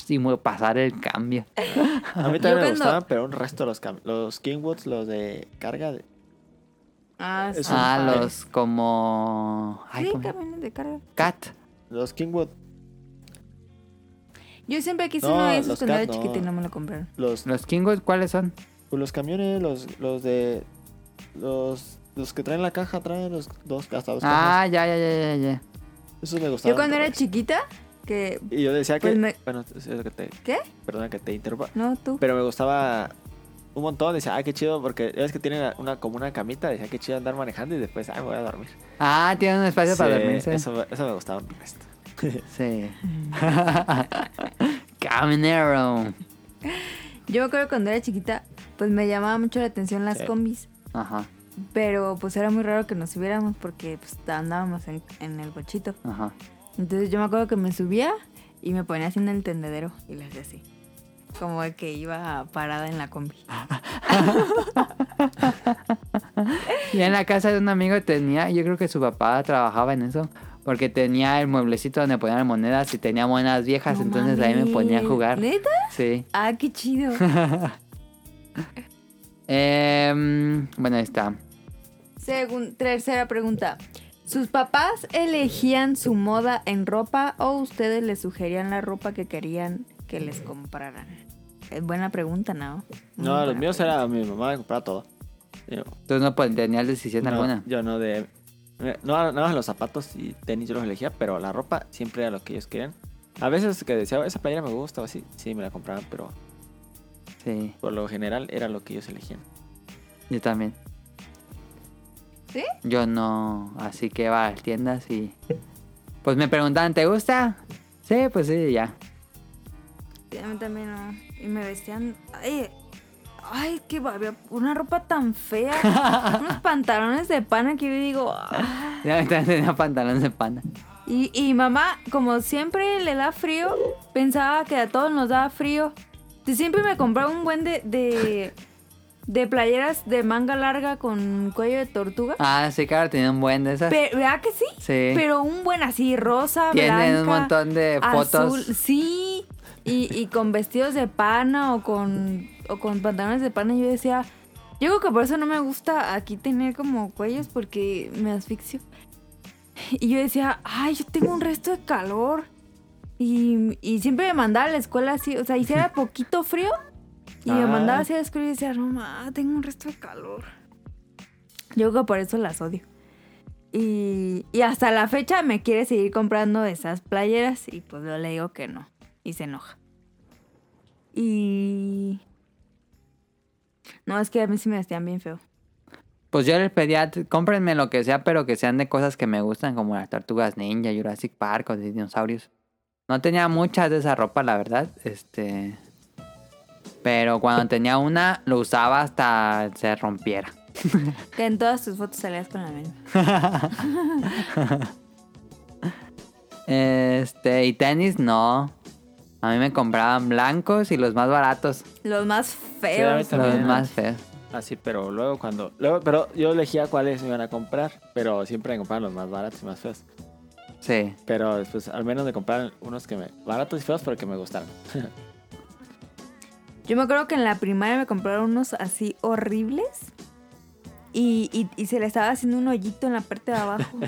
[SPEAKER 2] y mu- pasar el cambio.
[SPEAKER 3] A mí
[SPEAKER 2] Yo
[SPEAKER 3] también me
[SPEAKER 2] cuando-
[SPEAKER 3] gustaban, pero un resto de los, cam- los Kingwoods, los de carga. De...
[SPEAKER 4] Ah,
[SPEAKER 3] Eso.
[SPEAKER 2] Ah, los como... Ay,
[SPEAKER 4] sí,
[SPEAKER 2] ¿cómo se llama?
[SPEAKER 4] camiones de carga.
[SPEAKER 2] Cat.
[SPEAKER 3] Los Kingwood,
[SPEAKER 4] Yo siempre quise
[SPEAKER 3] No,
[SPEAKER 4] uno de esos
[SPEAKER 3] los
[SPEAKER 4] cuando
[SPEAKER 3] cat
[SPEAKER 4] era chiquita y
[SPEAKER 3] no.
[SPEAKER 4] no me lo compraron.
[SPEAKER 3] los, pues,
[SPEAKER 2] ¿Los Kingos cuáles son?
[SPEAKER 3] los camiones, los, los de. Los, los que traen la caja, traen los dos hasta dos cajas.
[SPEAKER 2] Ah, ya, ya, ya, ya, ya.
[SPEAKER 3] Eso me gustaba.
[SPEAKER 4] Yo cuando era chiquita, que...
[SPEAKER 3] Y yo decía que.
[SPEAKER 4] Pues me-
[SPEAKER 3] Bueno, es lo que te-
[SPEAKER 4] ¿Qué?
[SPEAKER 3] perdona que te interrumpa.
[SPEAKER 4] No, tú.
[SPEAKER 3] Pero me gustaba un montón. Decía, ah, qué chido, porque es que tienen una, como una camita. Decía, qué chido andar manejando y después, ah, me voy a dormir.
[SPEAKER 2] Ah, tienen un espacio para
[SPEAKER 3] Sí,
[SPEAKER 2] dormirse.
[SPEAKER 3] Eso, me- eso me gustaba un resto.
[SPEAKER 2] Sí. Caminero.
[SPEAKER 4] Yo creo que cuando era chiquita, pues me llamaba mucho la atención las
[SPEAKER 2] Sí.
[SPEAKER 4] combis.
[SPEAKER 2] Ajá,
[SPEAKER 4] Pero pues era muy raro que nos subiéramos porque pues andábamos en, en el bochito.
[SPEAKER 2] ajá.
[SPEAKER 4] Entonces yo me acuerdo que me subía y me ponía así en el tendedero y le hacía así. Como de que iba parada en la combi.
[SPEAKER 2] Ah, Y en la casa de un amigo tenía, yo creo que su papá trabajaba en eso, porque tenía el mueblecito donde ponían monedas y tenía monedas viejas, entonces ahí me ponía a jugar.
[SPEAKER 4] ¿Neta?
[SPEAKER 2] Sí.
[SPEAKER 4] Ah, qué chido.
[SPEAKER 2] Em, bueno, ahí está.
[SPEAKER 4] Según, tercera pregunta. ¿Sus papás elegían su moda en ropa o ustedes les sugerían la ropa que querían que les compraran? Es buena pregunta, ¿no? Muy
[SPEAKER 3] No, los
[SPEAKER 4] buena
[SPEAKER 3] míos era mi mamá me compraba todo. Yo,
[SPEAKER 2] Entonces no pues, tenías decisión
[SPEAKER 3] no,
[SPEAKER 2] alguna.
[SPEAKER 3] yo no de. eh, No, nada más los zapatos y tenis yo los elegía, pero la ropa siempre era lo que ellos querían. A veces que decía, esa playera me gusta o así, sí me la compraban, pero
[SPEAKER 2] Sí,
[SPEAKER 3] por lo general era lo que ellos elegían.
[SPEAKER 2] yo también.
[SPEAKER 4] ¿Sí?
[SPEAKER 2] Yo no, así que va a las tiendas y... Pues me preguntaban, ¿te gusta? Sí, pues sí, ya.
[SPEAKER 4] Sí, A mí también no. Y me vestían. Ay, ay, que había una ropa tan fea. unos pantalones de pana que yo digo. ah.
[SPEAKER 2] Ya también tenía pantalones de panda.
[SPEAKER 4] Y, y mamá, como siempre le da frío, pensaba que a todos nos daba frío. Siempre me compraba un buen de, de, de playeras de manga larga con cuello de tortuga.
[SPEAKER 2] Ah, sí, claro, tiene un buen de esas.
[SPEAKER 4] Pe- ¿Verdad que sí?
[SPEAKER 2] Sí.
[SPEAKER 4] Pero un buen así, rosa,
[SPEAKER 2] Tienen
[SPEAKER 4] blanca.
[SPEAKER 2] un montón de
[SPEAKER 4] azul,
[SPEAKER 2] fotos.
[SPEAKER 4] Sí. Y, y con vestidos de pana o con, o con pantalones de pana. Yo decía, yo creo que por eso no me gusta aquí tener como cuellos porque me asfixio. Y yo decía, ay, yo tengo un resto de calor. Y, y siempre me mandaba a la escuela así, o sea, hiciera poquito frío. Y me
[SPEAKER 13] Ah.
[SPEAKER 4] mandaba así a la escuela y decía, no, ma, tengo un resto de calor. Yo creo que por eso las odio. Y, y hasta la fecha me quiere seguir comprando esas playeras y pues yo le digo que no. Y se enoja. Y... No, es que a mí sí me vestían bien feo.
[SPEAKER 2] Pues yo les pedía, cómprenme lo que sea, pero que sean de cosas que me gustan, como las tortugas ninja, Jurassic Park o de dinosaurios. No tenía muchas de esa ropa, la verdad. Este. Pero cuando tenía una, lo usaba hasta se rompiera.
[SPEAKER 4] Que en todas tus fotos salías con la misma.
[SPEAKER 2] Este, y tenis, no. A mí me compraban blancos y los más baratos.
[SPEAKER 4] Los más
[SPEAKER 3] Sí, a mí
[SPEAKER 4] feos.
[SPEAKER 3] también.
[SPEAKER 2] Los más feos.
[SPEAKER 3] Así, pero luego cuando... Luego, pero yo elegía cuáles me iban a comprar, pero siempre me compraban los más baratos y más feos.
[SPEAKER 2] Sí.
[SPEAKER 3] Pero después, al menos me compraron unos que me... Baratos y feos, pero que me gustaron.
[SPEAKER 4] Yo me acuerdo que en la primaria me compraron unos así horribles. Y, y- y se le estaba haciendo un hoyito en la parte de abajo.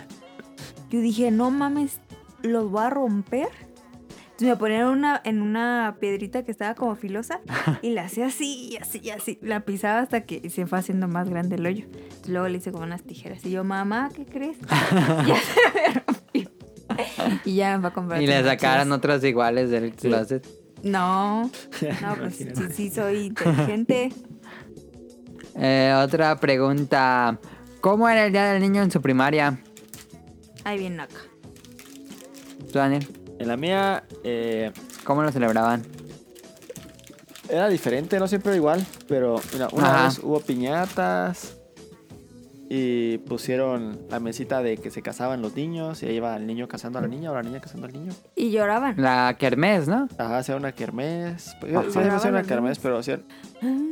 [SPEAKER 4] Yo dije, no mames, los voy a romper. Entonces me ponían una, en una piedrita que estaba como filosa y la hacía así, y así, y así. La pisaba hasta que se fue haciendo más grande el hoyo. Entonces, luego le hice con unas tijeras. Y yo, mamá, ¿qué crees? ya se me rompió. Y ya me va a comprar.
[SPEAKER 2] Y le
[SPEAKER 4] otras
[SPEAKER 2] sacaron otros iguales del closet.
[SPEAKER 4] No, no, pues sí, sí soy inteligente.
[SPEAKER 2] Eh, otra pregunta. ¿Cómo era el día del niño en su primaria?
[SPEAKER 4] Ahí viene acá.
[SPEAKER 2] ¿Tú, Daniel?
[SPEAKER 3] En la mía, eh,
[SPEAKER 2] ¿Cómo lo celebraban?
[SPEAKER 3] Era diferente, no siempre era igual, pero mira, una
[SPEAKER 2] Ajá.
[SPEAKER 3] vez hubo piñatas y pusieron la mesita de que se casaban los niños y ahí iba el niño casando a la niña o la niña casando al niño.
[SPEAKER 4] Y lloraban.
[SPEAKER 2] La kermés, ¿no?
[SPEAKER 3] Ajá, hacía una kermés. Pues,
[SPEAKER 2] Ajá.
[SPEAKER 3] yo- sí, hacía
[SPEAKER 4] ¿Lloraban
[SPEAKER 3] una
[SPEAKER 4] los
[SPEAKER 3] kermés, pero hacían...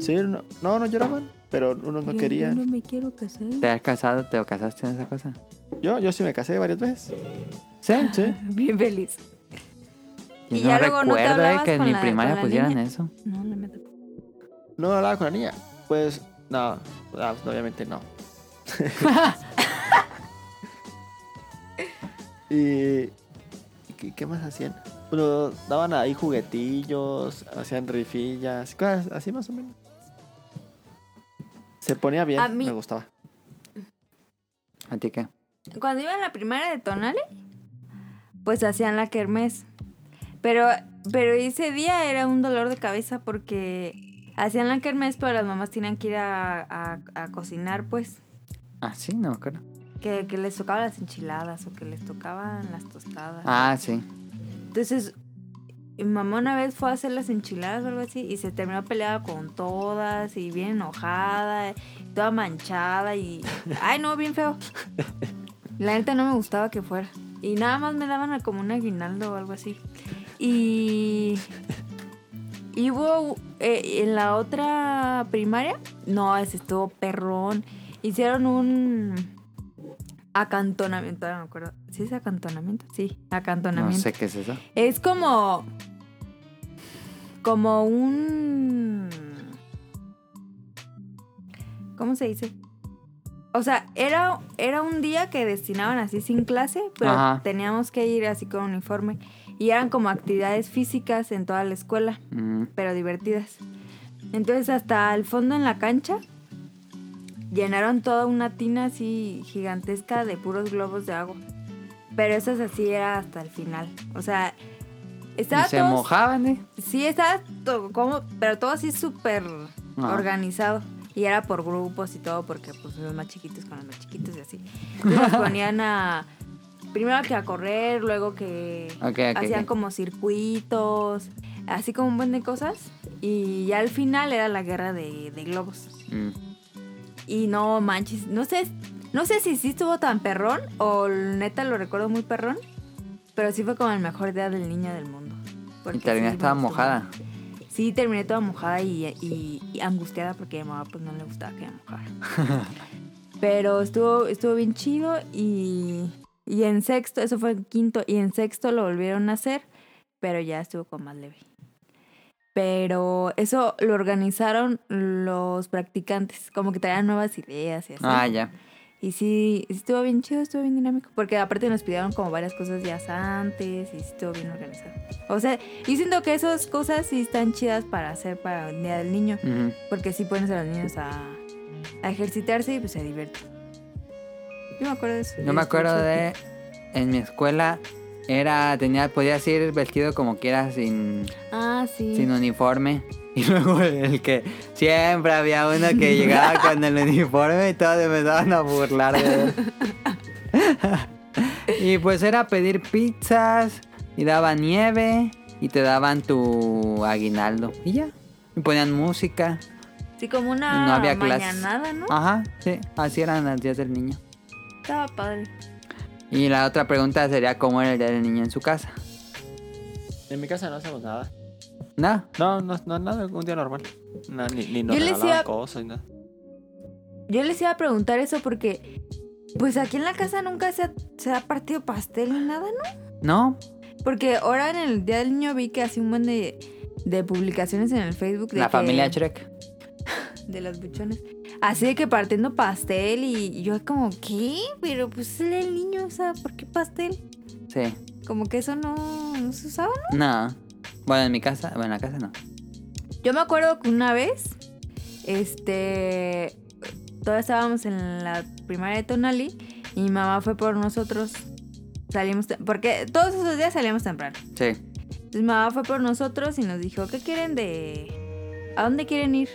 [SPEAKER 3] Sí, no, no, no lloraban, pero unos no
[SPEAKER 4] Yo
[SPEAKER 3] querían.
[SPEAKER 4] No me quiero casar.
[SPEAKER 2] ¿Te has casado? ¿Te casaste en esa cosa?
[SPEAKER 3] Yo, yo sí me casé varias veces.
[SPEAKER 2] Sí.
[SPEAKER 3] Sí.
[SPEAKER 4] Bien feliz.
[SPEAKER 2] Yo
[SPEAKER 4] Y ya luego no te
[SPEAKER 2] recuerdo eh,
[SPEAKER 4] hablabas
[SPEAKER 2] que en
[SPEAKER 4] con
[SPEAKER 2] mi
[SPEAKER 4] la-
[SPEAKER 2] primaria
[SPEAKER 4] con la
[SPEAKER 2] pusieran
[SPEAKER 4] niña.
[SPEAKER 2] eso.
[SPEAKER 4] No, no me tocó.
[SPEAKER 3] No hablaba con la niña. Pues, no, ah, obviamente no. y. ¿qué, qué más hacían? Bueno, daban ahí juguetillos, hacían rifillas, cosas así más o menos. Se ponía bien,
[SPEAKER 4] A mí-
[SPEAKER 3] me gustaba.
[SPEAKER 2] ¿A ti qué?
[SPEAKER 4] Cuando iba a la primaria de Tonale, pues hacían la kermés. Pero, pero ese día era un dolor de cabeza porque hacían la kermés, pero las mamás tenían que ir a, a- a cocinar, pues.
[SPEAKER 2] Ah, sí, no me acuerdo.
[SPEAKER 4] Que, que les tocaban las enchiladas o que les tocaban las tostadas.
[SPEAKER 2] Ah, sí.
[SPEAKER 4] Entonces, mi mamá una vez fue a hacer las enchiladas o algo así y se terminó peleada con todas y bien enojada, toda manchada y... Ay, no, bien feo. La neta no me gustaba que fuera. Y nada más me daban a como un aguinaldo o algo así. Y... Y hubo eh, en la otra primaria, no, ese estuvo perrón. Hicieron un acantonamiento, ahora no me acuerdo. ¿Sí es acantonamiento? Sí,
[SPEAKER 2] No
[SPEAKER 4] acantonamiento.
[SPEAKER 2] sé qué es eso.
[SPEAKER 4] Es como. Como un. ¿Cómo se dice? O sea, era, era un día que destinaban así sin clase, pero
[SPEAKER 2] Ajá.
[SPEAKER 4] teníamos que ir así con uniforme. Y eran como actividades físicas en toda la escuela,
[SPEAKER 2] Mm.
[SPEAKER 4] pero divertidas. Entonces hasta el fondo en la cancha llenaron toda una tina así gigantesca de puros globos de agua. Pero eso así era hasta el final. O sea, estaba
[SPEAKER 2] Y se
[SPEAKER 4] todo-
[SPEAKER 2] mojaban, ¿eh?
[SPEAKER 4] Sí, estaba todo como, pero todo así súper
[SPEAKER 2] Ajá.
[SPEAKER 4] organizado. Y era por grupos y todo, porque pues los más chiquitos con los más chiquitos y así. Entonces los ponían a. Primero que a correr, luego que
[SPEAKER 2] Ok, ok,
[SPEAKER 4] hacían
[SPEAKER 2] ok.
[SPEAKER 4] como circuitos, así como un buen de cosas. Y ya al final era la guerra de, de globos.
[SPEAKER 2] Mm.
[SPEAKER 4] Y no manches, no sé, no sé si sí estuvo tan perrón o neta lo recuerdo muy perrón, pero sí fue como el mejor día del niño del mundo.
[SPEAKER 2] Y
[SPEAKER 4] porque
[SPEAKER 2] terminé
[SPEAKER 4] sí me
[SPEAKER 2] estaba
[SPEAKER 4] gustó
[SPEAKER 2] mojada.
[SPEAKER 4] mucho. sí terminé toda mojada y, y- y angustiada porque a mi mamá pues, no le gustaba que me mojara. Pero estuvo, estuvo bien chido y, y en sexto, eso fue en quinto, y en sexto lo volvieron a hacer, pero ya estuvo con más leve. Pero eso lo organizaron los practicantes, como que traían nuevas ideas y así.
[SPEAKER 2] Ah, ya.
[SPEAKER 4] Y sí, sí estuvo bien chido, estuvo bien dinámico. Porque aparte nos pidieron como varias cosas días antes y sí estuvo bien organizado. O sea, yo siento que esas cosas sí están chidas para hacer para el Día del Niño.
[SPEAKER 2] Ujú.
[SPEAKER 4] Porque sí pones a los niños a, a ejercitarse y pues se divierten. Yo me acuerdo de eso.
[SPEAKER 2] Yo me acuerdo de en mi escuela era tenía podías ir vestido como quieras sin
[SPEAKER 4] Ah, sí.
[SPEAKER 2] sin uniforme y luego el, el que siempre había uno que llegaba con el uniforme y todos empezaban a burlar de él. y pues era pedir pizzas y daban nieve y te daban tu aguinaldo y ya y ponían música
[SPEAKER 4] Sí, como una
[SPEAKER 2] no había clases
[SPEAKER 4] Ah, mañanada, ¿no?
[SPEAKER 2] ajá sí así eran las días del niño
[SPEAKER 4] Estaba padre.
[SPEAKER 2] y la otra pregunta sería cómo era el día del niño en su casa
[SPEAKER 3] En mi casa no hacemos nada.
[SPEAKER 2] ¿No?
[SPEAKER 3] No, no, no, nada, un día normal. No, ni, ni nos
[SPEAKER 4] Yo les
[SPEAKER 3] regalaban
[SPEAKER 4] iba-
[SPEAKER 3] cosas ni nada.
[SPEAKER 4] Yo les iba a preguntar eso porque, pues aquí en la casa nunca se ha, se ha partido pastel ni nada, ¿no?
[SPEAKER 2] ¿No?
[SPEAKER 4] Porque ahora en el Día del Niño vi que hacía un buen de, de publicaciones en el Facebook. De
[SPEAKER 2] La
[SPEAKER 4] que-
[SPEAKER 2] familia Shrek.
[SPEAKER 4] De los buchones. Así de que partiendo pastel y yo como, ¿qué? Pero pues es el niño, o sea, ¿por qué pastel?
[SPEAKER 2] Sí.
[SPEAKER 4] Como que eso no, no se usaba, ¿no?
[SPEAKER 2] No. Bueno, en mi casa, bueno, en la casa no.
[SPEAKER 4] Yo me acuerdo que una vez, este, todos estábamos en la primaria de Tonali y mi mamá fue por nosotros. Salimos, tem- porque todos esos días salíamos temprano.
[SPEAKER 2] Sí.
[SPEAKER 4] Entonces mi mamá fue por nosotros y nos dijo, ¿qué quieren de... ¿A dónde quieren ir?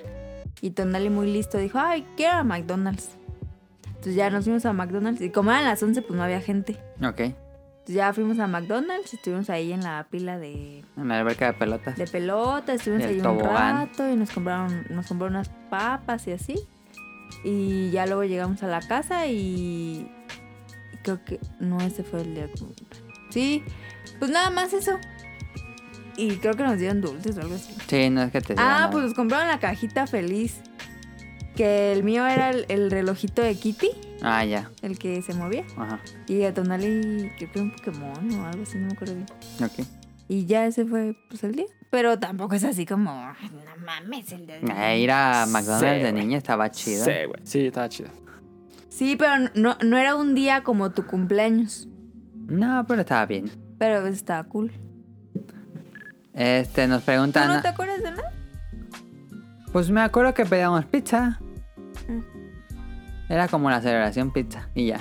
[SPEAKER 4] Y Tonali muy listo dijo, ay, quiero a McDonald's. Entonces ya nos fuimos a McDonald's y como eran las 11 pues no había gente.
[SPEAKER 2] Ok.
[SPEAKER 4] Entonces ya fuimos a McDonald's, estuvimos ahí en la pila de
[SPEAKER 2] En la alberca de pelotas.
[SPEAKER 4] de pelota, estuvimos
[SPEAKER 2] Del
[SPEAKER 4] ahí un
[SPEAKER 2] tobogán.
[SPEAKER 4] rato y nos compraron, nos compraron unas papas y así. Y ya luego llegamos a la casa y y creo que no ese fue el día. como- Sí, pues nada más eso. Y creo que nos dieron dulces o algo así.
[SPEAKER 2] Sí, no es que te diga
[SPEAKER 4] Ah,
[SPEAKER 2] nada.
[SPEAKER 4] pues nos compraron la cajita feliz. Que el mío era el, el relojito de Kitty,
[SPEAKER 2] Ah, ya.
[SPEAKER 4] el que se movía.
[SPEAKER 2] Ajá.
[SPEAKER 4] Y de Tonali, creo que era un Pokémon o algo así, no me acuerdo bien.
[SPEAKER 2] Ok.
[SPEAKER 4] Y ya ese fue pues, el día. Pero tampoco es así como, "Ay, no mames, el día del niño".
[SPEAKER 2] Eh, ir a McDonald's
[SPEAKER 3] Sí,
[SPEAKER 2] de
[SPEAKER 3] güey.
[SPEAKER 2] niña estaba chido.
[SPEAKER 3] Sí, güey. Sí, estaba chido.
[SPEAKER 4] Sí, pero no, no era un día como tu cumpleaños.
[SPEAKER 2] No, pero estaba bien.
[SPEAKER 4] Pero pues, estaba cool.
[SPEAKER 2] Este, nos
[SPEAKER 4] ¿Tú
[SPEAKER 2] preguntan.
[SPEAKER 4] no te acuerdas de nada?
[SPEAKER 2] Pues me acuerdo que pedíamos pizza.
[SPEAKER 4] Mm.
[SPEAKER 2] Era como la celebración pizza y ya.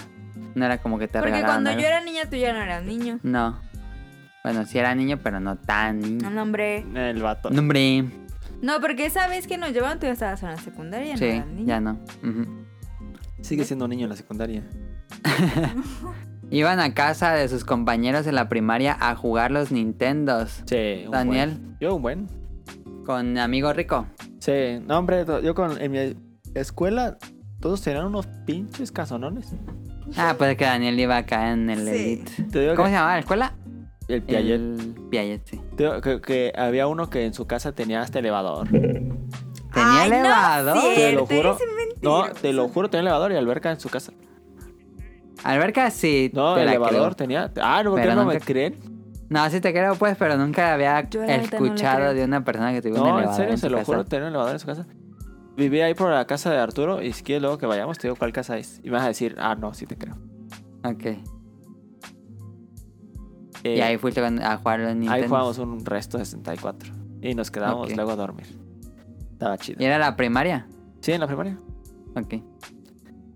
[SPEAKER 2] No era como que te
[SPEAKER 4] Porque
[SPEAKER 2] regalaban
[SPEAKER 4] cuando
[SPEAKER 2] algo.
[SPEAKER 4] yo era niña, tú ya no eras niño.
[SPEAKER 2] No. Bueno, sí era niño, pero no tan niño.
[SPEAKER 4] No, hombre.
[SPEAKER 3] El vato.
[SPEAKER 2] No, hombre.
[SPEAKER 4] No, porque esa vez que nos llevaron, tú ya estabas en la secundaria, no
[SPEAKER 2] Sí,
[SPEAKER 4] eras niño.
[SPEAKER 2] ya no. Ujú.
[SPEAKER 3] Sigue siendo niño en la secundaria.
[SPEAKER 2] Iban a casa de sus compañeros en la primaria a jugar los Nintendos.
[SPEAKER 3] Sí, un
[SPEAKER 2] Daniel.
[SPEAKER 3] buen. Yo un buen.
[SPEAKER 2] Con amigo rico.
[SPEAKER 3] Sí, no, hombre, to- yo con, en mi escuela todos tenían unos pinches casonones.
[SPEAKER 2] Ah, pues es que Daniel iba acá en el
[SPEAKER 3] Sí.
[SPEAKER 2] Elite.
[SPEAKER 3] Te digo
[SPEAKER 2] ¿Cómo
[SPEAKER 3] que-
[SPEAKER 2] se llamaba la escuela?
[SPEAKER 3] El Piaget.
[SPEAKER 2] El Piaget, sí.
[SPEAKER 3] Te digo que, que había uno que en su casa tenía hasta elevador.
[SPEAKER 2] ¿Tenía
[SPEAKER 4] Ay, no,
[SPEAKER 2] elevador?
[SPEAKER 3] Te lo juro. No, te lo juro, tenía elevador y alberca en su casa.
[SPEAKER 2] Alberca sí.
[SPEAKER 3] No,
[SPEAKER 2] te la
[SPEAKER 3] elevador
[SPEAKER 2] creo.
[SPEAKER 3] tenía. Ah, no, ¿por qué
[SPEAKER 2] Pero
[SPEAKER 3] no
[SPEAKER 2] nunca-
[SPEAKER 3] me creen?
[SPEAKER 2] No, sí te creo, pues, pero nunca había
[SPEAKER 4] Yo la neta no le
[SPEAKER 2] escuchado
[SPEAKER 4] creo.
[SPEAKER 2] de una persona que tuviera un
[SPEAKER 3] No, en
[SPEAKER 2] elevador.
[SPEAKER 3] serio,
[SPEAKER 2] su
[SPEAKER 3] se lo
[SPEAKER 2] casa.
[SPEAKER 3] juro, tenía un elevador en su casa. Vivía ahí por la casa de Arturo y si quieres luego que vayamos te digo cuál casa es. Y me vas a decir, ah, no, sí te creo.
[SPEAKER 2] Ok.
[SPEAKER 3] Eh,
[SPEAKER 2] y ahí fuiste con- a jugar los Nintendo.
[SPEAKER 3] ahí jugamos un resto de 64 y nos quedamos
[SPEAKER 2] Ok.
[SPEAKER 3] luego a dormir. Estaba chido.
[SPEAKER 2] ¿Y era la primaria?
[SPEAKER 3] Sí, en la primaria.
[SPEAKER 2] Ok.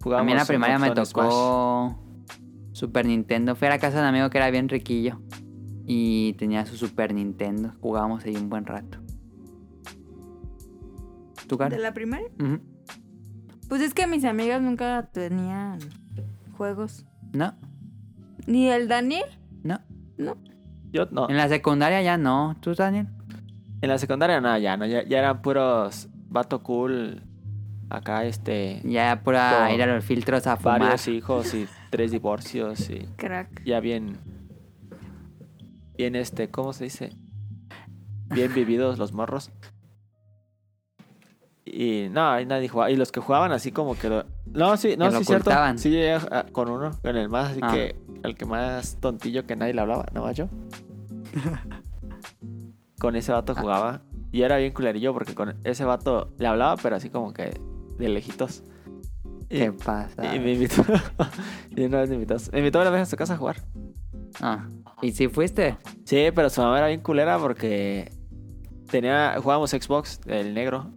[SPEAKER 3] Jugábamos
[SPEAKER 2] a mí en la
[SPEAKER 3] un
[SPEAKER 2] primaria me
[SPEAKER 3] montón de
[SPEAKER 2] tocó Super Nintendo. Fui a la casa de un amigo que era bien riquillo. Y tenía su Super Nintendo. Jugábamos ahí un buen rato. ¿Tu cara?
[SPEAKER 4] ¿De la primaria?
[SPEAKER 2] Ujú.
[SPEAKER 4] Pues es que mis amigas nunca tenían juegos.
[SPEAKER 2] No,
[SPEAKER 4] ¿Ni el Daniel?
[SPEAKER 2] no.
[SPEAKER 4] No.
[SPEAKER 3] Yo no.
[SPEAKER 2] En la secundaria ya no. ¿Tú, Daniel?
[SPEAKER 3] En la secundaria no, ya no, ya, ya eran puros vato cool. Acá este.
[SPEAKER 2] Ya pura
[SPEAKER 3] con
[SPEAKER 2] ir a los filtros a fumar.
[SPEAKER 3] Varios hijos y tres divorcios y
[SPEAKER 4] Crack.
[SPEAKER 3] ya bien. Bien este, ¿cómo se dice? Bien vividos los morros. Y no, ahí nadie jugaba. Y los que jugaban así como que lo... No, sí, no,
[SPEAKER 2] Que lo
[SPEAKER 3] sí, es cierto.
[SPEAKER 2] ocultaban.
[SPEAKER 3] Sí, llegué a- a- con uno, con el más, así
[SPEAKER 2] Ah.
[SPEAKER 3] que el que más tontillo que nadie le hablaba, no más yo. con ese vato jugaba. Y era bien culerillo porque con ese vato le hablaba, pero así como que de lejitos. Y-
[SPEAKER 2] ¿Qué pasa?
[SPEAKER 3] Y me invitó. y una vez me invitó. Me invitó una vez a su casa a jugar.
[SPEAKER 2] Ah, ¿y si fuiste?
[SPEAKER 3] Sí, pero su mamá era bien culera porque tenía, jugábamos Xbox, el negro.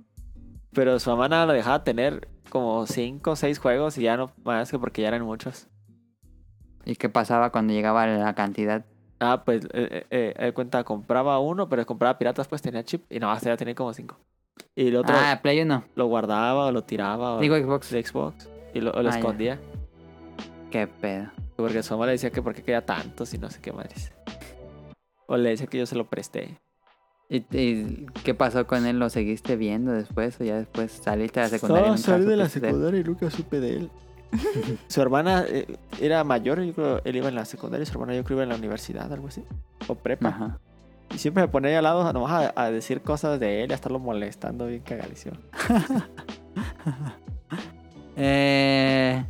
[SPEAKER 3] Pero su mamá nada lo dejaba tener como 5 o 6 juegos y ya no más que porque ya eran muchos.
[SPEAKER 2] ¿Y qué pasaba cuando llegaba la cantidad?
[SPEAKER 3] Ah, pues, eh, eh, eh, él cuenta, compraba uno, pero compraba piratas, pues tenía chip y nada más tenía como 5. Y el otro
[SPEAKER 2] Ah, Play 1.
[SPEAKER 3] lo guardaba o lo tiraba o
[SPEAKER 2] Digo Xbox.
[SPEAKER 3] de Xbox y lo, o lo
[SPEAKER 2] Ah, ya.
[SPEAKER 3] escondía.
[SPEAKER 2] ¿Qué pedo?
[SPEAKER 3] Porque su mamá le decía que por qué quería tantos y no sé qué madres. O le decía que yo se lo presté.
[SPEAKER 2] ¿Y, y qué pasó con él? ¿Lo seguiste viendo después o ya después saliste de la secundaria? nunca supiste de él?
[SPEAKER 3] y nunca supe de él. su hermana eh, era mayor, yo creo, él iba en la secundaria, su hermana yo creo iba en la universidad, algo así, o prepa.
[SPEAKER 2] Ajá.
[SPEAKER 3] Y siempre me ponía ahí al lado nomás a, a decir cosas de él, a estarlo molestando bien cagalicio.
[SPEAKER 2] Eh,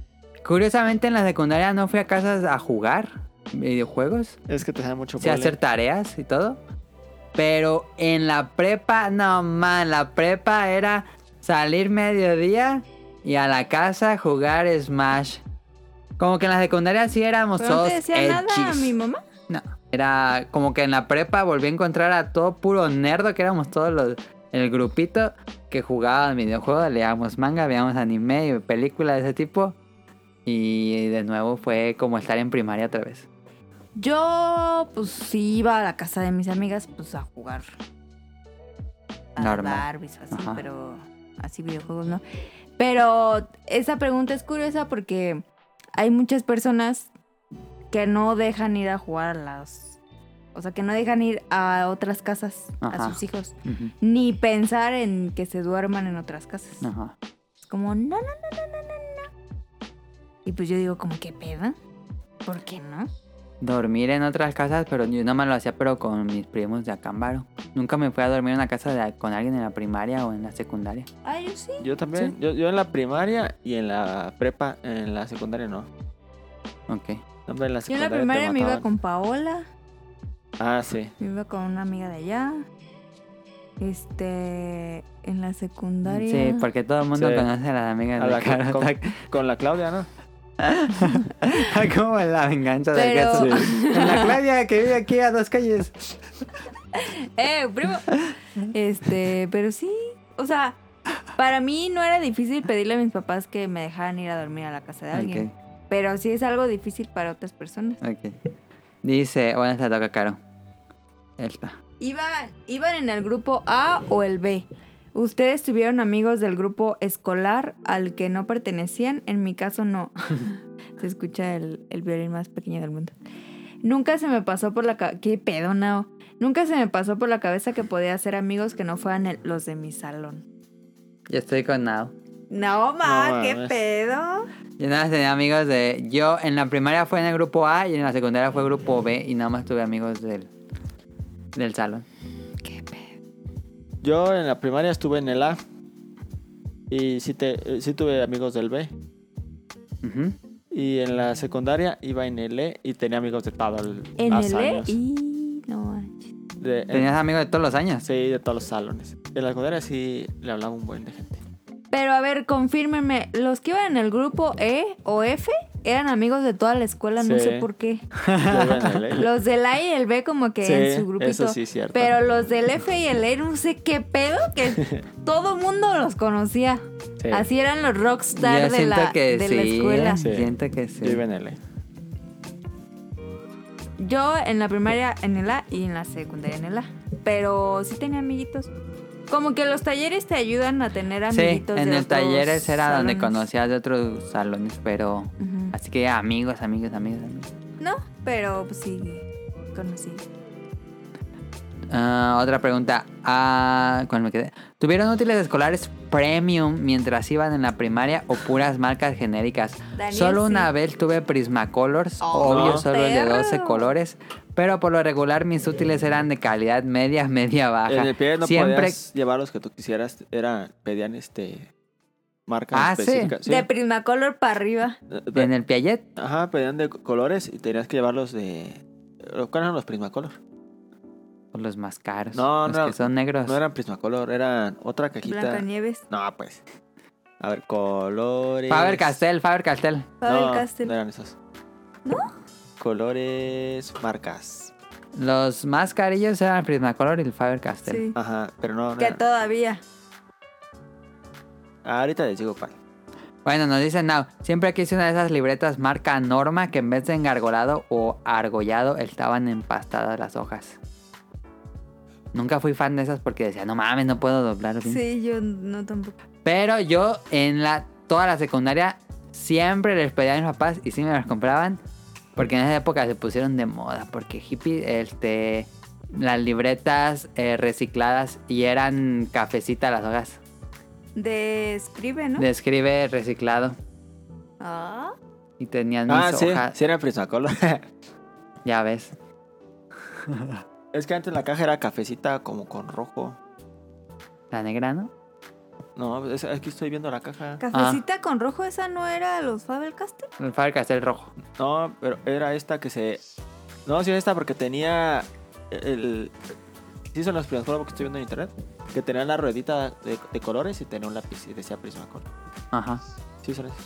[SPEAKER 2] curiosamente en la secundaria no fui a casas a jugar videojuegos,
[SPEAKER 3] Es que te da mucho
[SPEAKER 2] sí a
[SPEAKER 3] problema.
[SPEAKER 2] hacer tareas y todo. Pero en la prepa, no man, la prepa era salir mediodía y a la casa jugar Smash. Como que en la secundaria sí éramos
[SPEAKER 14] Pero no
[SPEAKER 2] todos
[SPEAKER 14] te decía nada a
[SPEAKER 2] edgys.
[SPEAKER 14] mi mamá.
[SPEAKER 2] No, era como que en la prepa volví a encontrar a todo puro nerdo que éramos todos los el grupito que jugaba videojuegos, leíamos manga, veíamos anime y películas de ese tipo. Y de nuevo fue como estar en primaria otra vez.
[SPEAKER 4] Yo, pues sí, iba a la casa de mis amigas, pues a jugar. A las
[SPEAKER 2] Normal.
[SPEAKER 4] Barbies o así,
[SPEAKER 2] Ajá.
[SPEAKER 4] pero así videojuegos, ¿no? Pero esa pregunta es curiosa porque hay muchas personas que no dejan ir a jugar a las. O sea, que no dejan ir a otras casas
[SPEAKER 2] Ajá.
[SPEAKER 4] a sus hijos.
[SPEAKER 2] Ujú,
[SPEAKER 4] Ni pensar en que se duerman en otras casas.
[SPEAKER 2] Ajá.
[SPEAKER 4] Es como, no, no, no, no, no, no, no. Y pues yo digo, como, ¿qué peda? ¿Por qué no?
[SPEAKER 2] Dormir en otras casas, pero yo no me lo hacía, pero con mis primos de Acámbaro. Nunca me fui a dormir en una casa de- con alguien en la primaria o en la secundaria.
[SPEAKER 4] Ay, yo sí.
[SPEAKER 3] Yo también, yo, yo en la primaria y en la prepa, en la secundaria no.
[SPEAKER 2] Ok.
[SPEAKER 3] Hombre, en la
[SPEAKER 4] Yo en la
[SPEAKER 3] secundaria te
[SPEAKER 4] primaria me iba
[SPEAKER 3] mataban.
[SPEAKER 4] con Paola,
[SPEAKER 3] Ah, sí.
[SPEAKER 4] me iba con una amiga de allá. Este, en la secundaria.
[SPEAKER 2] Sí, porque todo el mundo
[SPEAKER 3] Sí.
[SPEAKER 2] conoce a las amigas
[SPEAKER 3] A
[SPEAKER 2] de
[SPEAKER 3] la-
[SPEAKER 2] Caro.
[SPEAKER 3] con, con la Claudia, ¿no?
[SPEAKER 2] Está como en la venganza del
[SPEAKER 4] Pero-
[SPEAKER 2] gato. En la Claudia que vive aquí a dos calles.
[SPEAKER 4] ¡Eh, primo! Este, pero sí, o sea, para mí no era difícil pedirle a mis papás que me dejaran ir a dormir a la casa de alguien. Pero sí es algo difícil para otras personas.
[SPEAKER 2] Ok, ok. Dice, bueno, esta toca caro. Esta.
[SPEAKER 4] ¿Iban, ¿Iban en el grupo A o el B? ¿Ustedes tuvieron amigos del grupo escolar al que no pertenecían? En mi caso no. se escucha el, el violín más pequeño del mundo. Nunca se me pasó por la cabeza... ¿Qué pedo, Nao? Nunca se me pasó por la cabeza que podía hacer amigos que no fueran el- los de mi salón.
[SPEAKER 2] Yo estoy con Nao.
[SPEAKER 4] No, ma,
[SPEAKER 3] No
[SPEAKER 4] ¿qué
[SPEAKER 3] mames.
[SPEAKER 4] pedo?
[SPEAKER 2] Yo nada más tenía amigos de... Yo en la primaria fue en el grupo A y en la secundaria fue grupo B y nada más tuve amigos del, del salón.
[SPEAKER 4] ¿Qué pedo?
[SPEAKER 3] Yo en la primaria estuve en el A. Y sí, te, eh, sí tuve amigos del B.
[SPEAKER 2] Ujú.
[SPEAKER 3] Y en la secundaria iba en el E y tenía amigos de todos los
[SPEAKER 4] En el E
[SPEAKER 3] años.
[SPEAKER 4] y... No, manches.
[SPEAKER 3] De- en-
[SPEAKER 2] Tenías amigos de todos los años.
[SPEAKER 3] sí, de todos los salones. En la secundaria sí le hablaba un buen de gente.
[SPEAKER 4] Pero a ver, confírmenme, los que iban en el grupo E o F eran amigos de toda la escuela, no
[SPEAKER 3] Sí.
[SPEAKER 4] sé por qué.
[SPEAKER 3] Yo iba en el E.
[SPEAKER 4] Los del A y el B como que
[SPEAKER 3] Sí,
[SPEAKER 4] en su grupito.
[SPEAKER 3] eso sí es cierto.
[SPEAKER 4] Pero los del F y el E no sé qué pedo que todo mundo los conocía.
[SPEAKER 3] Sí,
[SPEAKER 4] Así eran los
[SPEAKER 2] Yo
[SPEAKER 4] rockstar de,
[SPEAKER 2] siento
[SPEAKER 4] la,
[SPEAKER 2] que
[SPEAKER 4] de
[SPEAKER 2] sí. ¿eh?
[SPEAKER 4] la escuela.
[SPEAKER 3] Sí.
[SPEAKER 2] Siento que sí.
[SPEAKER 3] Yo iba en el E.
[SPEAKER 4] Yo en la primaria en el A y en la secundaria en el A. Pero sí tenía amiguitos. Como que los talleres te ayudan a tener
[SPEAKER 2] Sí,
[SPEAKER 4] amiguitos.
[SPEAKER 2] en
[SPEAKER 4] de
[SPEAKER 2] el
[SPEAKER 4] otros
[SPEAKER 2] talleres era donde
[SPEAKER 4] salones.
[SPEAKER 2] conocías de otros salones, pero...
[SPEAKER 4] Ujú.
[SPEAKER 2] Así que amigos, amigos, amigos, amigos.
[SPEAKER 4] No, pero pues, sí conocí.
[SPEAKER 2] Ah, otra pregunta. Ah, ¿cuál me quedé? ¿Tuvieron útiles escolares premium mientras iban en la primaria o puras marcas genéricas?
[SPEAKER 4] Daniel,
[SPEAKER 2] solo
[SPEAKER 4] sí.
[SPEAKER 2] una vez tuve Prismacolors,
[SPEAKER 4] Oh,
[SPEAKER 2] obvio,
[SPEAKER 3] no.
[SPEAKER 2] solo el de
[SPEAKER 4] perro.
[SPEAKER 2] 12 colores, Pero por lo regular mis útiles eran de calidad media, media baja.
[SPEAKER 3] En el pie no
[SPEAKER 2] Siempre
[SPEAKER 3] podías llevar los que tú quisieras. Era, pedían este marcas
[SPEAKER 2] Ah, sí.
[SPEAKER 3] específicas.
[SPEAKER 4] De Prismacolor para arriba.
[SPEAKER 2] en el Piaget.
[SPEAKER 3] Ajá, pedían de colores y tenías que llevarlos de. ¿Cuáles eran los Prismacolor?
[SPEAKER 2] Por los más caros.
[SPEAKER 3] No,
[SPEAKER 2] los
[SPEAKER 3] no.
[SPEAKER 2] que son negros.
[SPEAKER 3] No eran Prismacolor, eran otra cajita.
[SPEAKER 4] Blancanieves.
[SPEAKER 3] No, pues. A ver, colores.
[SPEAKER 2] Faber Castell, Faber Castell.
[SPEAKER 3] No,
[SPEAKER 4] Faber-Castell.
[SPEAKER 3] no eran esos. Colores, marcas.
[SPEAKER 2] Los más carillos eran el Prismacolor y el Faber Castell.
[SPEAKER 4] Sí.
[SPEAKER 3] Ajá, pero no. no
[SPEAKER 4] Que
[SPEAKER 3] eran- Ah,
[SPEAKER 4] todavía.
[SPEAKER 3] Ahorita les digo cuál.
[SPEAKER 2] Bueno, nos dicen Now, siempre quise una de esas libretas marca Norma que en vez de engargolado o argollado estaban empastadas las hojas. Nunca fui fan de esas porque decía, no mames, no puedo doblar bien.
[SPEAKER 4] Sí, yo no tampoco.
[SPEAKER 2] Pero yo en la toda la secundaria siempre les pedía a mis papás y sí me las compraban. Porque en esa época se pusieron de moda. Porque hippie, este. Las libretas eh, recicladas y eran cafecita las hojas.
[SPEAKER 4] Describe, ¿no?
[SPEAKER 2] Describe reciclado.
[SPEAKER 4] Ah.
[SPEAKER 2] Y tenían mis
[SPEAKER 3] Ah, sí,
[SPEAKER 2] hojas.
[SPEAKER 3] sí era Prismacolor.
[SPEAKER 2] Ya ves.
[SPEAKER 3] es que antes la caja era cafecita como con rojo.
[SPEAKER 2] La negra, ¿no?
[SPEAKER 3] No, es, aquí estoy viendo la caja.
[SPEAKER 4] Cafecita con rojo, esa no era los Faber Castell.
[SPEAKER 2] El Faber Castell rojo.
[SPEAKER 3] No, pero era esta que se. No, sí, era esta porque tenía. El... Sí, son los Prismacolor porque estoy viendo en internet. Que tenían la ruedita de, de colores y tenía un lápiz y decía Prismacolor.
[SPEAKER 2] Ajá.
[SPEAKER 3] Sí, son esos.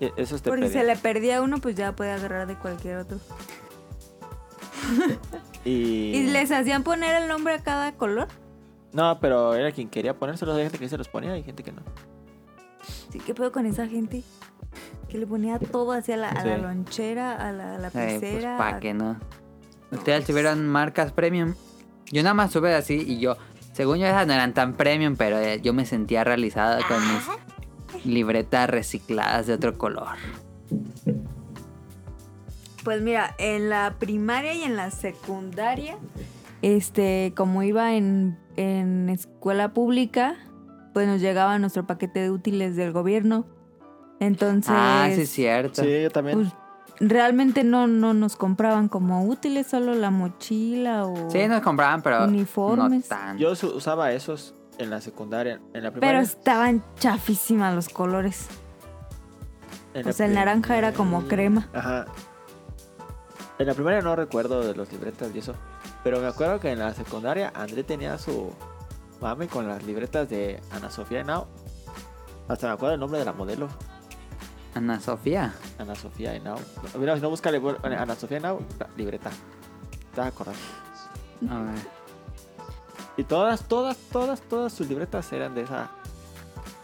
[SPEAKER 3] E- Esos te
[SPEAKER 4] Porque si
[SPEAKER 3] pedían.
[SPEAKER 4] se le perdía uno, pues ya puede agarrar de cualquier otro.
[SPEAKER 3] Y...
[SPEAKER 4] ¿Y les hacían poner el nombre a cada color?
[SPEAKER 3] No, pero era quien quería ponérselos. Hay gente que se los ponía y gente que no.
[SPEAKER 4] Sí, ¿qué pedo con esa gente? Que le ponía todo hacia la, a la
[SPEAKER 2] Sí.
[SPEAKER 4] lonchera, a la a la
[SPEAKER 2] Eh, pues
[SPEAKER 4] lapicera.
[SPEAKER 2] pa' que no. Ustedes tuvieron marcas premium. Yo nada más sube así y yo, según yo esas no eran tan premium, pero eh, yo me sentía realizada con mis libretas recicladas de otro color.
[SPEAKER 4] Pues mira, en la primaria y en la secundaria, este, como iba en, en escuela pública, pues nos llegaba nuestro paquete de útiles del gobierno. Entonces,
[SPEAKER 2] ah, sí, es cierto.
[SPEAKER 3] Sí, yo también.
[SPEAKER 4] realmente no, no nos compraban como útiles, solo la mochila o...
[SPEAKER 2] Sí, nos compraban, pero
[SPEAKER 4] Uniformes.
[SPEAKER 2] no tan.
[SPEAKER 3] Yo su- usaba esos en la secundaria. En la
[SPEAKER 4] Pero
[SPEAKER 3] primaria.
[SPEAKER 4] estaban chafísimas los colores.
[SPEAKER 3] la
[SPEAKER 4] O sea, Pues el naranja era como crema.
[SPEAKER 3] Ajá. En la primaria no recuerdo de los libretas y eso. Pero me acuerdo que en la secundaria André tenía su mame con las libretas de Ana Sofía Henao. Hasta me acuerdo el nombre de la modelo.
[SPEAKER 2] Ana Sofía.
[SPEAKER 3] Ana Sofía Henao. No, Mira, si no busca Ana Sofía Henao, la libreta. Te vas a acordar.
[SPEAKER 2] A ver,
[SPEAKER 3] Y todas, todas, todas, todas sus libretas eran de esa,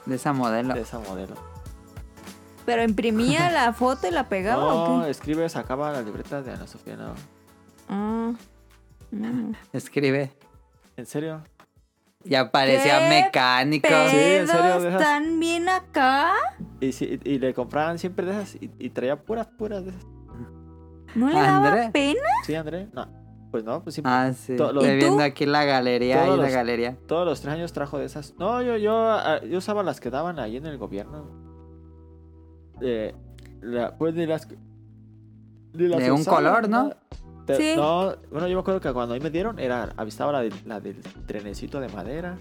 [SPEAKER 2] de esa modelo.
[SPEAKER 3] de esa modelo.
[SPEAKER 4] Pero imprimía la foto y la pegaba o
[SPEAKER 3] No,
[SPEAKER 4] qué?
[SPEAKER 3] escribe, sacaba las libretas de Ana Sofía Henao.
[SPEAKER 4] Ah, no.
[SPEAKER 2] Escribe.
[SPEAKER 3] ¿En serio?
[SPEAKER 2] Y aparecía
[SPEAKER 4] ¿Qué
[SPEAKER 2] mecánico.
[SPEAKER 3] Sí, en serio,
[SPEAKER 4] ¿Pedos
[SPEAKER 3] de esas-
[SPEAKER 4] están bien acá?
[SPEAKER 3] Y, sí- y- y le compraban siempre de esas y, y traía puras, puras de esas.
[SPEAKER 4] ¿No le daba
[SPEAKER 2] André.
[SPEAKER 4] pena?
[SPEAKER 3] ¿Sí, André? No. Pues no, pues siempre.
[SPEAKER 2] Ah, sí.
[SPEAKER 3] To- lo-
[SPEAKER 2] Estoy
[SPEAKER 3] ¿Y
[SPEAKER 4] tú?
[SPEAKER 2] viendo aquí la galería
[SPEAKER 3] Todos
[SPEAKER 2] y la
[SPEAKER 3] los-
[SPEAKER 2] galería.
[SPEAKER 3] Todos los tres años trajo de esas. No, yo, yo, ah, yo usaba las que daban ahí en el gobierno. Eh, la- pues ni las. ni las
[SPEAKER 2] De un
[SPEAKER 3] usaba,
[SPEAKER 2] color, ¿no?
[SPEAKER 3] Te-
[SPEAKER 4] Sí.
[SPEAKER 3] No, bueno, yo me acuerdo que cuando ahí me dieron, era, avistaba la, del- la del trenecito de madera.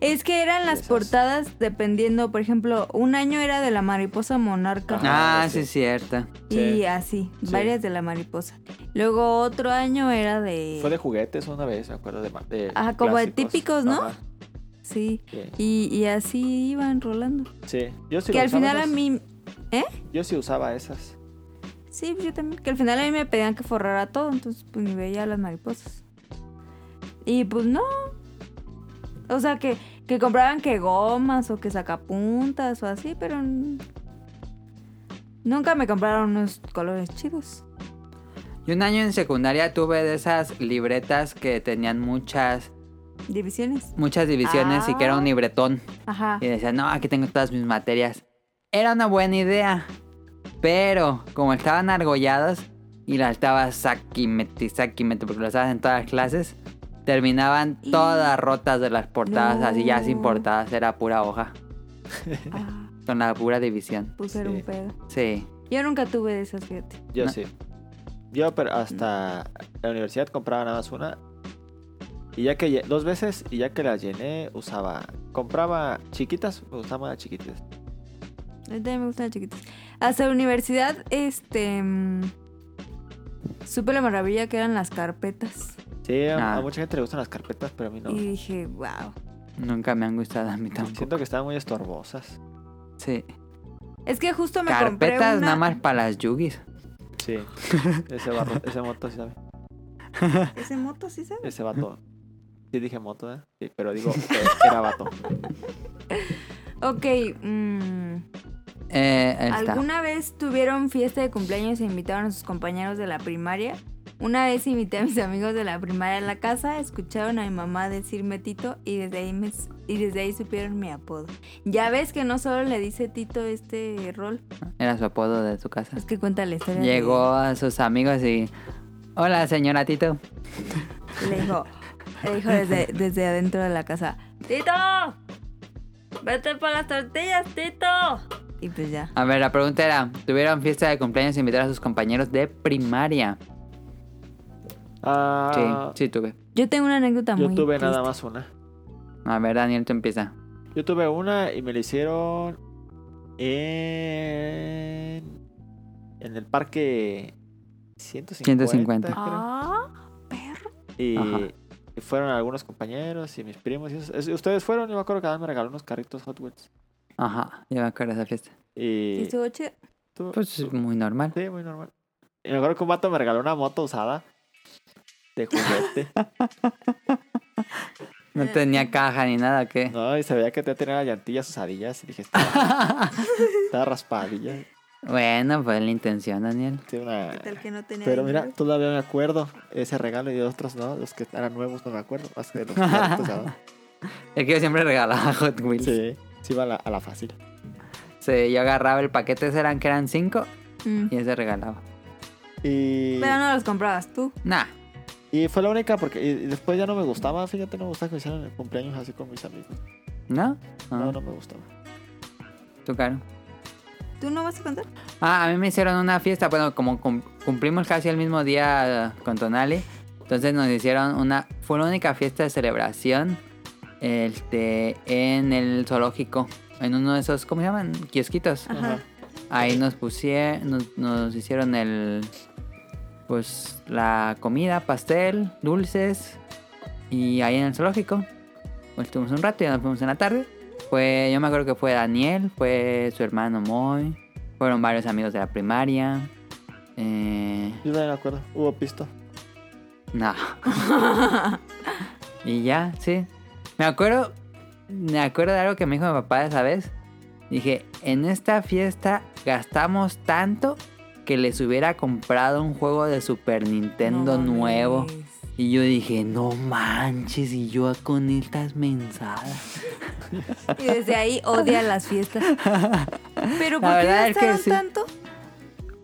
[SPEAKER 4] Es que eran las
[SPEAKER 3] esas.
[SPEAKER 4] portadas dependiendo, por ejemplo, un año era de la mariposa monarca
[SPEAKER 2] Ah,
[SPEAKER 3] Ah,
[SPEAKER 2] sí,
[SPEAKER 3] sí.
[SPEAKER 2] es cierto.
[SPEAKER 4] y así,
[SPEAKER 3] Sí.
[SPEAKER 4] varias de la mariposa. Luego otro año era de...
[SPEAKER 3] Fue de juguetes una vez, me acuerdo de. ma- de
[SPEAKER 4] Ajá, Ah, como de típicos, ¿no?
[SPEAKER 3] Ajá,
[SPEAKER 4] Sí,
[SPEAKER 3] sí.
[SPEAKER 4] y, y así iban rolando.
[SPEAKER 3] Sí, yo sí
[SPEAKER 4] que
[SPEAKER 3] lo
[SPEAKER 4] al
[SPEAKER 3] usaba
[SPEAKER 4] final a
[SPEAKER 3] esas.
[SPEAKER 4] mí...
[SPEAKER 3] Yo sí usaba esas.
[SPEAKER 4] Sí, yo también. Que al final a mí me pedían que forrara todo, entonces pues ni veía las mariposas. Y pues no. O sea, que, que compraban que gomas o que sacapuntas o así, pero... n- Nunca me compraron unos colores chidos.
[SPEAKER 2] Y un año en secundaria tuve de esas libretas que tenían muchas,
[SPEAKER 4] Divisiones.
[SPEAKER 2] muchas divisiones y que era un
[SPEAKER 4] Ah.
[SPEAKER 2] libretón.
[SPEAKER 4] Ajá.
[SPEAKER 2] Y decía, no, aquí tengo todas mis materias. Era una buena idea. Pero como estaban argolladas y las estabas saquimeti, saquimeti, porque las estabas en todas las clases, terminaban
[SPEAKER 4] Y-
[SPEAKER 2] todas rotas de las portadas, así ya sin
[SPEAKER 4] No.
[SPEAKER 2] portadas, era pura hoja,
[SPEAKER 4] Ah,
[SPEAKER 2] con la pura división.
[SPEAKER 4] pues era
[SPEAKER 3] Sí.
[SPEAKER 4] un pedo.
[SPEAKER 2] Sí.
[SPEAKER 4] Yo nunca tuve de esas, fíjate.
[SPEAKER 3] Yo
[SPEAKER 2] No.
[SPEAKER 3] sí. Yo pero hasta la universidad compraba nada más una. Y ya que lle- dos veces, y ya que las llené, usaba. Compraba chiquitas, me gustaban más las chiquitas.
[SPEAKER 4] A mí también me gustan las chiquitas. Hasta la universidad, este. mm, Supe la maravilla que eran las carpetas.
[SPEAKER 3] Sí, a-
[SPEAKER 2] Ah.
[SPEAKER 3] a mucha gente le gustan las carpetas, pero a mí no.
[SPEAKER 4] Y dije, wow.
[SPEAKER 2] Nunca me han gustado a mí tampoco.
[SPEAKER 3] Siento que estaban muy estorbosas.
[SPEAKER 2] Sí.
[SPEAKER 4] Es que justo me compré
[SPEAKER 2] Carpetas
[SPEAKER 4] una.
[SPEAKER 2] nada más para las yugis.
[SPEAKER 3] Sí. Ese, barro, ese moto, sí, sabe.
[SPEAKER 4] Ese moto sí sabe.
[SPEAKER 3] Ese vato. Sí dije moto, ¿eh? Sí, pero digo, eh, era vato.
[SPEAKER 4] Ok, mm,
[SPEAKER 2] Eh, ahí está.
[SPEAKER 4] ¿alguna vez tuvieron fiesta de cumpleaños e invitaron a sus compañeros de la primaria? Una vez invité a mis amigos de la primaria a la casa, escucharon a mi mamá decirme Tito y desde ahí me, y desde ahí supieron mi apodo. Ya ves que no solo le dice Tito este rol,
[SPEAKER 2] Era su apodo de su casa.
[SPEAKER 4] es que cuenta la historia. de-
[SPEAKER 2] Llegó a sus amigos y... Hola, señora Tito.
[SPEAKER 4] Le dijo, le dijo desde, desde adentro de la casa, Tito, vete para las tortillas, Tito. Y pues ya.
[SPEAKER 2] A ver, la pregunta era, ¿tuvieron fiesta de cumpleaños e invitaron a sus compañeros de primaria? Sí,
[SPEAKER 3] Ah,
[SPEAKER 2] sí tuve.
[SPEAKER 4] Yo tengo una anécdota
[SPEAKER 3] Yo
[SPEAKER 4] muy
[SPEAKER 3] tuve nada
[SPEAKER 4] triste.
[SPEAKER 3] más una.
[SPEAKER 2] A ver, Daniel, tú empieza.
[SPEAKER 3] Yo tuve una y me la hicieron en, en el parque 150.
[SPEAKER 2] 150.
[SPEAKER 3] creo.
[SPEAKER 4] Ah,
[SPEAKER 3] Y,
[SPEAKER 2] Ajá.
[SPEAKER 3] y fueron algunos compañeros y mis primos. y eso. Es- ustedes fueron, yo me acuerdo que Adán me regaló unos carritos Hot Wheels.
[SPEAKER 2] Ajá, ya me acuerdo de esa fiesta.
[SPEAKER 4] sí,
[SPEAKER 3] Y
[SPEAKER 4] estuvo chido.
[SPEAKER 3] tú-
[SPEAKER 2] Pues muy normal.
[SPEAKER 3] sí, muy normal. Y me acuerdo que un vato me regaló una moto usada de juguete. Eh.
[SPEAKER 2] No tenía caja ni nada, ¿qué?
[SPEAKER 3] no, y se veía que tenía las llantillas usadillas. Y dije, está, está raspadilla.
[SPEAKER 2] Bueno, fue la intención, Daniel.
[SPEAKER 3] Tiene una-
[SPEAKER 15] Tal que no tenía.
[SPEAKER 3] Pero
[SPEAKER 15] dinero.
[SPEAKER 3] mira, todavía me acuerdo ese regalo y de otros no, los que eran nuevos no me acuerdo, más que de los que eran usados.
[SPEAKER 2] Es que yo siempre regalaba Hot
[SPEAKER 4] Pues.
[SPEAKER 2] Wheels. Sí.
[SPEAKER 3] Sí, sí iba a la, a la fácil.
[SPEAKER 2] yo agarraba el paquete, ese eran que eran cinco,
[SPEAKER 4] Mm.
[SPEAKER 2] y ese regalaba.
[SPEAKER 3] Y,
[SPEAKER 4] Pero no los comprabas tú.
[SPEAKER 2] Nah,
[SPEAKER 3] y fue la única porque y- y después ya no me gustaba, fíjate, no me gustaba que me hicieran el cumpleaños así con mis amigos.
[SPEAKER 2] ¿no? Ah,
[SPEAKER 3] No, no me gustaba.
[SPEAKER 2] tú, Caro.
[SPEAKER 4] ¿Tú no vas a contar?
[SPEAKER 2] Ah, a mí me hicieron una fiesta, bueno, como cum- cumplimos casi el mismo día eh, con Tonali, entonces nos hicieron una, fue la única fiesta de celebración este, en el zoológico, en uno de esos, ¿cómo se llaman? Kiosquitos.
[SPEAKER 3] Ajá.
[SPEAKER 2] Ahí nos pusieron, nos, nos hicieron el, pues, la comida, pastel, dulces, y ahí en el zoológico. Pues, estuvimos un rato y ya nos fuimos en la tarde. Fue, yo me acuerdo que fue Daniel, fue su hermano Moy, fueron varios amigos de la primaria. Eh,
[SPEAKER 3] Yo también me acuerdo, hubo pisto.
[SPEAKER 2] no. y ya, sí. Me acuerdo, me acuerdo de algo que me dijo mi papá esa vez. Dije, en esta fiesta gastamos tanto que les hubiera comprado un juego de Super Nintendo
[SPEAKER 4] No mames.
[SPEAKER 2] nuevo. Y yo dije, no manches, y yo con estas mensadas.
[SPEAKER 4] Y desde ahí odia las fiestas. Pero
[SPEAKER 2] La
[SPEAKER 4] ¿por qué
[SPEAKER 2] verdad es que
[SPEAKER 4] gastaron
[SPEAKER 2] sí.
[SPEAKER 4] tanto?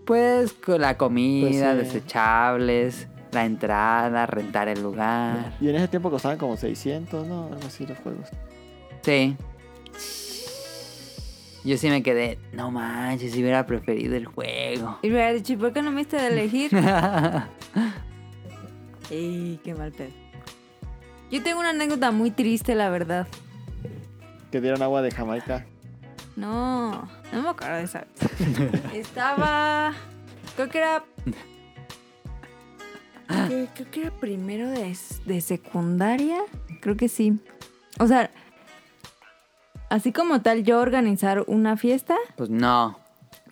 [SPEAKER 2] Pues con la comida,
[SPEAKER 3] Pues, eh.
[SPEAKER 2] desechables, la entrada, rentar el lugar.
[SPEAKER 3] Y en ese tiempo costaban como 600, ¿no? Algo así los juegos.
[SPEAKER 2] Sí. Yo sí me quedé, no manches, si hubiera preferido el juego.
[SPEAKER 4] Y me hubiera dicho, ¿y por qué no me diste de elegir? Ey, qué mal pedo. Yo tengo una anécdota muy triste, la verdad.
[SPEAKER 3] Que dieron agua de Jamaica.
[SPEAKER 4] No, no me acuerdo de esa. Estaba. Creo que era. que- Creo que era primero de, s- de secundaria. Creo que sí. O sea, así como tal, yo organizar una fiesta,
[SPEAKER 2] pues no.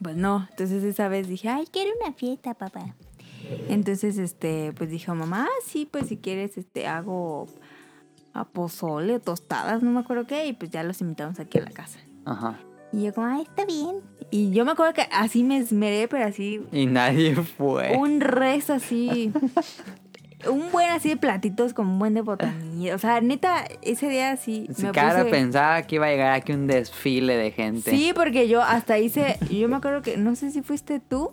[SPEAKER 4] pues no. Entonces esa vez dije, ay, quiero una fiesta, papá. Entonces, este, pues dije a mamá, "Ah, sí, pues si quieres, este, hago a pozole, tostadas, no me acuerdo qué, y pues ya los invitamos aquí a la casa.
[SPEAKER 2] Ajá.
[SPEAKER 4] Y yo como, ah, está bien. Y yo me acuerdo que así me esmeré, pero así,
[SPEAKER 2] Y nadie fue.
[SPEAKER 4] un res así, un buen así de platitos con un buen de botanía. O sea, neta, ese día así
[SPEAKER 2] Si cara pensaba que iba a llegar aquí un desfile de gente.
[SPEAKER 4] Sí, porque yo hasta hice, yo me acuerdo que, no sé si fuiste tú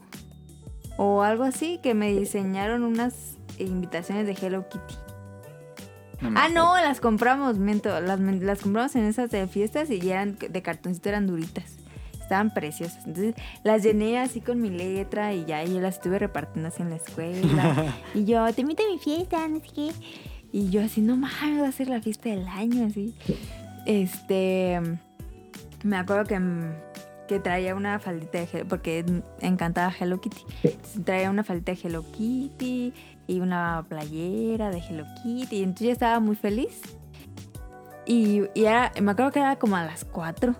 [SPEAKER 4] o algo así, que me diseñaron unas invitaciones de Hello Kitty.
[SPEAKER 2] No me
[SPEAKER 4] Ah,
[SPEAKER 2] acuerdo.
[SPEAKER 4] no, las compramos, miento, las, men- las compramos en esas de fiestas y ya eran de cartoncito, eran duritas. Estaban preciosas. Entonces las llené así con mi letra y ya y yo las estuve repartiendo así en la escuela. y yo, te invito a mi fiesta, no sé qué. Y yo así, no mames, va a ser la fiesta del año, así. Este, me acuerdo que, que traía una faldita de Hello porque encantaba Hello Kitty. Entonces, traía una faldita de Hello Kitty y una playera de Hello Kitty. Y entonces yo estaba muy feliz. Y, y era, me acuerdo que era como a las 4.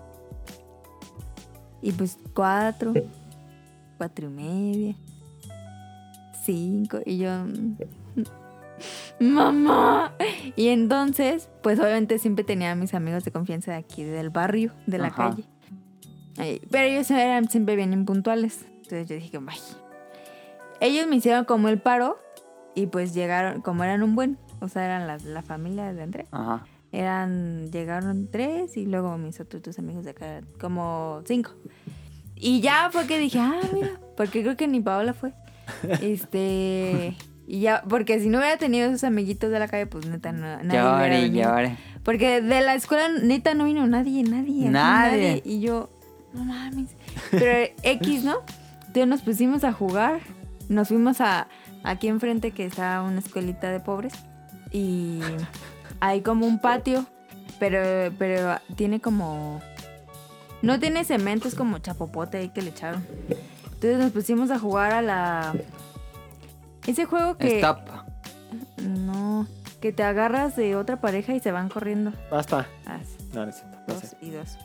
[SPEAKER 4] Y pues 4, 4 y media, 5. Y yo, "Mm, mamá. Y entonces, pues obviamente siempre tenía a mis amigos de confianza de aquí, del barrio, de la
[SPEAKER 2] Ajá.
[SPEAKER 4] calle. Ay, Pero ellos eran siempre bien impuntuales. Entonces yo dije, vaya. Ellos me hicieron como el paro y pues llegaron, como eran un buen, o sea, eran la, la familia de Andrés.
[SPEAKER 2] Ajá.
[SPEAKER 4] Eran, llegaron tres y luego mis otros dos amigos de acá, como cinco. Y ya fue que dije, ah, mira, porque creo que ni Paola fue. Este, y ya, porque si no hubiera tenido esos amiguitos de la calle, pues neta, no, nadie hubiera
[SPEAKER 2] Llore,
[SPEAKER 4] venido.
[SPEAKER 2] llore.
[SPEAKER 4] Porque de la escuela neta no vino nadie, nadie. así,
[SPEAKER 2] Nadie.
[SPEAKER 4] Y yo, no mames. Pero X, ¿no? Entonces nos pusimos a jugar. Nos fuimos a aquí enfrente que está una escuelita de pobres. Y hay como un patio. Pero, pero tiene como. No tiene cemento, es como chapopote ahí que le echaron. Entonces nos pusimos a jugar a la. Ese juego que.
[SPEAKER 2] Stop.
[SPEAKER 4] No, que te agarras de otra pareja y se van corriendo.
[SPEAKER 10] Basta.
[SPEAKER 4] Así,
[SPEAKER 10] No, necesito. No
[SPEAKER 4] dos
[SPEAKER 10] sé.
[SPEAKER 4] y dos.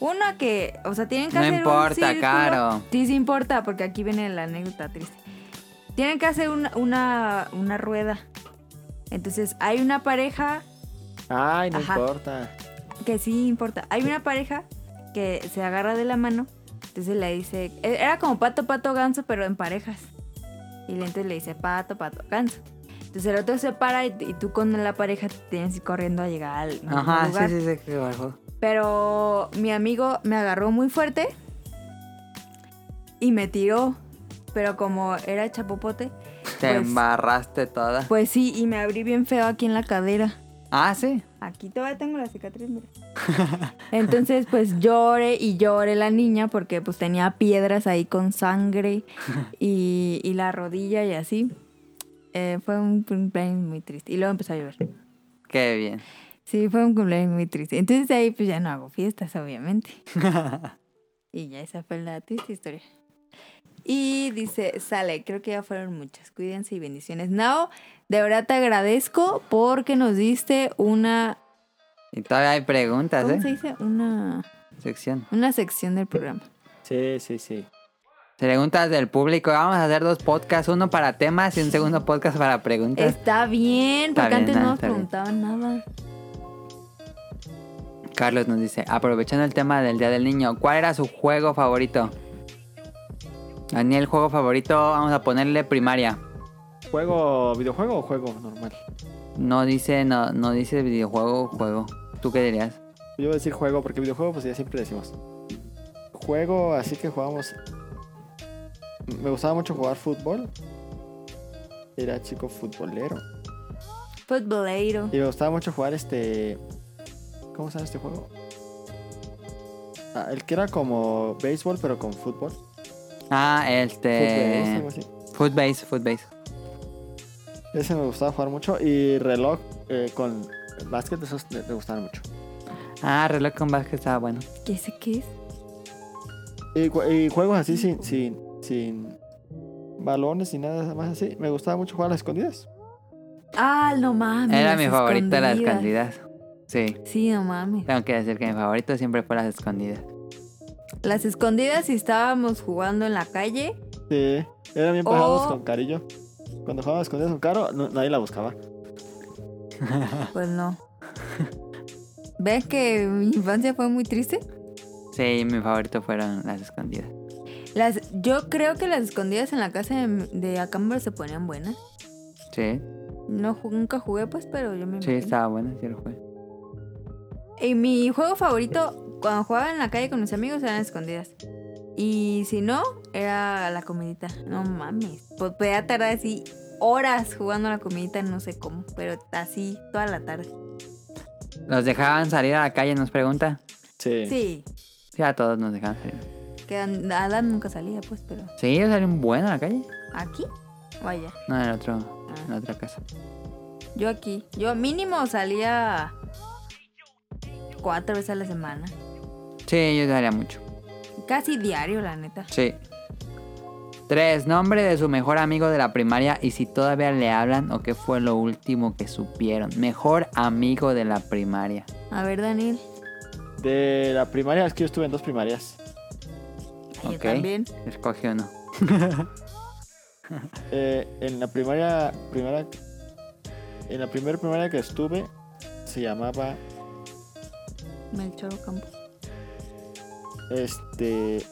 [SPEAKER 4] Una que, o sea, tienen que
[SPEAKER 2] No
[SPEAKER 4] hacer un
[SPEAKER 2] importa,
[SPEAKER 4] círculo.
[SPEAKER 2] Caro.
[SPEAKER 4] Sí, sí importa, porque aquí viene la anécdota triste. Tienen que hacer una, una, una rueda. Entonces, hay una pareja
[SPEAKER 10] Ay, no
[SPEAKER 4] Ajá.
[SPEAKER 10] importa.
[SPEAKER 4] que sí importa. Hay una pareja que se agarra de la mano. Entonces le dice. e-, Era como pato, pato, ganso, pero en parejas. Y le- entonces le dice pato, pato, ganso. Entonces el otro se para y, y tú con la pareja te tienes que ir corriendo a llegar al mismo
[SPEAKER 2] Ajá,
[SPEAKER 4] lugar.
[SPEAKER 2] sí, sí, sí, que bajó.
[SPEAKER 4] Pero mi amigo me agarró muy fuerte y me tiró. Pero como era chapopote,
[SPEAKER 2] Te
[SPEAKER 4] Pues-
[SPEAKER 2] embarraste toda.
[SPEAKER 4] pues sí, y me abrí bien feo aquí en la cadera.
[SPEAKER 2] Ah, sí.
[SPEAKER 4] Aquí todavía tengo la cicatriz, mira. Entonces, pues lloré y lloré la niña porque pues tenía piedras ahí con sangre y, y la rodilla y así. Eh, fue un cumpleaños muy triste. Y luego empezó a llover.
[SPEAKER 2] Qué bien.
[SPEAKER 4] Sí, fue un cumpleaños muy triste. Entonces de ahí pues ya no hago fiestas, obviamente. y ya esa fue la triste historia. Y dice, sale, creo que ya fueron muchas. Cuídense y bendiciones. Nao, de verdad te agradezco porque nos diste una...
[SPEAKER 2] Y todavía hay preguntas,
[SPEAKER 4] ¿Cómo se
[SPEAKER 2] ¿eh?
[SPEAKER 4] dice? Una...
[SPEAKER 2] Sección.
[SPEAKER 4] Una sección del programa.
[SPEAKER 10] Sí, sí, sí.
[SPEAKER 2] Preguntas del público. Vamos a hacer dos podcasts, uno para temas y un segundo podcast para preguntas.
[SPEAKER 4] Está bien,
[SPEAKER 2] Está
[SPEAKER 4] porque
[SPEAKER 2] bien,
[SPEAKER 4] antes
[SPEAKER 2] ah,
[SPEAKER 4] no nos
[SPEAKER 2] está bien.
[SPEAKER 4] preguntaban nada.
[SPEAKER 2] Carlos nos dice, aprovechando el tema del Día del Niño, ¿cuál era su juego favorito? Daniel, juego favorito, vamos a ponerle primaria.
[SPEAKER 10] ¿Juego videojuego o juego normal?
[SPEAKER 2] No dice, no, no dice videojuego, juego. ¿Tú qué dirías?
[SPEAKER 10] Yo voy a decir juego porque videojuego pues ya siempre decimos. Juego así que jugábamos. Me gustaba mucho jugar fútbol. Era chico futbolero.
[SPEAKER 4] Pues, Futbolero.
[SPEAKER 10] Y me gustaba mucho jugar este. ¿Cómo se llama este juego? Ah, el que era como béisbol pero con fútbol.
[SPEAKER 2] Ah,
[SPEAKER 10] Footbase,
[SPEAKER 2] este...
[SPEAKER 10] algo así.
[SPEAKER 2] Footbase, footbase.
[SPEAKER 10] Ese me gustaba jugar mucho. Y reloj eh, con básquet, esos me, me gustaban mucho.
[SPEAKER 2] Ah, reloj con básquet estaba bueno.
[SPEAKER 4] ¿Qué sé qué es?
[SPEAKER 10] Y, ju- y juegos así sin, sin, sin balones y nada más así. Me gustaba mucho jugar a las escondidas.
[SPEAKER 4] Ah, no mames.
[SPEAKER 2] Era
[SPEAKER 4] las
[SPEAKER 2] mi favorito las
[SPEAKER 4] escondidas.
[SPEAKER 2] escondidas. Sí,
[SPEAKER 4] Sí, no mames.
[SPEAKER 2] tengo que decir que mi favorito siempre fue las escondidas.
[SPEAKER 4] Las escondidas y estábamos jugando en la calle.
[SPEAKER 10] Sí. Era bien pasados
[SPEAKER 4] Oh.
[SPEAKER 10] con Carillo. Cuando jugábamos a escondidas con Caro, no- nadie la buscaba.
[SPEAKER 4] Pues no. ¿Ves que mi infancia fue muy triste?
[SPEAKER 2] Sí, mi favorito fueron las escondidas.
[SPEAKER 4] Las, yo creo que las escondidas en la casa de, de Acámbaro se ponían buenas.
[SPEAKER 2] Sí,
[SPEAKER 4] No, ju- nunca jugué, pues, pero yo me
[SPEAKER 2] sí,
[SPEAKER 4] imagino.
[SPEAKER 2] estaba bueno, sí lo fue.
[SPEAKER 4] Y mi juego favorito, cuando jugaba en la calle con mis amigos, eran escondidas. Y si no, era la comidita. No mames. Pues podía tardar así horas jugando a la comidita, no sé cómo, pero así toda la tarde.
[SPEAKER 2] ¿Los dejaban salir a la calle, nos pregunta?
[SPEAKER 10] Sí.
[SPEAKER 4] Sí.
[SPEAKER 2] Sí, Sí, a todos nos dejan salir.
[SPEAKER 4] Que An- Adam nunca salía, pues, pero.
[SPEAKER 2] Sí, ellos salieron bueno a la calle.
[SPEAKER 4] ¿Aquí? Vaya.
[SPEAKER 2] No, en el otro,
[SPEAKER 4] Ah.
[SPEAKER 2] en la otra casa.
[SPEAKER 4] Yo aquí. Yo mínimo salía cuatro veces a la semana.
[SPEAKER 2] Sí, ellos salían mucho.
[SPEAKER 4] Casi diario, la neta.
[SPEAKER 2] Sí. Tres, nombre de su mejor amigo de la primaria y si todavía le hablan o qué fue lo último que supieron. Mejor amigo de la primaria.
[SPEAKER 4] A ver, Daniel.
[SPEAKER 3] De la primaria, es que yo estuve en dos primarias.
[SPEAKER 4] Yo también.
[SPEAKER 2] Escoge uno.
[SPEAKER 3] Eh, en la primaria, primera, en la primera primaria que estuve, se llamaba,
[SPEAKER 4] Melchor Ocampo.
[SPEAKER 3] este,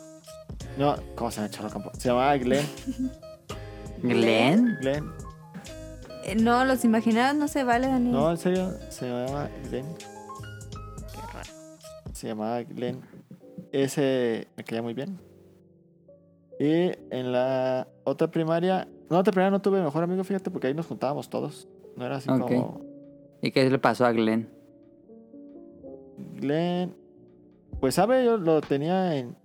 [SPEAKER 3] no, ¿cómo se llama Cholo Campo? Se llamaba Glenn.
[SPEAKER 2] ¿Glenn?
[SPEAKER 3] Glenn.
[SPEAKER 4] Eh, no, los imaginarios no se vale, Daniel.
[SPEAKER 2] Mm.
[SPEAKER 3] No, en serio, se llamaba Glenn. Se llamaba Glenn. Ese me caía muy bien. Y en la otra primaria, no, otra primaria no tuve mejor amigo, fíjate, porque ahí nos juntábamos todos. No era así
[SPEAKER 2] Ok.
[SPEAKER 3] como
[SPEAKER 2] ¿Y qué le pasó a Glenn?
[SPEAKER 3] Glenn. Pues sabe, yo lo tenía en,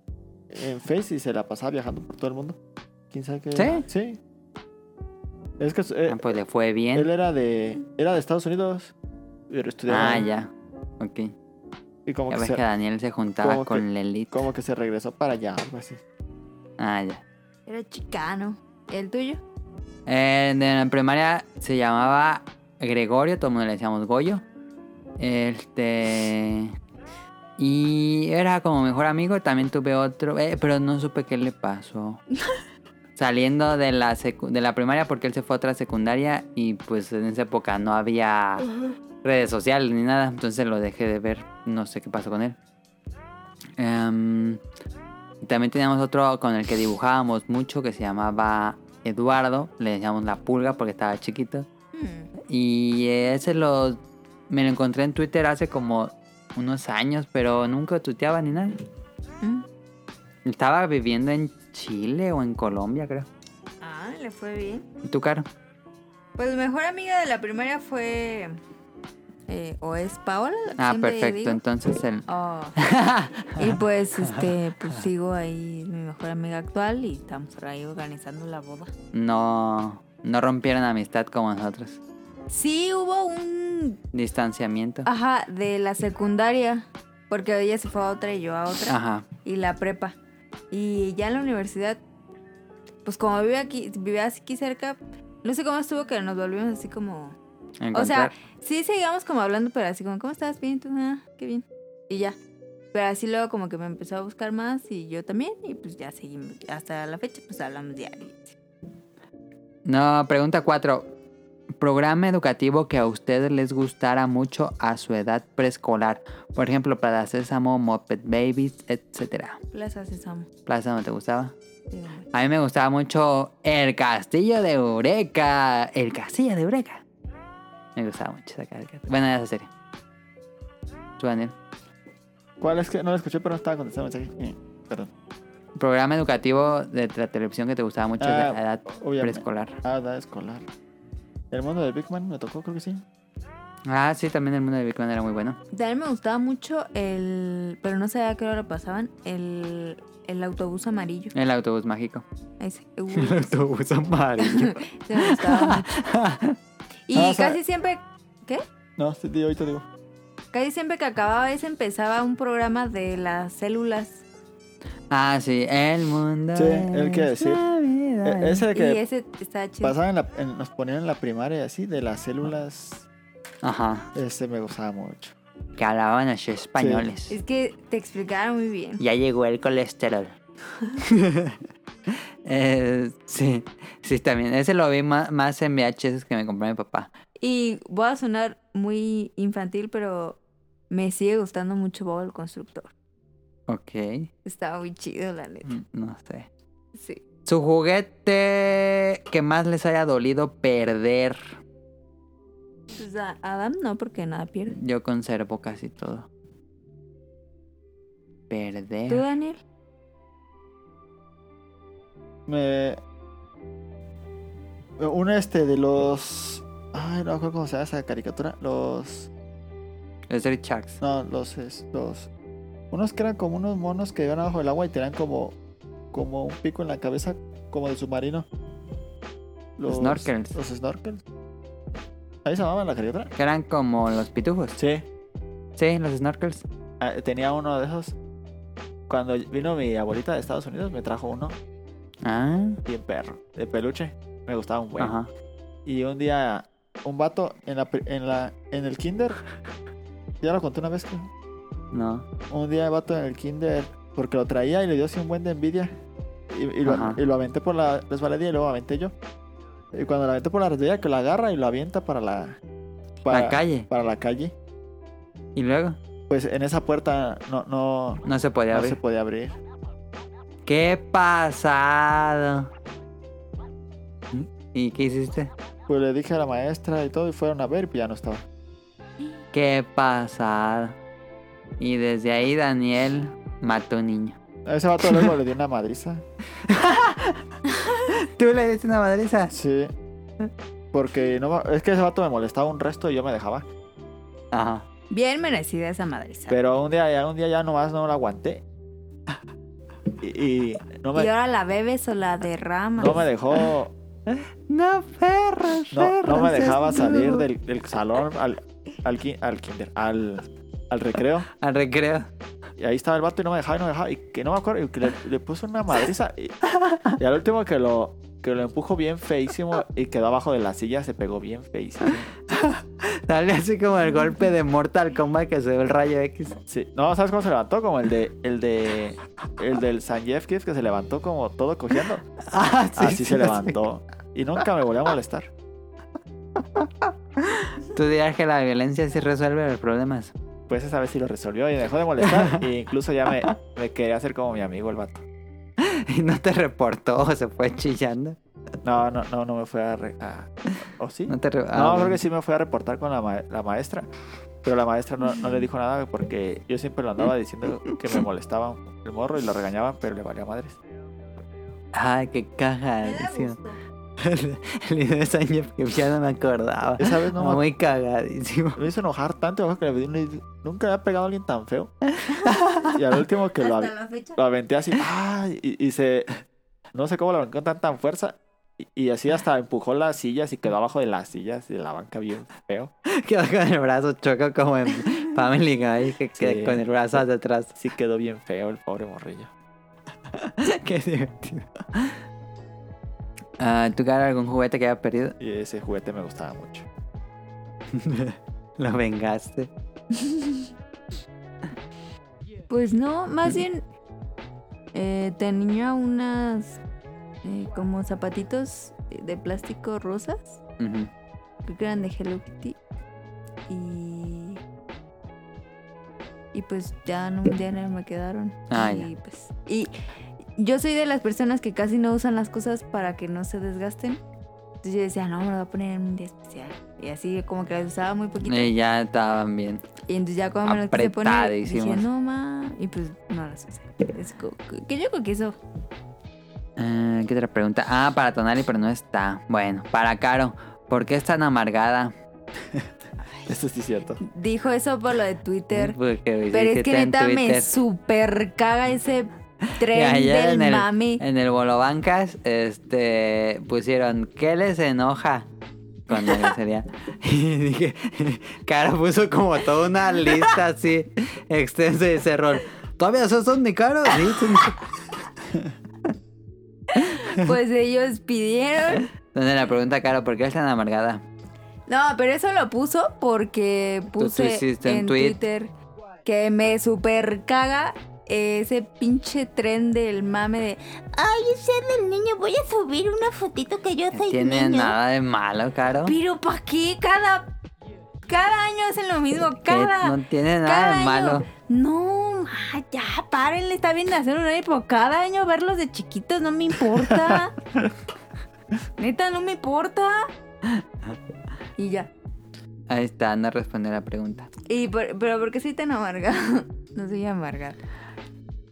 [SPEAKER 3] en Face y se la pasaba viajando por todo el mundo. ¿Quién sabe qué?
[SPEAKER 2] ¿Sí?
[SPEAKER 3] Sí. Es que eh,
[SPEAKER 2] Ah, pues le fue bien.
[SPEAKER 3] él era de era de Estados Unidos, pero estudiaba.
[SPEAKER 2] Ah, ya. Ok.
[SPEAKER 3] Y como
[SPEAKER 2] Ya
[SPEAKER 3] que,
[SPEAKER 2] ves
[SPEAKER 3] se,
[SPEAKER 2] que Daniel se juntaba
[SPEAKER 3] como
[SPEAKER 2] con
[SPEAKER 3] que-
[SPEAKER 2] la elite.
[SPEAKER 3] como que se regresó para allá, algo así.
[SPEAKER 2] Ah, ya.
[SPEAKER 4] Era chicano. ¿El tuyo?
[SPEAKER 2] Eh, en la primaria se llamaba Gregorio, todo el mundo le decíamos Goyo. Este. Y era como mejor amigo. También tuve otro, eh, pero no supe qué le pasó. Saliendo de la, secu- de la primaria, porque él se fue a otra secundaria. Y pues en esa época no había redes sociales ni nada. Entonces lo dejé de ver. No sé qué pasó con él. Em, y también teníamos otro con el que dibujábamos mucho que se llamaba Eduardo. Le decíamos la pulga porque estaba chiquito.
[SPEAKER 4] Mm,
[SPEAKER 2] Y ese lo me lo encontré en Twitter hace como unos años, pero nunca tuiteaba ni nada.
[SPEAKER 4] Mm.
[SPEAKER 2] Estaba viviendo en Chile o en Colombia, creo.
[SPEAKER 4] Ah, le fue bien.
[SPEAKER 2] ¿Y tú, Caro?
[SPEAKER 4] Pues mejor amiga de la primaria fue. eh, o es Paola. la que
[SPEAKER 2] Ah,
[SPEAKER 4] siempre
[SPEAKER 2] perfecto.
[SPEAKER 4] digo.
[SPEAKER 2] Entonces el...
[SPEAKER 4] Oh. y pues, este, pues sigo ahí, es mi mejor amiga actual y estamos por ahí organizando la boda.
[SPEAKER 2] no, no rompieron amistad como nosotros.
[SPEAKER 4] Sí, hubo un.
[SPEAKER 2] Distanciamiento.
[SPEAKER 4] Ajá, de la secundaria. Porque ella se fue a otra y yo a otra.
[SPEAKER 2] Ajá.
[SPEAKER 4] Y la prepa. Y ya en la universidad, pues como vive aquí, vivía aquí cerca, no sé cómo estuvo que nos volvimos así como. O sea,
[SPEAKER 2] Encontrar.
[SPEAKER 4] sí seguíamos como hablando, pero así como, ¿cómo estás? Bien, ¿y tú, ah, qué bien. Y ya. Pero así luego como que me empezó a buscar más y yo también, y pues ya seguimos. Hasta la fecha, pues hablamos diario.
[SPEAKER 2] No, pregunta 4. Programa educativo que a ustedes les gustara mucho a su edad preescolar. Por ejemplo, Plaza Sésamo, Moped Babies, etcétera.
[SPEAKER 4] Plaza Sésamo.
[SPEAKER 2] ¿Plaza no te gustaba?
[SPEAKER 4] digo.
[SPEAKER 2] A mí me gustaba mucho El Castillo de Eureka. El Castillo de Eureka. Me gustaba mucho esa cara. Bueno, ya esa serie. Tú, Daniel.
[SPEAKER 3] ¿Cuál es que no la escuché, pero no estaba contestando el mensaje? Eh, Perdón.
[SPEAKER 2] Programa educativo de la televisión que te gustaba mucho
[SPEAKER 3] Ah,
[SPEAKER 2] a la edad
[SPEAKER 3] obviamente.
[SPEAKER 2] preescolar.
[SPEAKER 3] Ah, edad escolar. El mundo de Big Man me tocó, creo que sí.
[SPEAKER 2] Ah, sí, también el mundo de Big Bang era muy bueno.
[SPEAKER 4] También me gustaba mucho el. Pero no sabía a qué hora lo pasaban. El, el autobús amarillo.
[SPEAKER 2] El autobús mágico.
[SPEAKER 4] Ese. Uy,
[SPEAKER 2] autobús amarillo.
[SPEAKER 4] ese me gustaba mucho. Y
[SPEAKER 3] Ah, o sea-
[SPEAKER 4] casi siempre. ¿Qué?
[SPEAKER 3] No, sí, di- ahorita digo.
[SPEAKER 4] Casi siempre que acababa ese empezaba un programa de las células.
[SPEAKER 2] Ah, sí, el mundo.
[SPEAKER 3] Sí, el que
[SPEAKER 2] es
[SPEAKER 3] decir.
[SPEAKER 2] la vida.
[SPEAKER 3] E- ese que
[SPEAKER 4] Y ese estaba chido.
[SPEAKER 3] pasaba en la- en- nos ponían en la primaria, así, de las células.
[SPEAKER 2] Ajá,
[SPEAKER 3] Ese me gustaba mucho.
[SPEAKER 2] que hablaban los españoles.
[SPEAKER 4] Es que te explicaban muy bien.
[SPEAKER 2] Ya llegó el colesterol. Eh, sí, sí, también. Ese lo vi ma- más, en VHS que me compró mi papá.
[SPEAKER 4] Y voy a sonar muy infantil, pero me sigue gustando mucho Bob el Constructor.
[SPEAKER 2] Ok,
[SPEAKER 4] Estaba muy chido, la neta.
[SPEAKER 2] mm, no sé.
[SPEAKER 4] Sí.
[SPEAKER 2] Su juguete que más les haya dolido perder.
[SPEAKER 4] Pues a Adam no, porque nada pierde.
[SPEAKER 2] Yo conservo casi todo.
[SPEAKER 4] ¿Tú,
[SPEAKER 2] Perder.
[SPEAKER 4] Daniel?
[SPEAKER 3] Me. Un este de los. Ay, no me acuerdo cómo se llama esa caricatura. Los.
[SPEAKER 2] Los Richards.
[SPEAKER 3] No, los. es- los Unos que eran como unos monos que iban abajo del agua y tenían como, como un pico en la cabeza, como de submarino. Los
[SPEAKER 2] Snorkels.
[SPEAKER 3] Los snorkels. ¿Ahí se llamaban la caricatura?
[SPEAKER 2] Que eran como los pitufos.
[SPEAKER 3] Sí.
[SPEAKER 2] Sí, los snorkels.
[SPEAKER 3] Ah, Tenía uno de esos. Cuando vino mi abuelita de Estados Unidos, me trajo uno
[SPEAKER 2] Ah,
[SPEAKER 3] bien perro, de peluche. Me gustaba un buen.
[SPEAKER 2] ajá.
[SPEAKER 3] Y un día, un vato en, la, pri- en, la, en el kinder. Ya lo conté una vez. creo.
[SPEAKER 2] No.
[SPEAKER 3] Un día el vato en el kinder, porque lo traía y le dio así un buen de envidia. Y, y lo,
[SPEAKER 2] Ajá.
[SPEAKER 3] y lo aventé por la resbaladilla y luego aventé yo. Y cuando lo aventé por la resbaladilla, que lo agarra y lo avienta para la,
[SPEAKER 2] la calle.
[SPEAKER 3] Para la calle.
[SPEAKER 2] Y luego
[SPEAKER 3] Pues en esa puerta no, no,
[SPEAKER 2] no se podía
[SPEAKER 3] no
[SPEAKER 2] abrir.
[SPEAKER 3] se podía abrir.
[SPEAKER 2] ¡Qué pasado! ¿Y qué hiciste?
[SPEAKER 3] Pues le dije a la maestra y todo, y fueron a ver, y ya no estaba.
[SPEAKER 2] ¡Qué pasado! Y desde ahí Daniel mató un niño.
[SPEAKER 3] A ese vato luego le di una madriza.
[SPEAKER 2] ¿Tú le diste una madriza?
[SPEAKER 3] Sí. Porque no ma- es que ese vato me molestaba un resto y yo me dejaba.
[SPEAKER 2] Ajá.
[SPEAKER 4] Bien merecida esa madriza.
[SPEAKER 3] Pero un día ya, un día ya nomás no lo aguanté. Y, y no,
[SPEAKER 4] ¿Y
[SPEAKER 3] me,
[SPEAKER 4] ahora la bebes o la derramas?
[SPEAKER 3] no me dejó.
[SPEAKER 2] No, perros,
[SPEAKER 3] No, no me dejaba
[SPEAKER 2] estuvo.
[SPEAKER 3] salir del, del salón al, al, ki- al kinder, al, al recreo.
[SPEAKER 2] Al recreo.
[SPEAKER 3] Y ahí estaba el vato y no me dejaba y no me dejaba. Y que no me acuerdo, y que le, le puso una madriza. Y, y al último que lo, que lo empujó bien feísimo y quedó abajo de la silla, se pegó bien feísimo.
[SPEAKER 2] Dale así como el golpe de Mortal Kombat que se ve el rayo X.
[SPEAKER 3] Sí. No, ¿sabes cómo se levantó? Como el de el de el del San Jeff Kids que se levantó como todo cogiendo.
[SPEAKER 2] Ah, sí,
[SPEAKER 3] Así
[SPEAKER 2] sí,
[SPEAKER 3] se
[SPEAKER 2] así.
[SPEAKER 3] levantó. Y nunca me volvió a molestar.
[SPEAKER 2] Tú dirás que la violencia sí resuelve los problemas.
[SPEAKER 3] Pues esa vez sí lo resolvió y dejó de molestar. E incluso ya me, me quería hacer como mi amigo el vato.
[SPEAKER 2] Y no te reportó, o se fue chillando.
[SPEAKER 3] No, no, no, no me fue a, re- a- ¿O sí?
[SPEAKER 2] No te re- ah,
[SPEAKER 3] No, creo
[SPEAKER 2] bueno.
[SPEAKER 3] que sí me fue a reportar con la, ma- la maestra. Pero la maestra no, no le dijo nada porque yo siempre lo andaba diciendo que me molestaba el morro y lo regañaban, pero le valía madres.
[SPEAKER 2] Ay, qué caja.
[SPEAKER 16] Me da gusto.
[SPEAKER 2] El video de San Jeff Kids, ya no me acordaba.
[SPEAKER 3] Esa vez no me
[SPEAKER 2] Muy cagadísimo.
[SPEAKER 3] Me hizo enojar tanto me acuerdo que le pedí un- nunca había pegado a alguien tan feo. Y al último que lo,
[SPEAKER 16] Hasta
[SPEAKER 3] av-
[SPEAKER 16] la fecha.
[SPEAKER 3] lo aventé así. ¡ah! Y, y se. No sé cómo lo aventó con tan, tan fuerza. Y, y así hasta empujó las sillas y quedó abajo de las sillas y de la banca bien feo.
[SPEAKER 2] Quedó con el brazo choco como en Family Guy, que que
[SPEAKER 3] Sí.
[SPEAKER 2] con el brazo hacia atrás.
[SPEAKER 3] Sí quedó bien feo el pobre morrillo.
[SPEAKER 2] Qué divertido. Ah, ¿Tú cara algún juguete que hayas perdido?
[SPEAKER 3] Y ese juguete me gustaba mucho.
[SPEAKER 2] Lo vengaste.
[SPEAKER 4] Pues no, más bien eh, tenía unas eh, como zapatitos de plástico rosas,
[SPEAKER 2] Ujú.
[SPEAKER 4] creo que eran de Hello Kitty. Y, y pues ya no, ya no me quedaron.
[SPEAKER 2] Ah,
[SPEAKER 4] y, pues, y yo soy de las personas que casi no usan las cosas para que no se desgasten. Entonces yo decía, no, me lo voy a poner en un día especial. Y así como que las usaba muy poquito.
[SPEAKER 2] Y ya estaban bien.
[SPEAKER 4] Y entonces ya cuando me lo quise poner, dije,
[SPEAKER 2] Apretadísimos.
[SPEAKER 4] no ma, y pues no las usé. Es co- co- que yo creo que eso.
[SPEAKER 2] Ah, ¿Qué otra pregunta? Ah, para Tonali, pero no está. Bueno, para Caro, ¿por qué es tan amargada?
[SPEAKER 3] Esto sí es cierto.
[SPEAKER 4] Dijo eso por lo de Twitter.
[SPEAKER 2] Porque
[SPEAKER 4] pero es
[SPEAKER 2] dijiste
[SPEAKER 4] que
[SPEAKER 2] Pues en
[SPEAKER 4] neta me
[SPEAKER 2] Twitter.
[SPEAKER 4] super caga ese tren
[SPEAKER 2] Ayer
[SPEAKER 4] del
[SPEAKER 2] en el,
[SPEAKER 4] mami.
[SPEAKER 2] En el Bolobancas, este, pusieron, ¿qué les enoja? Con la grosería. y dije, Caro puso como toda una lista así, extensa y ese rol. ¿Todavía esos son de Caro? Sí, son-
[SPEAKER 4] Pues ellos pidieron.
[SPEAKER 2] Entonces la pregunta, Caro, ¿por qué es tan amargada?
[SPEAKER 4] No, pero eso lo puso porque puse
[SPEAKER 2] hiciste un
[SPEAKER 4] en
[SPEAKER 2] tweet.
[SPEAKER 4] Twitter que me super caga ese pinche tren del mame de
[SPEAKER 17] Ay, ese del niño, voy a subir una fotito que yo soy
[SPEAKER 2] ¿Tiene
[SPEAKER 17] niño.
[SPEAKER 2] nada de malo, Caro?
[SPEAKER 4] Pero ¿para qué? Cada, cada año hacen lo mismo.
[SPEAKER 2] Que
[SPEAKER 4] Cada.
[SPEAKER 2] no tiene
[SPEAKER 4] cada
[SPEAKER 2] nada de
[SPEAKER 4] año.
[SPEAKER 2] malo.
[SPEAKER 4] No, ma, ya, párenle. Está bien hacer un época. Cada año verlos de chiquitos no me importa. Neta, no me importa. Y ya.
[SPEAKER 2] Ahí está, no respondió la pregunta.
[SPEAKER 4] Y por- pero ¿por qué soy tan amargada? No soy amargada.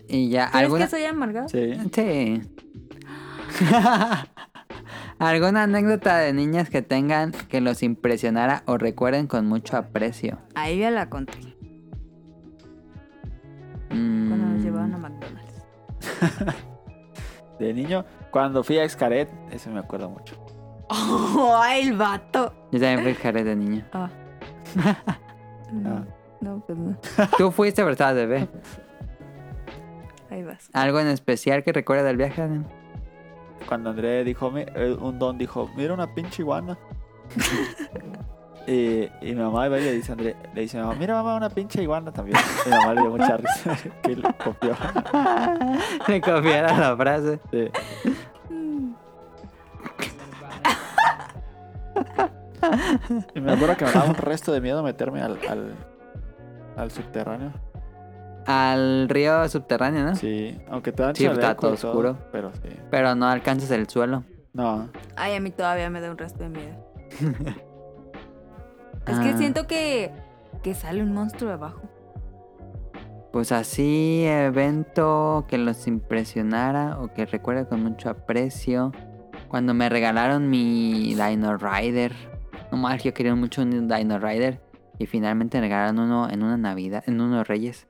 [SPEAKER 2] Y ya,
[SPEAKER 4] ¿Crees
[SPEAKER 2] ¿alguna?
[SPEAKER 4] que soy amargada?
[SPEAKER 3] Sí.
[SPEAKER 2] Sí. ¿Alguna anécdota de niñas que tengan que los impresionara o recuerden con mucho aprecio?
[SPEAKER 4] Ahí ya la conté. cuando
[SPEAKER 2] Mm,
[SPEAKER 4] nos llevaban a McDonald's.
[SPEAKER 3] De niño, cuando fui a Xcaret, eso me acuerdo mucho.
[SPEAKER 4] ¡Ay, ¡Oh, el vato!
[SPEAKER 2] Yo también fui Xcaret de niño.
[SPEAKER 4] Ah.
[SPEAKER 2] Ah.
[SPEAKER 4] no, no, pues no.
[SPEAKER 2] Tú fuiste, pero estabas bebé.
[SPEAKER 4] Ahí vas.
[SPEAKER 2] ¿Algo en especial que recuerda del viaje, Adam?
[SPEAKER 3] Cuando André dijo, mi- eh, un don dijo, mira una pinche iguana. y, y mi mamá iba y le dice a André, le dice a mi mamá, mira mamá, una pinche iguana también. Mi mamá le dio mucha risa que lo copió.
[SPEAKER 2] Le copiaron la frase.
[SPEAKER 3] Sí. Y me acuerdo que me daba un resto de miedo meterme al, al, al subterráneo.
[SPEAKER 2] Al río subterráneo, ¿no?
[SPEAKER 3] Sí, aunque te dan
[SPEAKER 2] Sí, está
[SPEAKER 3] chaleco
[SPEAKER 2] todo
[SPEAKER 3] y todo,
[SPEAKER 2] oscuro.
[SPEAKER 3] Pero sí.
[SPEAKER 2] Pero no alcanzas el suelo.
[SPEAKER 3] No.
[SPEAKER 4] Ay, a mí todavía me da un resto de miedo. Es que
[SPEAKER 2] Ah.
[SPEAKER 4] siento que, que sale un monstruo de abajo.
[SPEAKER 2] Pues así, evento que los impresionara o que recuerda con mucho aprecio. Cuando me regalaron mi Dino Rider. No más, yo quería mucho un Dino Rider. Y finalmente me regalaron uno en una Navidad, en unos Reyes.